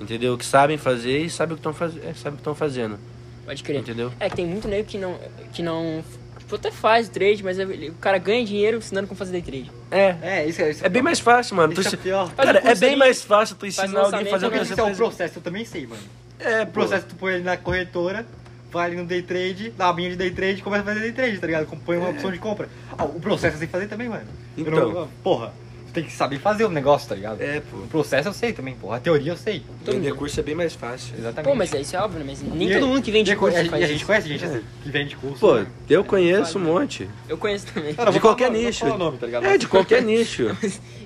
S2: Entendeu? Que sabem fazer e sabem o que estão faz... é, sabem o que tão fazendo.
S1: Pode crer.
S2: Entendeu?
S1: É que tem muito nego que não... Que não... Tipo, até faz trade, mas ele- o cara ganha dinheiro ensinando como fazer day trade.
S2: É.
S3: É, isso é. Isso
S2: É bem mais fácil, mano. Tu
S3: Isso é
S2: ensi-
S3: pior.
S1: Faz
S2: Cara,
S1: um
S2: é
S1: curso
S2: bem
S1: aí,
S2: mais fácil tu ensinar
S1: lançamento,
S2: alguém a fazer o
S3: Só que
S2: que
S1: organiza
S2: você
S3: isso é um
S2: faz.
S3: processo, eu também sei, mano.
S2: É,
S3: O
S2: pô.
S3: processo, tu põe ele na corretora, vai ali no day trade, dá a minha de day trade, começa a fazer day trade, tá ligado? Põe uma opção de compra. Ah, o processo tem que fazer também, mano. Eu não-
S2: É.
S3: ah,
S2: Então.
S3: porra, tu tem que saber fazer o negócio, tá ligado?
S2: É, pô.
S3: O processo eu sei também, porra. A teoria eu sei.
S2: Vender curso é bem mais fácil.
S3: Exatamente.
S1: Pô, mas é, isso é óbvio, né? Mas nem
S3: E-
S1: todo mundo que vende
S3: e a-
S1: curso
S3: e a,
S1: faz
S3: e a gente
S1: isso.
S3: conhece gente assim, que vende curso.
S2: Pô,
S3: né?
S2: eu conheço um monte.
S1: Eu conheço também.
S3: Cara, eu
S2: De
S3: vou falar
S2: qualquer
S3: o nome,
S2: nicho.
S3: eu vou falar o nome, tá ligado?
S2: É, de qualquer nicho.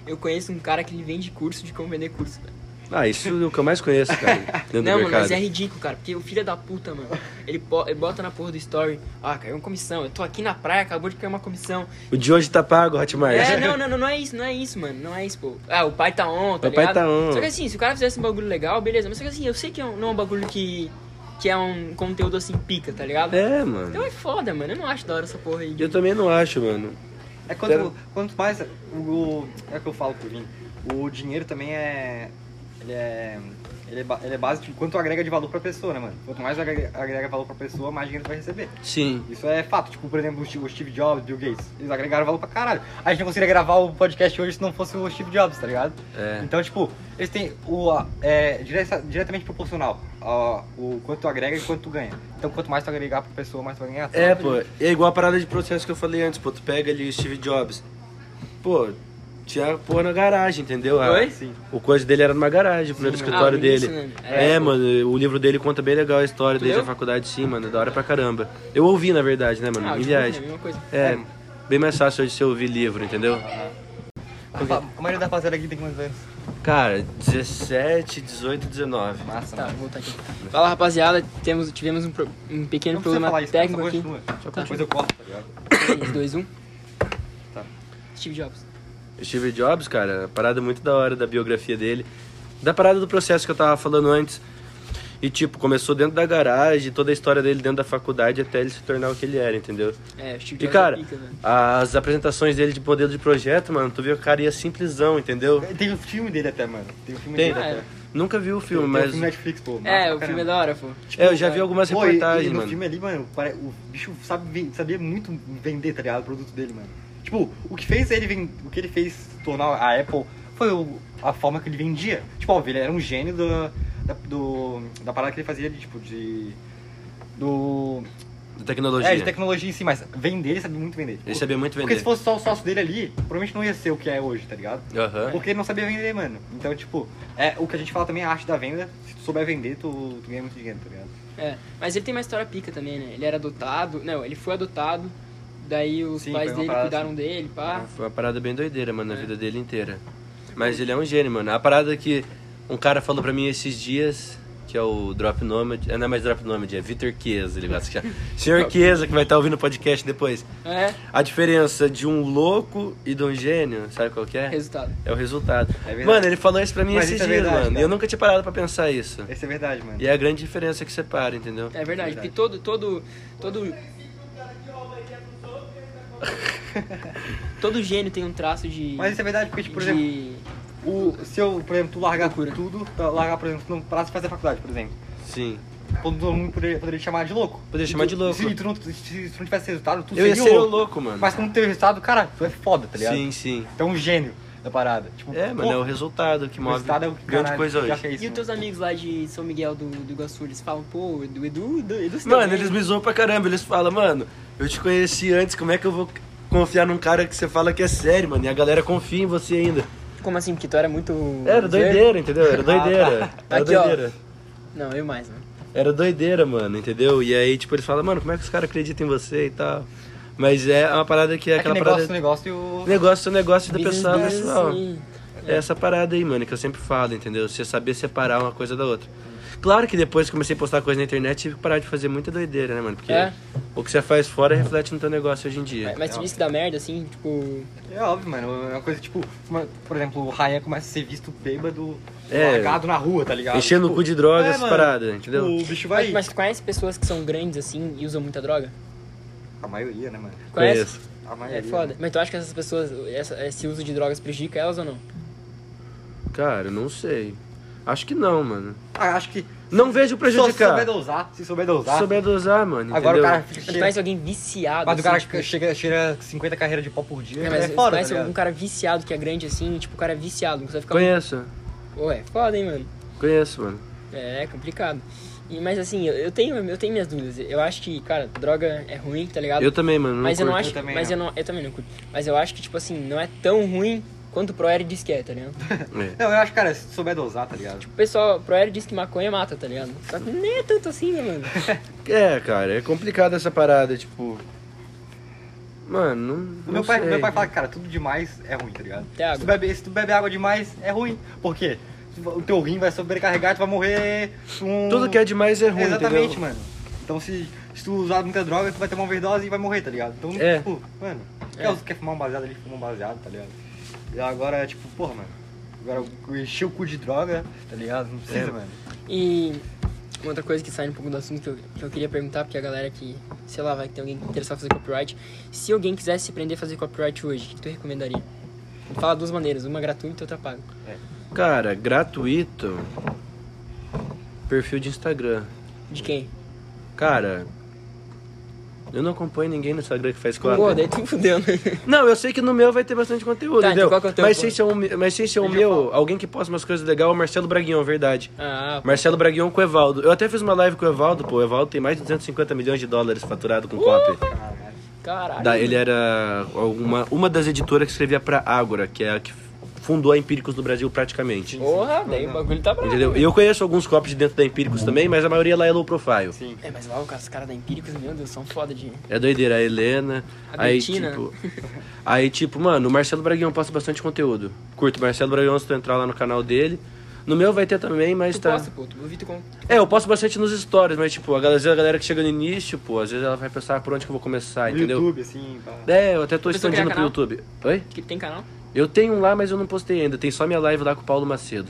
S1: Eu conheço um cara que ele vende curso de como vender curso, velho.
S2: Ah, isso é o que eu mais conheço, cara.
S1: Não,
S2: Dentro do
S1: mano,
S2: mercado.
S1: mas é ridículo, cara. Porque o filho da puta, mano, ele, po- ele bota na porra do story. Ah, caiu uma comissão. Eu tô aqui na praia, acabou de cair uma comissão.
S2: O de hoje tá pago, Hotmart.
S1: É, não, não, não, não é isso, não é isso, mano. Não é isso, pô. Ah, o pai tá on, tá
S2: O pai
S1: ligado?
S2: tá on.
S1: Só que assim, se o cara fizesse um bagulho legal, beleza. Mas só que assim, eu sei que é um- não é um bagulho que, que é um conteúdo assim, pica, tá ligado?
S2: É, mano.
S1: Então é foda, mano. Eu não acho da hora essa porra aí.
S2: Eu também não acho, mano.
S3: É quanto, quanto mais. O, o- é o que eu falo pro Vini. O dinheiro também é. Ele é. Ele é, ba- ele é base de quanto agrega de valor pra pessoa, né, mano? Quanto mais agrega, agrega valor pra pessoa, mais dinheiro tu vai receber.
S2: Sim.
S3: Isso é fato. Tipo, por exemplo, o Steve, o Steve Jobs, Bill Gates. Eles agregaram valor pra caralho. A gente não conseguiria gravar o podcast hoje se não fosse o Steve Jobs, tá ligado?
S2: É.
S3: Então, tipo, eles têm o. a- É direta- diretamente proporcional. Ó, o quanto tu agrega e quanto tu ganha. Então, quanto mais tu agregar pra pessoa, mais tu vai ganhar.
S2: É, pô, é igual a parada de processo que eu falei antes, pô, tu pega ali o Steve Jobs. Pô, tinha a porra na garagem, entendeu? A-
S1: Oi?
S3: Sim.
S2: O coisa dele era numa garagem, o primeiro
S1: Sim,
S2: escritório
S1: ah, o
S2: dele.
S1: início, né?
S2: É,
S1: É.
S2: mano, o livro dele conta bem legal a história
S1: Tu
S2: desde
S1: leu?
S2: a faculdade, sim, mano, é da hora pra caramba. Eu ouvi, na verdade, né, mano,
S1: Ah,
S2: em
S1: tipo, é a
S2: viagem.
S1: mesma coisa.
S2: É, bem mais fácil hoje você ouvir livro, entendeu?
S3: A, fa- a maioria da rapaziada aqui tem quantos anos?
S2: Cara, 17, 18, 19.
S3: Massa,
S1: Tá,
S3: mano.
S1: vou voltar aqui. Fala rapaziada, temos, tivemos um, pro- um pequeno
S3: Não precisa
S1: problema
S3: falar isso, cara, só
S1: técnico aqui.
S3: continua. Só
S1: Tá.
S3: Depois eu corto, tá ligado?
S1: 3, 2, 1.
S3: Tá.
S1: Steve Jobs.
S2: Steve Jobs, cara, a parada muito da hora da biografia dele. Da parada do processo que eu tava falando antes. E, tipo, começou dentro da garagem, toda a história dele dentro da faculdade até ele se tornar o que ele era, entendeu?
S1: É, Steve
S2: E,
S1: Jobs.
S2: cara,
S1: é pica,
S3: né?
S1: velho.
S2: as apresentações dele de modelo de projeto, mano, tu viu que o cara ia simplesão, entendeu?
S3: Tem o filme dele até, mano. Tem o filme
S2: Tem.
S3: dele até.
S1: Ah,
S2: Nunca vi o
S3: Tem
S2: filme,
S3: o
S2: mas.
S3: filme Netflix, pô.
S1: é, o filme é da hora, pô.
S2: É, eu já vi algumas
S3: Pô, e- e
S2: reportagens,
S3: no
S2: mano.
S3: filme ali, mano, pare- o bicho sabe, ven- sabia muito vender, tá ligado? O produto dele, mano. Tipo, o que fez ele ven- o que ele fez se tornar a Apple foi o- a forma que ele vendia. Tipo, óbvio, ele era um gênio do, da, do- da parada que ele fazia ali, tipo, de. Do.
S2: Da tecnologia.
S3: É, de tecnologia em si, mas vender, ele sabia muito vender. tipo,
S2: Ele sabia muito
S3: Porque se
S2: vender.
S3: fosse só o sócio dele ali, provavelmente não ia ser o que é hoje, tá ligado?
S2: Aham.
S3: Porque ele não sabia vender, mano. Então, tipo, é o que a gente fala também, a arte da venda. Se tu souber vender, tu, tu ganha muito dinheiro, tá ligado?
S1: É, mas ele tem uma história pica também, né? Ele era adotado, não, ele foi adotado, daí os
S3: Sim,
S1: pais
S3: foi uma
S1: dele
S3: parada
S1: cuidaram
S3: assim.
S1: dele, pá.
S2: Foi uma parada bem doideira, mano, na
S1: É.
S2: vida dele inteira. Mas ele é um gênio, mano. A parada que um cara falou pra mim esses dias, que é o Drop Nomad. é, Não é mais Drop Nomad, é Vitor Chiesa, ele gosta de chamar. Senhor Chiesa, que vai estar ouvindo o podcast depois.
S1: É,
S2: A diferença de um louco e de um gênio, sabe qual que é?
S1: resultado.
S2: É o resultado.
S3: É verdade.
S2: mano, ele falou isso pra mim
S3: Mas
S2: esses
S3: isso é
S2: dias,
S3: verdade,
S2: mano. E
S3: cara.
S2: eu nunca tinha parado pra pensar isso.
S3: Essa é verdade, mano.
S2: E é a grande diferença que separa, entendeu?
S1: É verdade,
S3: Verdade.
S1: porque todo, todo, todo... todo gênio tem um traço de...
S3: Mas isso é verdade, porque, tipo, por
S1: de-
S3: exemplo, o, se eu, por exemplo, tu largar
S1: Loucura.
S3: tudo, tu largar, por exemplo, tu não parasse de fazer faculdade, por exemplo,
S2: Sim.
S3: todo mundo poderia, poderia te chamar de louco.
S2: Poderia
S3: E
S2: chamar
S3: tu-
S2: de louco.
S3: Se tu, não, se- se tu não tivesse resultado, tu
S2: Eu ia
S3: seria
S2: ser o
S3: o louco.
S2: louco, mano.
S3: Mas quando tem resultado, cara, tu é foda, tá ligado?
S2: Sim, sim.
S3: Tu é um gênio da parada. Tipo,
S2: É, mano,
S3: pô,
S2: é o resultado que
S3: o
S2: move
S3: resultado é o que
S2: grande
S3: caralho,
S2: coisa
S3: já
S2: hoje.
S3: fez,
S1: E os
S3: né?
S1: teus amigos lá de São Miguel do, do Iguaçu, eles falam, pô, Edu, Edu, Edu, Edu se deu
S2: Mano,
S1: bem.
S2: eles me zoam pra caramba. Eles falam, mano, eu te conheci antes, como é que eu vou confiar num cara que você fala que é sério, mano? E a galera confia em você ainda. Ah,
S1: Como assim? Porque tu era muito...
S2: Era doideira, entendeu? Era doideira. Era
S1: Aqui, ó.
S2: doideira.
S1: Não, eu mais, né? mano.
S2: Era doideira, mano, entendeu? E aí, tipo, eles falam, mano, como é que os caras acreditam em você e tal. Mas é uma parada que é,
S3: É que
S2: aquela
S3: negócio, né?
S2: parada.
S3: negócio...
S2: Negócio, negócio da pessoa
S1: Business,
S2: pessoal.
S1: assim.
S2: É essa parada aí, mano, que eu sempre falo, entendeu? Você saber separar uma coisa da outra. Claro que depois que comecei a postar coisa na internet, tive que parar de fazer muita doideira, né, mano? Porque
S1: É.
S2: o que você faz fora reflete no teu negócio hoje em dia.
S1: Mas- Mas tu disse que dá merda, assim, tipo...
S3: É óbvio, mano. É uma coisa, tipo, uma- por exemplo, o Ryan começa a ser visto bêbado,
S2: É.
S3: largado na rua, tá ligado?
S2: Enchendo o
S3: Tipo,
S2: cu de droga,
S3: é,
S2: essa
S3: mano, tipo,
S2: parada, entendeu?
S3: O bicho vai...
S1: Mas, mas tu conhece pessoas que são grandes assim e usam muita droga?
S3: A maioria, né, mano?
S1: Conhece?
S2: Conheço.
S3: A maioria. né?
S1: É foda. Mas tu acha que essas pessoas, essa- esse uso de drogas prejudica elas ou não?
S2: Cara, eu não sei. Acho que não, mano.
S3: Ah, acho que...
S2: Não vejo
S3: Se souber
S2: prejudicar.
S3: dosar, se souber dosar...
S2: Se souber dosar, mano,
S3: Tá. Agora
S2: entendeu?
S3: o cara
S1: Tu
S3: fica
S1: conhece alguém viciado?
S3: Mas o
S1: assim,
S3: cara
S1: tipo,
S3: que chega, cheira 50 carreiras de pó por dia,
S1: não, mas
S3: é
S1: tu
S3: foda, tá
S1: conhece
S3: ligado?
S1: um cara viciado que é grande assim, tipo, o cara é viciado, você vai ficar.
S2: Conheço,
S1: Pô, é foda, hein, mano?
S2: conheço, mano.
S1: É, é complicado. E, mas assim, eu, eu tenho, eu tenho minhas dúvidas. Eu acho que, cara, droga é ruim, tá ligado?
S2: Eu também, mano. Não
S1: mas eu não
S2: curto.
S1: acho.
S3: Eu também
S1: mas eu não. Eu também não curto. Mas eu acho que, tipo assim, não é tão ruim quanto o ProR diz que é, tá ligado?
S2: É.
S3: Não, eu acho, cara, se souber dosar, tá ligado?
S1: O pessoal, o ProR diz que maconha mata, tá ligado? Só que nem é tanto assim, né, mano?
S2: É, cara, é complicado essa parada, tipo. Mano, não.
S3: O
S2: não
S3: meu, pai,
S2: sei.
S3: meu pai fala que, cara, tudo demais é ruim, tá ligado?
S1: Até água.
S3: Se tu, bebe, se tu bebe água demais, é ruim. Por quê? Tu- O teu rim vai sobrecarregar, tu vai morrer com...
S2: Tudo que é demais é ruim,
S3: Exatamente,
S2: entendeu?
S3: mano. Então se, se tu usar muita droga, tu vai ter uma overdose e vai morrer, tá ligado? Então,
S2: É.
S3: tipo, mano,
S1: É.
S3: quer, quer fumar um baseado ali, fuma um baseado, tá ligado? E agora, tipo, porra, mano. Agora eu enchi o cu de droga, tá ligado? Não precisa,
S2: É.
S3: mano.
S1: E uma outra coisa que sai um pouco do assunto que eu, que eu queria perguntar, porque a galera que, sei lá, vai que tem alguém que interessar em fazer copyright. Se alguém quisesse se prender a fazer copyright hoje, o que tu recomendaria? Fala duas maneiras, uma gratuita e outra paga.
S2: Cara, gratuito. Perfil de Instagram.
S1: De quem?
S2: Cara. Eu não acompanho ninguém no Instagram que faz
S1: Pô,
S2: cópia.
S1: daí tu fudeu, né?
S2: Não, eu sei que no meu vai ter bastante conteúdo,
S1: Tá, então
S2: entendeu?
S1: qual que é o teu
S2: mas,
S1: pô?
S2: sem ser o, me- mas sem ser o meu, alguém que posta umas coisas legais é o Marcelo Braguion, verdade.
S1: Ah,
S2: Marcelo Braguion com o Evaldo. Eu até fiz uma live com o Evaldo, pô. O Evaldo tem mais de 250 milhões de dólares faturado com cópia.
S3: Caralho.
S1: Caralho.
S2: Da, ele é era uma, uma das editoras que escrevia pra Ágora, que é a que fundou a Empíricos no Brasil praticamente.
S1: Porra, daí o bagulho tá bravo.
S2: Entendeu? E eu conheço alguns copos de dentro da Empíricos também, mas a maioria lá é low profile.
S3: Sim.
S1: É, mas lá os caras da Empíricos, meu Deus, são foda de.
S2: É doideira, a Helena.
S1: A
S2: aí,
S1: Betina.
S2: tipo. Aí, tipo, mano, o Marcelo Braguião posta bastante conteúdo. Curto o Marcelo Braguião se tu entrar lá no canal dele. No meu vai ter também, mas
S1: Tu
S2: tá.
S1: posta, pô, tu vi tu com.
S2: É, eu posto bastante nos stories, mas, tipo, a galera, a galera que chega no início, pô, às vezes ela vai pensar ah, por onde que eu vou começar,
S3: No
S2: entendeu?
S3: YouTube, assim, pá.
S2: É, eu até tô
S1: Pensou em criar
S2: expandindo pro YouTube. Oi?
S1: Que tem canal?
S2: Eu tenho um lá, mas eu não postei ainda. Tem só minha live lá com o Paulo Macedo.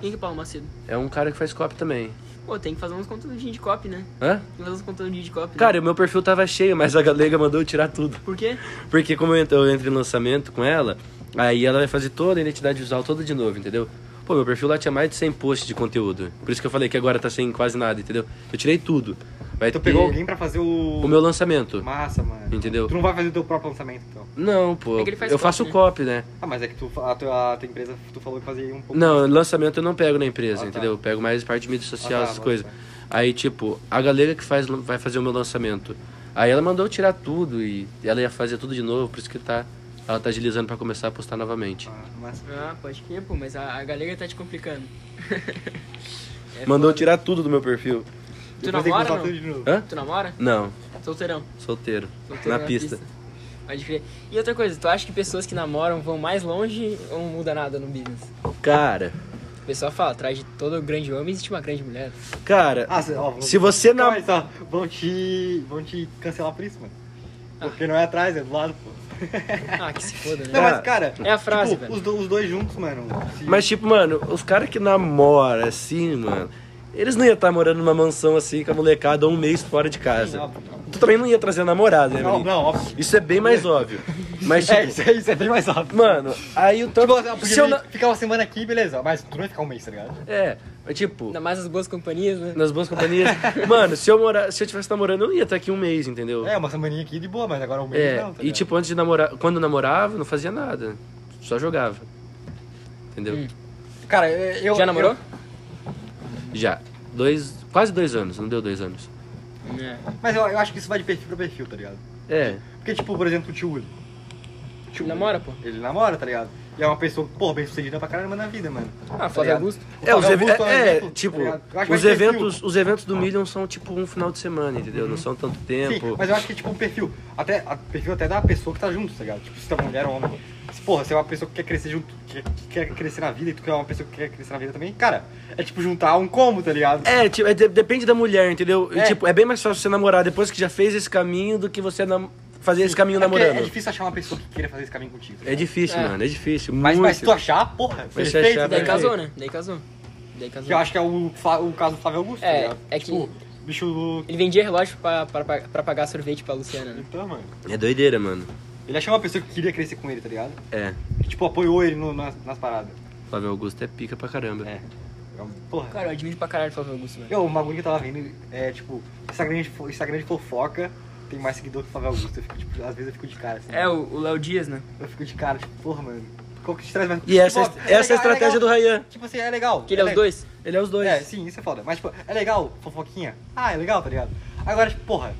S1: Quem que é o Paulo Macedo?
S2: É um cara que faz copy também.
S1: Pô, tem que fazer uns conteúdinhos de copy, né?
S2: Hã?
S1: Tem que fazer uns conteúdinhos de copy. né?
S2: Cara, o meu perfil tava cheio, mas a galega mandou eu tirar tudo.
S1: Por quê?
S2: Porque como eu entro, eu entro em lançamento com ela, aí ela vai fazer toda a identidade visual toda de novo, entendeu? Pô, meu perfil lá tinha mais de 100 posts de conteúdo. Por isso que eu falei que agora tá sem quase nada, entendeu? Eu tirei tudo. Vai
S3: Tu
S2: ter
S3: Então pegou alguém pra fazer o.
S2: o meu lançamento.
S3: Massa, mano.
S2: Entendeu?
S3: Tu não vai fazer o teu próprio lançamento, então.
S2: Não, pô.
S1: É que ele faz
S2: eu
S1: copy,
S2: faço
S1: né?
S2: copy, né?
S3: Ah, mas é que tu, a, tua, a tua empresa, tu falou que fazia um pouco.
S2: Não, lançamento eu não pego na empresa,
S3: Ah, tá.
S2: entendeu? Eu pego mais parte de mídia social,
S3: Ah, tá,
S2: essas
S3: bota
S2: coisas.
S3: fé.
S2: Aí, tipo, a galera que faz, vai fazer o meu lançamento. Aí ela mandou eu tirar tudo e ela ia fazer tudo de novo, por isso que tá, ela tá agilizando pra começar a postar novamente.
S3: Ah, massa.
S1: Ah, pode crer, pô, mas a, a galega tá te complicando. É
S2: mandou eu
S1: foda.
S2: tirar tudo do meu perfil.
S1: Tu
S3: Depois tem que
S1: namora,
S3: botar
S1: não?
S3: tudo de novo.
S2: Hã?
S1: Tu namora?
S2: Não,
S1: Solteirão.
S2: solteiro.
S1: Solteirão
S2: na pista.
S1: Pode crer. E outra coisa, tu acha que pessoas que namoram vão mais longe ou não muda nada no business?
S2: Cara,
S1: O pessoal fala, atrás de todo grande homem existe uma grande mulher.
S2: cara,
S3: Ah, cê- ó, vamos-
S2: se você
S3: Não,
S2: não.
S3: mas ó, vão te. vão te cancelar por isso, mano. Porque não é atrás, é do lado, pô.
S1: Ah, que se foda,
S3: Não,
S1: né?
S3: mas cara.
S1: É a frase,
S3: tipo,
S1: velho.
S3: Os, do- os dois juntos, mano. se-
S2: Mas, tipo, mano, os caras que namoram assim, mano, eles não iam estar morando numa mansão assim com a molecada um mês fora de casa.
S3: Não, não,
S2: Tu também não ia trazer namorada, né,
S3: não,
S2: Monique?
S3: não, óbvio.
S2: Isso é bem mais óbvio. Mas,
S3: É,
S2: tipo,
S3: isso é, isso é bem mais óbvio.
S2: mano, aí o
S3: Tipo,
S2: tanto.
S3: ah, porque
S2: se eu
S3: ele
S2: na-
S3: ficar uma semana aqui, beleza. Mas tu não vai ficar um mês, tá ligado?
S2: É, mas, tipo,
S1: Ainda mais as boas companhias, né?
S2: nas boas companhias. mano, se eu morar, se eu tivesse namorando, eu não ia estar aqui um mês, entendeu?
S3: É, uma semaninha aqui de boa, mas agora um mês
S2: É,
S3: não, tá
S2: e
S3: ligado?
S2: tipo, antes de namorar, quando namorava, não fazia nada. Só jogava. Entendeu?
S1: Hum.
S3: Cara, eu. eu-
S1: Já namorou?
S2: Já. Dois. Quase dois anos, não deu dois anos.
S1: É.
S3: eu- mas eu, eu acho que isso vai de perfil pra perfil, tá ligado?
S2: É.
S3: Porque, tipo, por exemplo, o tio Uli. O tio Uli,
S1: Namora, pô.
S3: Ele namora, tá ligado? E é uma pessoa, pô, bem sucedida pra caramba na vida, mano.
S1: Ah,
S3: Tá
S1: Flávio
S3: ligado?
S1: Augusto.
S3: O
S2: É, os
S3: Fábio
S2: eventos.
S3: Augusto um
S2: É,
S3: exemplo,
S2: tipo,
S3: tá ligado? Eu acho que
S2: os
S3: vai de perfil.
S2: eventos, os eventos do Million são tipo um final de semana, entendeu? Não são tanto tempo.
S3: Uhum. Sim, mas eu acho que tipo um perfil, até a- perfil até da pessoa que tá junto, tá ligado? Tipo, se tu é mulher ou homem. Se, porra, se é uma pessoa que quer crescer junto, que, que quer crescer na vida e tu quer uma pessoa que quer crescer na vida também, cara, é tipo juntar um combo, tá ligado?
S2: É, tipo, é de- depende da mulher, entendeu? E,
S3: É.
S2: Tipo, é bem mais fácil você namorar depois que já fez esse caminho do que você nam- fazer esse caminho
S3: porque
S2: namorando.
S3: É difícil achar uma pessoa que queira fazer esse caminho contigo.
S2: É
S3: tá ligado?
S2: difícil,
S1: É.
S2: mano, é difícil.
S3: Mas,
S2: muito.
S3: mas se tu achar, porra,
S2: Mas se
S3: perfeito,
S2: achar,
S3: tá
S1: Daí
S2: vai.
S3: ligado?
S1: casou, né? Daí casou. Daí casou.
S3: Que eu acho que é o, Flá- o caso do Flávio Augusto, tá
S1: É,
S3: ligado?
S1: é que-
S3: Tipo, bicho.
S1: Ele vendia relógio pra, pra, pra pagar sorvete pra Luciana, né?
S3: Então, mano.
S2: É doideira, mano.
S3: Ele achou uma pessoa que queria crescer com ele, tá ligado?
S2: É.
S3: Que, tipo, apoiou ele no- nas, nas paradas.
S2: Flávio Augusto é pica pra caramba.
S3: É. Porra.
S1: Cara, eu admiro pra caralho o Flávio Augusto, velho.
S3: Eu, um bagulho que eu tava vendo é, tipo, Instagram de, fo- Instagram de fofoca tem mais seguidor que o Flávio Augusto. Eu fico, tipo, às vezes eu fico de cara, assim.
S1: É, o o Léo Dias, né?
S3: Eu fico de cara, tipo, porra, mano, qual que te traz mais...
S2: E essa,
S3: Tipo,
S2: essa
S3: ó,
S2: é a
S3: legal,
S2: estratégia do
S3: legal.
S2: Ryan.
S3: Tipo assim, é legal.
S1: Que ele é os
S3: legal.
S1: dois.
S2: Ele é os dois.
S3: É, sim, isso é foda. Mas, tipo, é legal, fofoquinha. Ah, é legal, tá ligado? Agora, tipo, porra,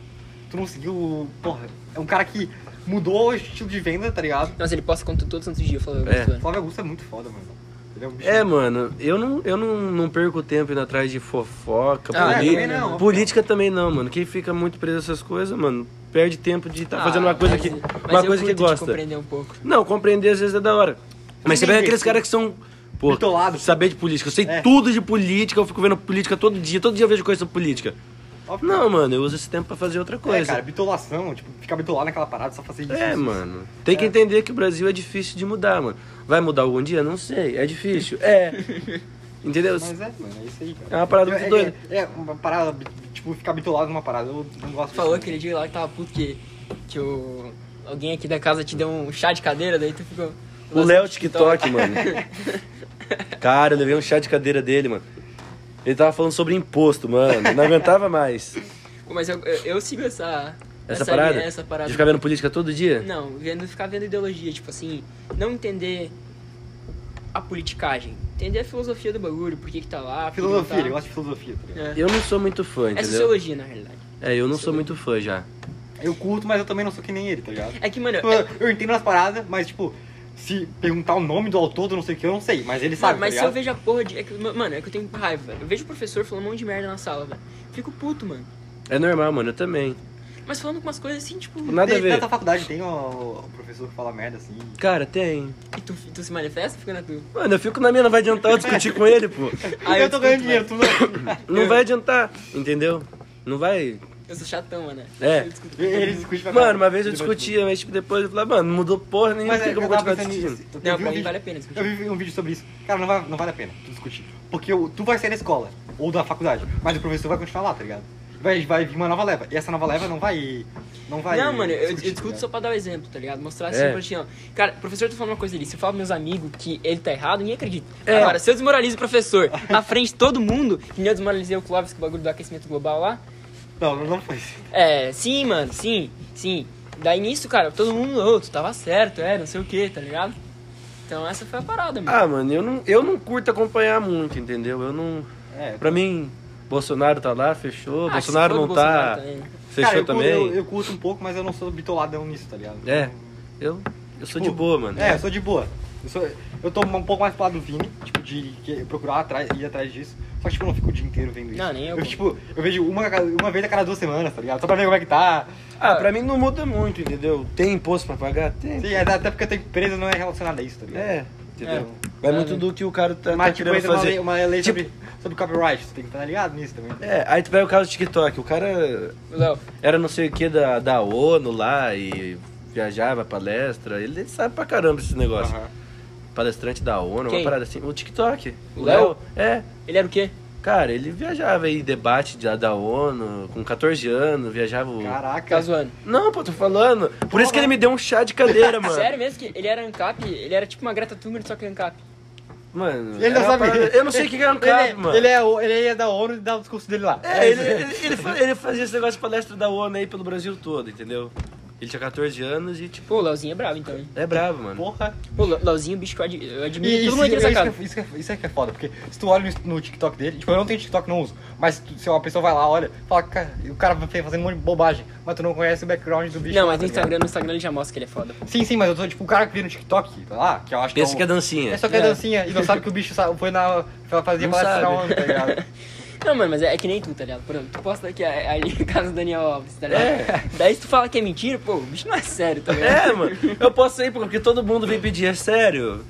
S3: tu não seguiu, porra, é um cara que mudou o estilo de venda, tá ligado?
S1: Nossa, ele posta conteúdo todo santo dia, o Flávio Augusto,
S2: É.
S1: velho.
S3: Flávio Augusto é muito foda, mano. Ele é um bicho...
S2: É, mano, eu não, eu não, não perco tempo indo atrás de fofoca,
S1: Ah,
S2: poli-
S1: também
S3: não.
S2: política também não, mano. Quem fica muito preso a essas coisas, mano, perde tempo de estar
S1: Ah,
S2: Tá fazendo uma coisa
S1: mas-
S2: que,
S1: mas
S2: uma
S1: eu
S2: coisa que
S1: curto de
S2: gosta.
S1: compreender um pouco.
S2: Não, compreender às vezes é da hora. Mas você vê aqueles caras que são. Pô,
S3: Bitolado.
S2: saber de política. Eu sei
S3: É.
S2: tudo de política, eu fico vendo política todo dia, todo dia eu vejo coisa sobre política.
S3: Óbvio.
S2: Não, mano, eu uso esse tempo pra fazer outra coisa.
S3: É, cara, bitolação, tipo, ficar bitolado naquela parada, só fazer isso.
S2: É,
S3: isso, isso.
S2: mano. Tem que entender que o Brasil é difícil de mudar, mano. Vai mudar algum dia? Não sei. É difícil. É. Entendeu?
S3: Mas é, mano, é isso aí, cara.
S2: É uma parada
S3: Eu-
S2: muito
S3: é-
S2: doida.
S3: É, é uma parada, bi- tipo, ficar bitolado numa parada, eu não gosto disso,
S1: Falou
S3: não.
S1: aquele dia lá que tava puto que, que o, alguém aqui da casa te deu um chá de cadeira, daí tu ficou.
S2: O Léo TikTok, mano. Cara, eu levei um chá de cadeira dele, mano. Ele tava falando sobre imposto, mano. Não aguentava mais.
S1: Pô, Mas eu, eu, eu sigo essa.
S2: Essa, parada?
S3: é
S1: Essa parada.
S2: De ficar vendo política todo dia?
S1: Não, vendo, ficar vendo ideologia, tipo assim, não entender a politicagem, entender a filosofia do bagulho, por que que tá lá,
S3: A
S1: por que não
S3: filosofia, eu
S1: tá.
S3: gosto de filosofia, tá ligado?
S1: É.
S2: Eu não sou muito fã,
S1: É
S2: entendeu?
S1: sociologia, na realidade.
S2: É, eu não sou muito fã já.
S3: Eu curto, mas eu também não sou que nem ele, tá ligado?
S1: É que, mano,
S3: Tipo,
S1: é-
S3: Eu, eu entendo as paradas, mas tipo, se perguntar o nome do autor do não sei o que, eu não sei, mas ele sabe,
S1: Mano, mas
S3: tá
S1: se eu
S3: ligado?
S1: vejo a porra de. É que, ma- mano, é que eu tenho raiva, velho. Eu vejo o professor falando um monte de merda na sala, velho. Fico puto, mano.
S2: É normal, mano, eu também.
S1: Mas falando com umas coisas assim, tipo.
S2: Nada a
S3: Tem-
S2: ver.
S3: Na tua faculdade tem o, o professor que fala merda assim.
S2: Cara, tem.
S1: E tu, tu se manifesta? Fica na tua.
S2: Mano, eu fico na minha, não vai adiantar eu discutir com ele, pô.
S1: Ah, eu
S3: eu tô
S1: discuto,
S3: ganhando dinheiro, tu não.
S2: Não vai adiantar, entendeu? Não vai.
S1: Eu sou chatão, mano.
S2: É.
S1: Eu discuto com todo
S3: ele
S1: mundo.
S3: discute pra
S2: Mano,
S3: caralho.
S2: uma vez eu
S3: Ele vai
S2: discutia, mas tipo, depois eu falava, mano, não mudou porra nenhuma,
S3: Mas
S2: por que
S3: é,
S2: que eu
S3: eu
S2: vou
S3: tava
S2: continuar
S3: pensando
S2: discutindo?
S3: nisso. Eu
S1: Não, pra
S3: vi
S1: mim
S3: um vídeo-
S1: vale a pena
S3: Eu
S1: discutir.
S3: vi um vídeo sobre isso. Cara, não, vai, não vale a pena tu discutir. Porque o- tu vai sair da escola ou da faculdade, mas o professor vai continuar lá, tá ligado? Vai, vai vir uma nova leva. E essa nova leva não vai. Não vai.
S1: Não, mano, eu, eu
S3: discutir,
S1: discuto
S3: tá
S1: só pra dar o exemplo, tá ligado? Mostrar assim
S2: É.
S1: pra ti, ó. Cara, o professor tá falando uma coisa ali. Se eu falo pros meus amigos que ele tá errado, ninguém acredita.
S2: É.
S1: Agora, se eu desmoralizo o professor na frente de todo mundo, que nem eu desmoralizei o Clóvis com o bagulho do aquecimento global lá,
S3: ligado? Não, não foi isso.
S1: É, sim, mano, sim, sim. Daí nisso, cara, todo mundo, ô, tu tava certo, é, não sei o que, tá ligado? Então essa foi a parada, mano.
S2: Ah, mano, eu não, eu não curto acompanhar muito, entendeu? Eu não.
S3: É.
S2: Pra mim, Bolsonaro tá lá, fechou.
S1: Ah,
S2: Bolsonaro
S1: se
S2: não
S1: for do
S2: tá.
S1: Bolsonaro também. né?
S2: Fechou
S3: Cara, eu, curto-
S2: também.
S3: Eu, eu curto um pouco, mas eu não sou bitoladão nisso, tá ligado?
S2: É. Eu, eu sou de
S3: Tipo,
S2: boa, mano.
S3: É, eu sou de boa. Eu, sou, eu tô um pouco mais pro lado do Vini, tipo, de que- procurar atrás, ir atrás disso. Só que, tipo, eu não fico o dia inteiro vendo isso.
S1: Não, nem eu, pô.
S3: Eu, tipo, eu vejo uma, a cada- uma vez a cada duas semanas, tá ligado? Só pra ver como é que tá.
S2: Ah, pra mim não muda muito, entendeu? Tem imposto pra pagar? Tem.
S3: Sim, é, até porque eu tenho empresa não é relacionada a isso, tá ligado?
S2: É, entendeu?
S1: É.
S2: É, muito do que o cara tá, tá
S3: Mas, tipo,
S2: querendo
S3: entra uma
S2: fazer.
S3: lei, uma lei
S2: Tipo-
S3: sobre, sobre copyright, você tem que estar ligado nisso também.
S2: É, aí tu pega o caso do TikTok. O cara
S1: Léo,
S2: era não sei o que da, da ONU lá e viajava palestra. Ele sabe pra caramba esse negócio.
S3: Aham.
S2: Palestrante da ONU,
S1: Quem?
S2: uma parada assim. O TikTok.
S1: O Léo?
S2: É.
S1: ele era o quê?
S2: Cara, ele viajava aí, debate da, da ONU, com 14 anos, viajava. o-
S3: Uhum. Caraca.
S1: Tá zoando.
S2: Não, pô, tô falando. Por isso que ele me deu um chá de cadeira, mano.
S1: é Sério mesmo que ele era ANCAP, ele era tipo uma Greta Thunberg, só que ANCAP.
S2: Mano,
S3: Ele
S2: era
S3: não
S2: É uma
S3: sabe.
S2: parada- Eu não sei o que era um
S3: Ele,
S2: cara,
S3: é-
S2: mano.
S3: ele, é, o- ele é da ONU e dá o discurso dele lá.
S2: É, ele, ele, ele fa- ele fazia esse negócio de palestra da ONU aí pelo Brasil todo, entendeu? Ele tinha 14 anos e, tipo,
S1: Pô, o Leozinho é bravo então, hein?
S2: é bravo, mano.
S3: Porra.
S1: Pô, o Le- Leozinho, bicho que eu ad- eu admiro.
S3: E
S1: todo
S3: isso,
S1: mundo aqui
S3: isso,
S1: nessa
S3: que-
S1: casa.
S3: isso, que é- isso é que é foda, porque se tu olha no, no TikTok dele, tipo, eu não tenho TikTok, não uso, mas tu- se uma pessoa vai lá, olha, fala, cara, e o cara vai fazendo um monte de bobagem, mas tu não conhece o background do bicho.
S1: Não,
S3: lá,
S1: mas no
S3: tá ligado?
S1: Instagram, no Instagram ele já mostra que ele é foda.
S3: Sim, sim, mas eu tô, tipo, o cara que vira no TikTok, tá lá, que eu acho
S2: Pensa
S3: que
S2: que
S3: é
S2: é
S3: um-
S2: dancinha.
S3: É só que é
S1: É.
S3: dancinha, e não sabe que o bicho sa- foi na. fazia
S2: Não
S3: palestra na
S2: sabe.
S3: ONU, tá ligado?
S1: Não, mano, mas é, é que nem tu, tá ligado? Por exemplo, tu posta aqui a- ali a casa do Daniel Alves, tá ligado? Daí se tu fala que é mentira, pô, o bicho não é sério, tá ligado?
S2: É, mano. Eu posso ir porque todo mundo vem pedir, é sério.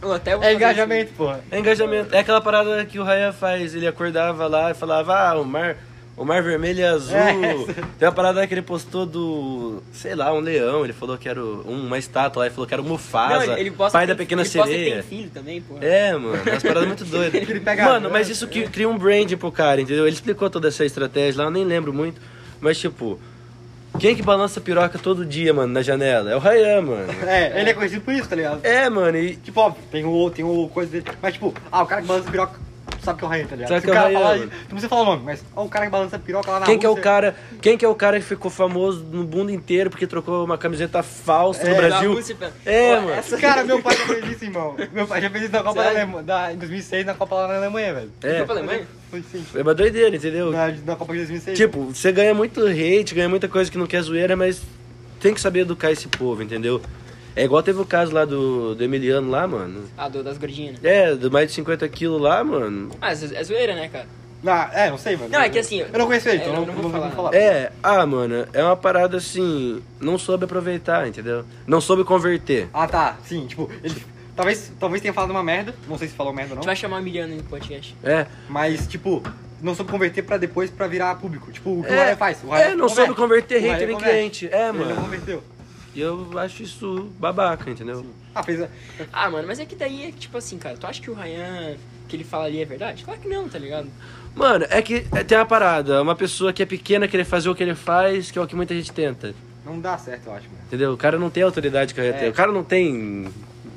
S1: Eu até vou
S3: É
S1: fazer
S3: engajamento, porra.
S2: É engajamento. É aquela parada que o Raya faz. Ele acordava lá e falava, ah, o mar, o mar vermelho é azul.
S3: É.
S2: Tem uma parada que ele postou do, sei lá, um leão. Ele falou que era o- um, uma estátua lá. Ele falou que era o Mufasa,
S1: Não, ele- ele posta
S2: pai
S1: que
S2: da
S1: tem-
S2: pequena
S1: ele posta que
S2: sereia.
S1: tem filho também, porra.
S2: É, mano, umas paradas muito doidas.
S3: Ele pega
S2: mano,
S3: a
S2: mas
S3: dança,
S2: isso
S1: é.
S2: que cria um brand pro cara, entendeu? Ele explicou toda essa estratégia lá, eu nem lembro muito. Mas, tipo, quem que balança a piroca todo dia, mano, na janela? É o Rayan, mano.
S3: É, ele é conhecido por isso, tá ligado?
S2: É, mano, e.
S3: Tipo, óbvio, tem o, tem o coisa dele. Mas tipo, ah, o cara que balança a piroca sabe que é o Ryan, tá ligado?
S2: Sabe
S3: Se
S2: que
S3: o
S2: é o
S3: cara
S2: Ryan,
S3: falar,
S2: mano.
S3: não precisa falar o nome, mas ó, o cara que balança a piroca lá na
S2: Quem que é o
S3: Rússia-
S2: cara? Quem que é o cara que ficou famoso no mundo inteiro porque trocou uma camiseta falsa no
S1: Da
S2: Brasil?
S1: Rússia, pera-
S2: É,
S1: Pô,
S2: mano.
S1: essa-
S3: Cara, meu pai já fez isso, irmão. Meu pai já fez isso na Copa da
S1: Sério?
S3: Alemanha, da, em 2006, na Copa lá na Alemanha, velho.
S2: É,
S1: Foi pra Alemanha?
S3: Foi sim.
S2: é uma doideira, entendeu?
S3: Na, na Copa de 2006.
S2: Tipo, você ganha muito hate, ganha muita coisa que não quer zoeira, mas tem que saber educar esse povo, entendeu? É igual teve o caso lá do, do Emiliano lá, mano.
S1: Ah, do, das gordinhas, né?
S2: É, do mais de 50 quilos lá, mano.
S1: Ah, é é zoeira, né, cara?
S3: Na- é, não sei, mano.
S1: Não, é que assim,
S3: Eu não conheço ele,
S1: é,
S3: então
S1: eu
S3: não,
S1: não
S3: não,
S1: vou
S3: vou
S1: falar.
S3: falar.
S2: É, ah, mano, é uma parada assim, não soube aproveitar, entendeu? Não soube converter.
S3: Ah, tá. Sim, tipo, ele. Talvez, talvez tenha falado uma merda. Não sei se falou
S1: A
S3: merda ou
S1: gente
S3: não.
S1: vai chamar o Emiliano no podcast.
S2: É,
S3: Mas, tipo, não soube converter pra depois pra virar público. Tipo, o que o
S2: É,
S3: Ryan faz. O Ryan
S2: é, não
S3: converte.
S2: soube converter
S3: O Ryan
S2: hater em
S3: converte.
S2: cliente. É,
S3: Ele não
S2: mano.
S3: converteu.
S2: E eu acho isso babaca, entendeu?
S3: Ah, fez. a-
S1: Ah, mano, mas é que daí é que, tipo assim, cara, tu acha que o Ryan, que ele fala ali é verdade? Claro que não, tá ligado?
S2: Mano, é que é, tem uma parada, uma pessoa que é pequena querer fazer o que ele faz, que é o que muita gente tenta.
S3: Não dá certo, eu acho, mano.
S2: Entendeu? O cara não tem autoridade que o Ryan
S3: É.
S2: tem. O cara não tem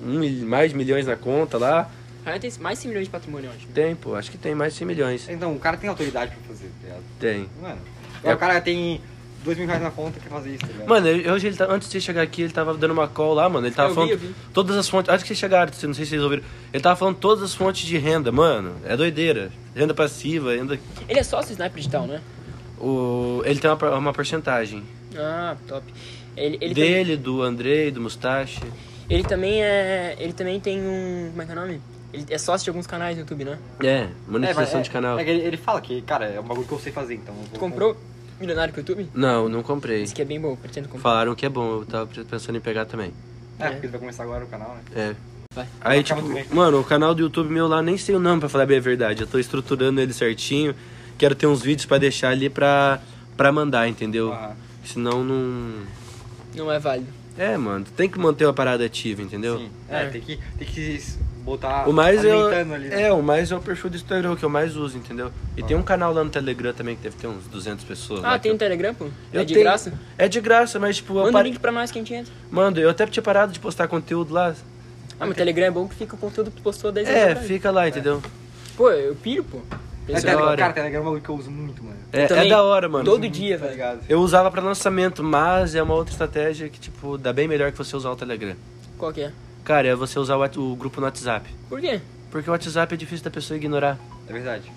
S2: um, mil- mais milhões na conta lá.
S1: O Ryan tem mais 100 milhões de patrimônio, eu acho. né?
S2: Tem, pô, acho que tem mais de 100 milhões.
S3: Então, o cara tem autoridade pra fazer, tá ligado?
S2: Tem.
S3: Mano.
S2: É.
S3: O cara tem dois mil reais na conta quer fazer isso, tá ligado?
S2: Mano, eu- hoje ele tá, antes de chegar aqui, ele tava dando uma call lá, mano. Ele tava
S1: Eu vi,
S2: falando
S1: eu vi.
S2: todas as fontes. Acho que vocês chegaram, não sei se vocês ouviram. Ele tava falando todas as fontes de renda, mano. É doideira. Renda passiva, renda.
S1: Ele é sócio do Sniper Digital, né?
S2: O, ele tem uma, par- uma porcentagem.
S1: Ah, top. Ele, ele, também,
S2: Dele, do Andrei, do Mustache.
S1: ele também é. Ele também tem um. Como é que é o nome? Ele é sócio de alguns canais no YouTube, né?
S2: É,
S3: É, mas
S2: monetização
S3: é-
S2: de canal.
S3: é que ele, ele fala que, cara, é um bagulho que eu sei fazer, então. eu vou-
S1: Tu comprou milionário com o YouTube?
S2: Não, não comprei.
S1: Esse que é bem bom, pretendo comprar.
S2: Falaram que é bom, eu tava pensando em pegar também.
S3: É, porque ele vai começar agora o canal, né?
S2: É.
S1: Vai.
S2: Aí,
S3: Vai ficar
S2: tipo,
S3: muito grande.
S2: mano, o canal do YouTube meu lá, nem sei o nome pra falar bem a verdade. Eu tô estruturando ele certinho. Quero ter uns vídeos pra deixar ali pra, pra mandar, entendeu?
S3: Aham.
S2: Senão não.
S1: Não é válido.
S2: É, mano, tu tem que manter a parada ativa, entendeu?
S3: Sim. É,
S1: É.
S3: Tem, que, tem que se botar
S2: O mais eu,
S3: alimentando ali. né?
S2: é, o mais é o perfil do Instagram que eu mais uso, entendeu? E tem um canal lá no Telegram também que deve ter uns 200 pessoas lá.
S1: Ah, tem
S2: que
S1: no Telegram, pô?
S2: eu,
S1: é de
S2: tenho-
S1: graça?
S2: É de graça, mas tipo, eu
S1: Manda o
S2: pare-
S1: link pra nós que a gente entra.
S2: mando, eu até tinha parado de postar conteúdo lá.
S1: Ah, mas o Telegram é bom que fica o conteúdo que tu postou 10 anos
S2: É,
S1: atrás.
S2: fica lá, entendeu?
S1: Pô, eu piro, pô.
S3: É,
S2: Isso é
S3: Telegram,
S2: da hora.
S3: cara, Telegram é um bagulho que eu uso muito, mano.
S2: É, é
S1: também,
S2: da hora, mano.
S1: Todo dia,
S3: Tá
S1: velho.
S3: ligado?
S2: Eu usava pra lançamento, mas é uma outra estratégia que, tipo, dá bem melhor que você usar o Telegram.
S1: Qual que é?
S2: Cara, é você usar o, Whats- o grupo no WhatsApp.
S1: Por quê?
S2: Porque o WhatsApp é difícil da pessoa ignorar.
S3: É verdade.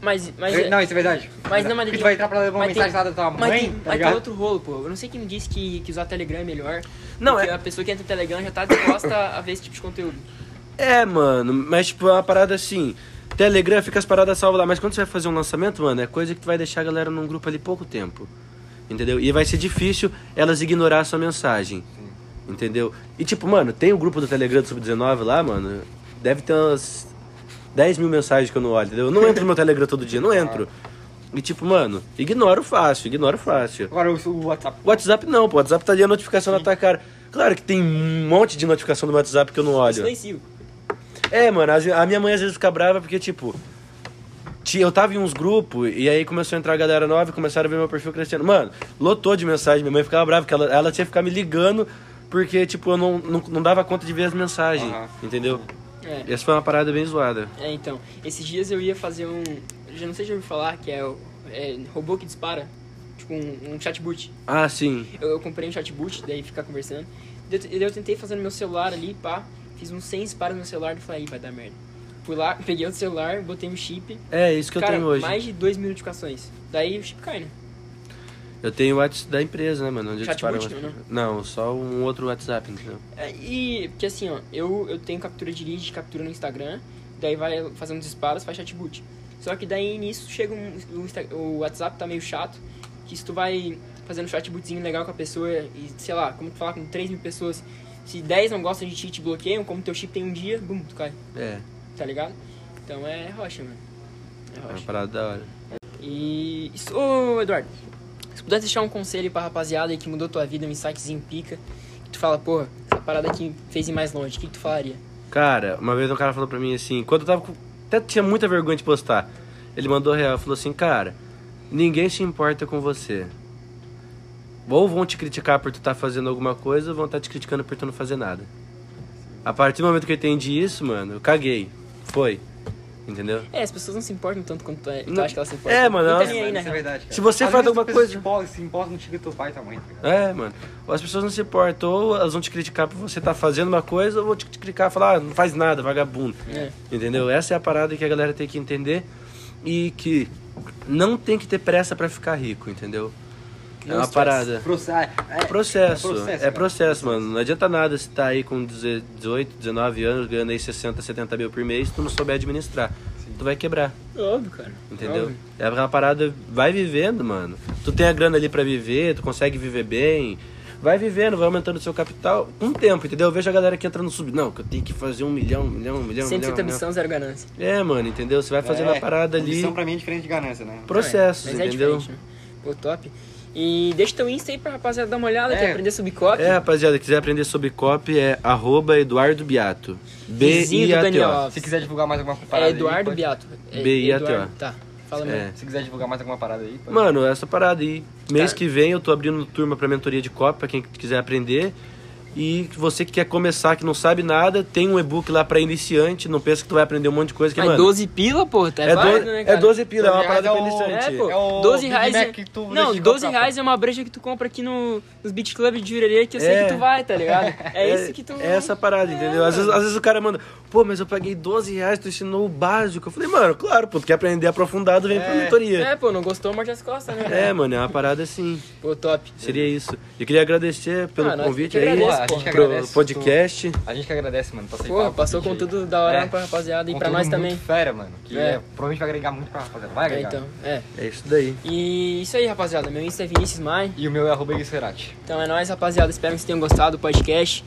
S1: Mas, mas,
S3: É ver- Não, isso é verdade.
S1: mas não, mas
S3: Porque
S1: tem-
S3: tu vai entrar pra levar uma
S1: mas tem-
S3: mensagem lá da tua
S1: mas
S3: mãe,
S1: tem,
S3: tá
S1: mas tem
S3: ligado?
S1: outro rolo, pô. Eu não sei quem me disse que, que usar Telegram é melhor.
S2: Não,
S1: porque
S2: é-
S1: a pessoa que entra no Telegram já tá disposta a ver esse tipo de conteúdo.
S2: É, mano, mas, tipo, é uma parada assim. Telegram fica as paradas salvas lá, mas quando você vai fazer um lançamento, mano, é coisa que tu vai deixar a galera num grupo ali pouco tempo. Entendeu? E vai ser difícil elas ignorar a sua mensagem. Entendeu? E, tipo, mano, tem o grupo do Telegram do Sub-19 lá, mano. Deve ter umas 10 mil mensagens que eu não olho, entendeu? Eu não entro no meu Telegram todo dia, não entro. E, tipo, mano, ignoro fácil, ignoro fácil.
S3: Agora o o WhatsApp.
S2: O WhatsApp não, pô. O WhatsApp tá ali a notificação na tua cara. Claro que tem um monte de notificação do WhatsApp que eu não olho.
S1: Silencio.
S2: É, mano, às ve- a minha mãe às vezes fica brava porque, tipo, ti- eu tava em uns grupos e aí começou a entrar a galera nova e começaram a ver meu perfil crescendo. Mano, lotou de mensagem. Minha mãe ficava brava porque ela, ela tinha que ficar me ligando porque, tipo, eu não, não, não dava conta de ver as mensagens,
S3: Aham.
S2: entendeu?
S1: É.
S2: Essa foi uma parada bem zoada.
S1: É, então, esses dias eu ia fazer um. Já não sei se já ouviu falar, que é, o- é robô que dispara. Tipo um, um chatbot.
S2: Ah, sim.
S1: Eu, eu comprei um chatbot, daí ficar conversando. Daí eu, daí eu tentei fazer no meu celular ali, pá. Fiz uns 100 disparos no meu celular e falei, "Ih, vai dar merda. Fui lá, peguei o celular, botei um chip.
S2: É isso que eu
S1: cara,
S2: tenho hoje.
S1: mais de 2 mil notificações. Daí o chip cai, né?
S2: Eu tenho o WhatsApp da empresa, né, mano? Onde eu
S1: Chatbot,
S2: disparo-
S1: não,
S2: Não, só um outro WhatsApp, entendeu?
S1: É, E, porque assim, ó, eu, eu tenho captura de lead, captura no Instagram, daí vai fazendo os disparos, faz chatbot. Só que daí nisso chega um, o, Insta- o WhatsApp tá meio chato, que se tu vai fazendo chatbotzinho legal com a pessoa e, sei lá, como tu falar com 3 mil pessoas, se 10 não gostam de ti e te bloqueiam, como teu chip tem um dia, bum, tu cai,
S2: É,
S1: tá ligado? Então é rocha, mano. É
S2: é uma
S1: rocha.
S2: parada da hora.
S1: E. isso- Ô, Eduardo, se pudesse deixar um conselho pra rapaziada aí que mudou tua vida, um insightzinho pica, que tu fala, porra, essa parada aqui fez ir mais longe, o que, que tu falaria?
S2: Cara, uma vez um cara falou pra mim assim, quando eu tava com... Até tinha muita vergonha de postar. Ele mandou real, falou assim, cara, ninguém se importa com você. Ou vão te criticar por tu tá fazendo alguma coisa, ou vão tá te criticando por tu não fazer nada. A partir do momento que eu entendi isso, mano, eu caguei. Foi. Entendeu?
S1: É, as pessoas não se importam tanto quanto tu, é, tu
S2: Não-
S1: acha que elas se importam.
S2: É, mano,
S1: não tá
S2: elas-
S1: nem aí,
S3: Isso
S1: né?
S3: é verdade, cara.
S2: Se você
S3: Às
S2: faz
S3: vezes
S2: alguma
S3: as pessoas
S2: coisa-
S3: Se importam, se importam no time do teu pai e tua mãe, tá ligado?
S2: É, mano. As pessoas não se importam, ou elas vão te criticar por você tá fazendo uma coisa, ou vão te criticar e falar, ah, não faz nada, vagabundo.
S1: É.
S2: Entendeu? Essa é a parada que a galera tem que entender e que não tem que ter pressa pra ficar rico, entendeu?
S1: Não
S2: é uma
S1: estresse.
S2: parada.
S3: Proce- ah, é-
S2: Processo.
S3: É
S2: É
S3: processo,
S2: processo,
S3: cara.
S2: mano. Não adianta nada se tá aí com 18, 19 anos, ganhando aí 60, 70 mil por mês, tu não souber administrar. Tu vai quebrar,
S1: Óbvio, cara.
S2: entendeu?
S1: Óbvio.
S2: É uma parada, vai vivendo, mano. Tu tem a grana ali pra viver, tu consegue viver bem. Vai vivendo, vai aumentando o seu capital com o tempo, entendeu? Eu vejo a galera que entra no sub. Não, que eu tenho que fazer um milhão, um milhão, um milhão, um
S1: Sempre senta
S2: milhão. um milhão.
S1: ambição, zero ganância.
S2: É, mano, entendeu? Você vai fazendo
S3: é,
S2: a parada ali.
S3: Ambição pra mim é diferente de ganância, né?
S2: Processos,
S1: Mas é
S2: entendeu?
S1: diferente, né? Pô, top. E deixa teu Insta aí pra rapaziada dar uma olhada,
S3: É.
S1: quer aprender sobre copy.
S2: É, rapaziada, quiser aprender sobre copy é arroba Eduardo Biato.
S1: Vizinho do Daniel
S2: B-I-A-T-O.
S1: Alves.
S3: Se quiser divulgar mais alguma parada
S1: É
S3: aí,
S1: Eduardo
S3: pode-
S1: Biato. É,
S2: B-I-A-T-O.
S1: Eduardo- Tá, fala mesmo.
S2: É.
S3: Se quiser divulgar mais alguma parada aí, pode-
S2: Mano, essa parada aí. Mês
S1: Cara.
S2: que vem eu tô abrindo turma pra mentoria de copy, pra quem quiser aprender. E você que quer começar, que não sabe nada, tem um e-book lá pra iniciante, não pensa que tu vai aprender um monte de coisa que,
S1: Mas
S2: mano...
S1: 12 pila, pô, tá
S2: É,
S1: válido,
S2: do-
S1: né,
S2: é
S1: cara?
S2: 12 pila, é uma parada
S3: É
S2: pra
S3: o-
S2: iniciante.
S1: É, pô,
S3: É o
S1: 12
S3: Big
S1: reais.
S3: Mac
S1: é-
S3: que tu
S1: não,
S3: decidiu
S1: 12
S3: comprar,
S1: reais é uma breja que tu compra aqui no, nos Beach Club de Jurerê, que eu sei
S2: É.
S1: que tu vai, tá ligado? É, isso que tu.
S2: é essa parada, entendeu? Às vezes, às vezes o cara manda, pô, mas eu paguei 12 reais, tu ensinou o básico. Eu falei, mano, claro, pô, tu quer aprender aprofundado, vem pra
S3: É.
S1: É,
S2: mentoria.
S1: pô, não gostou, morde as costas, né?
S2: É, mano, é uma parada assim.
S1: Pô, top.
S2: Seria isso. Eu queria agradecer pelo
S1: Ah, nós
S2: convite
S1: que
S2: aí,
S1: agradece,
S3: Pô, a gente que
S2: pro
S3: agradece,
S2: podcast.
S3: A gente que agradece, mano. Tá
S1: Pô, passou com tudo da hora
S3: É.
S1: pra rapaziada e
S3: Com
S1: pra
S3: tudo
S1: nós
S3: muito
S1: também.
S3: Fera, mano. Que
S1: É.
S3: é, provavelmente vai agregar muito pra rapaziada. Vai
S1: É,
S3: agregar.
S1: então, é.
S2: É isso daí.
S1: E isso aí, rapaziada. Meu Insta é Vinícius Mai.
S3: E o meu é arroba Guicerati.
S1: Então é nóis, rapaziada. Espero que vocês tenham gostado do podcast.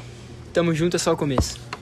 S1: Tamo junto, é só o começo.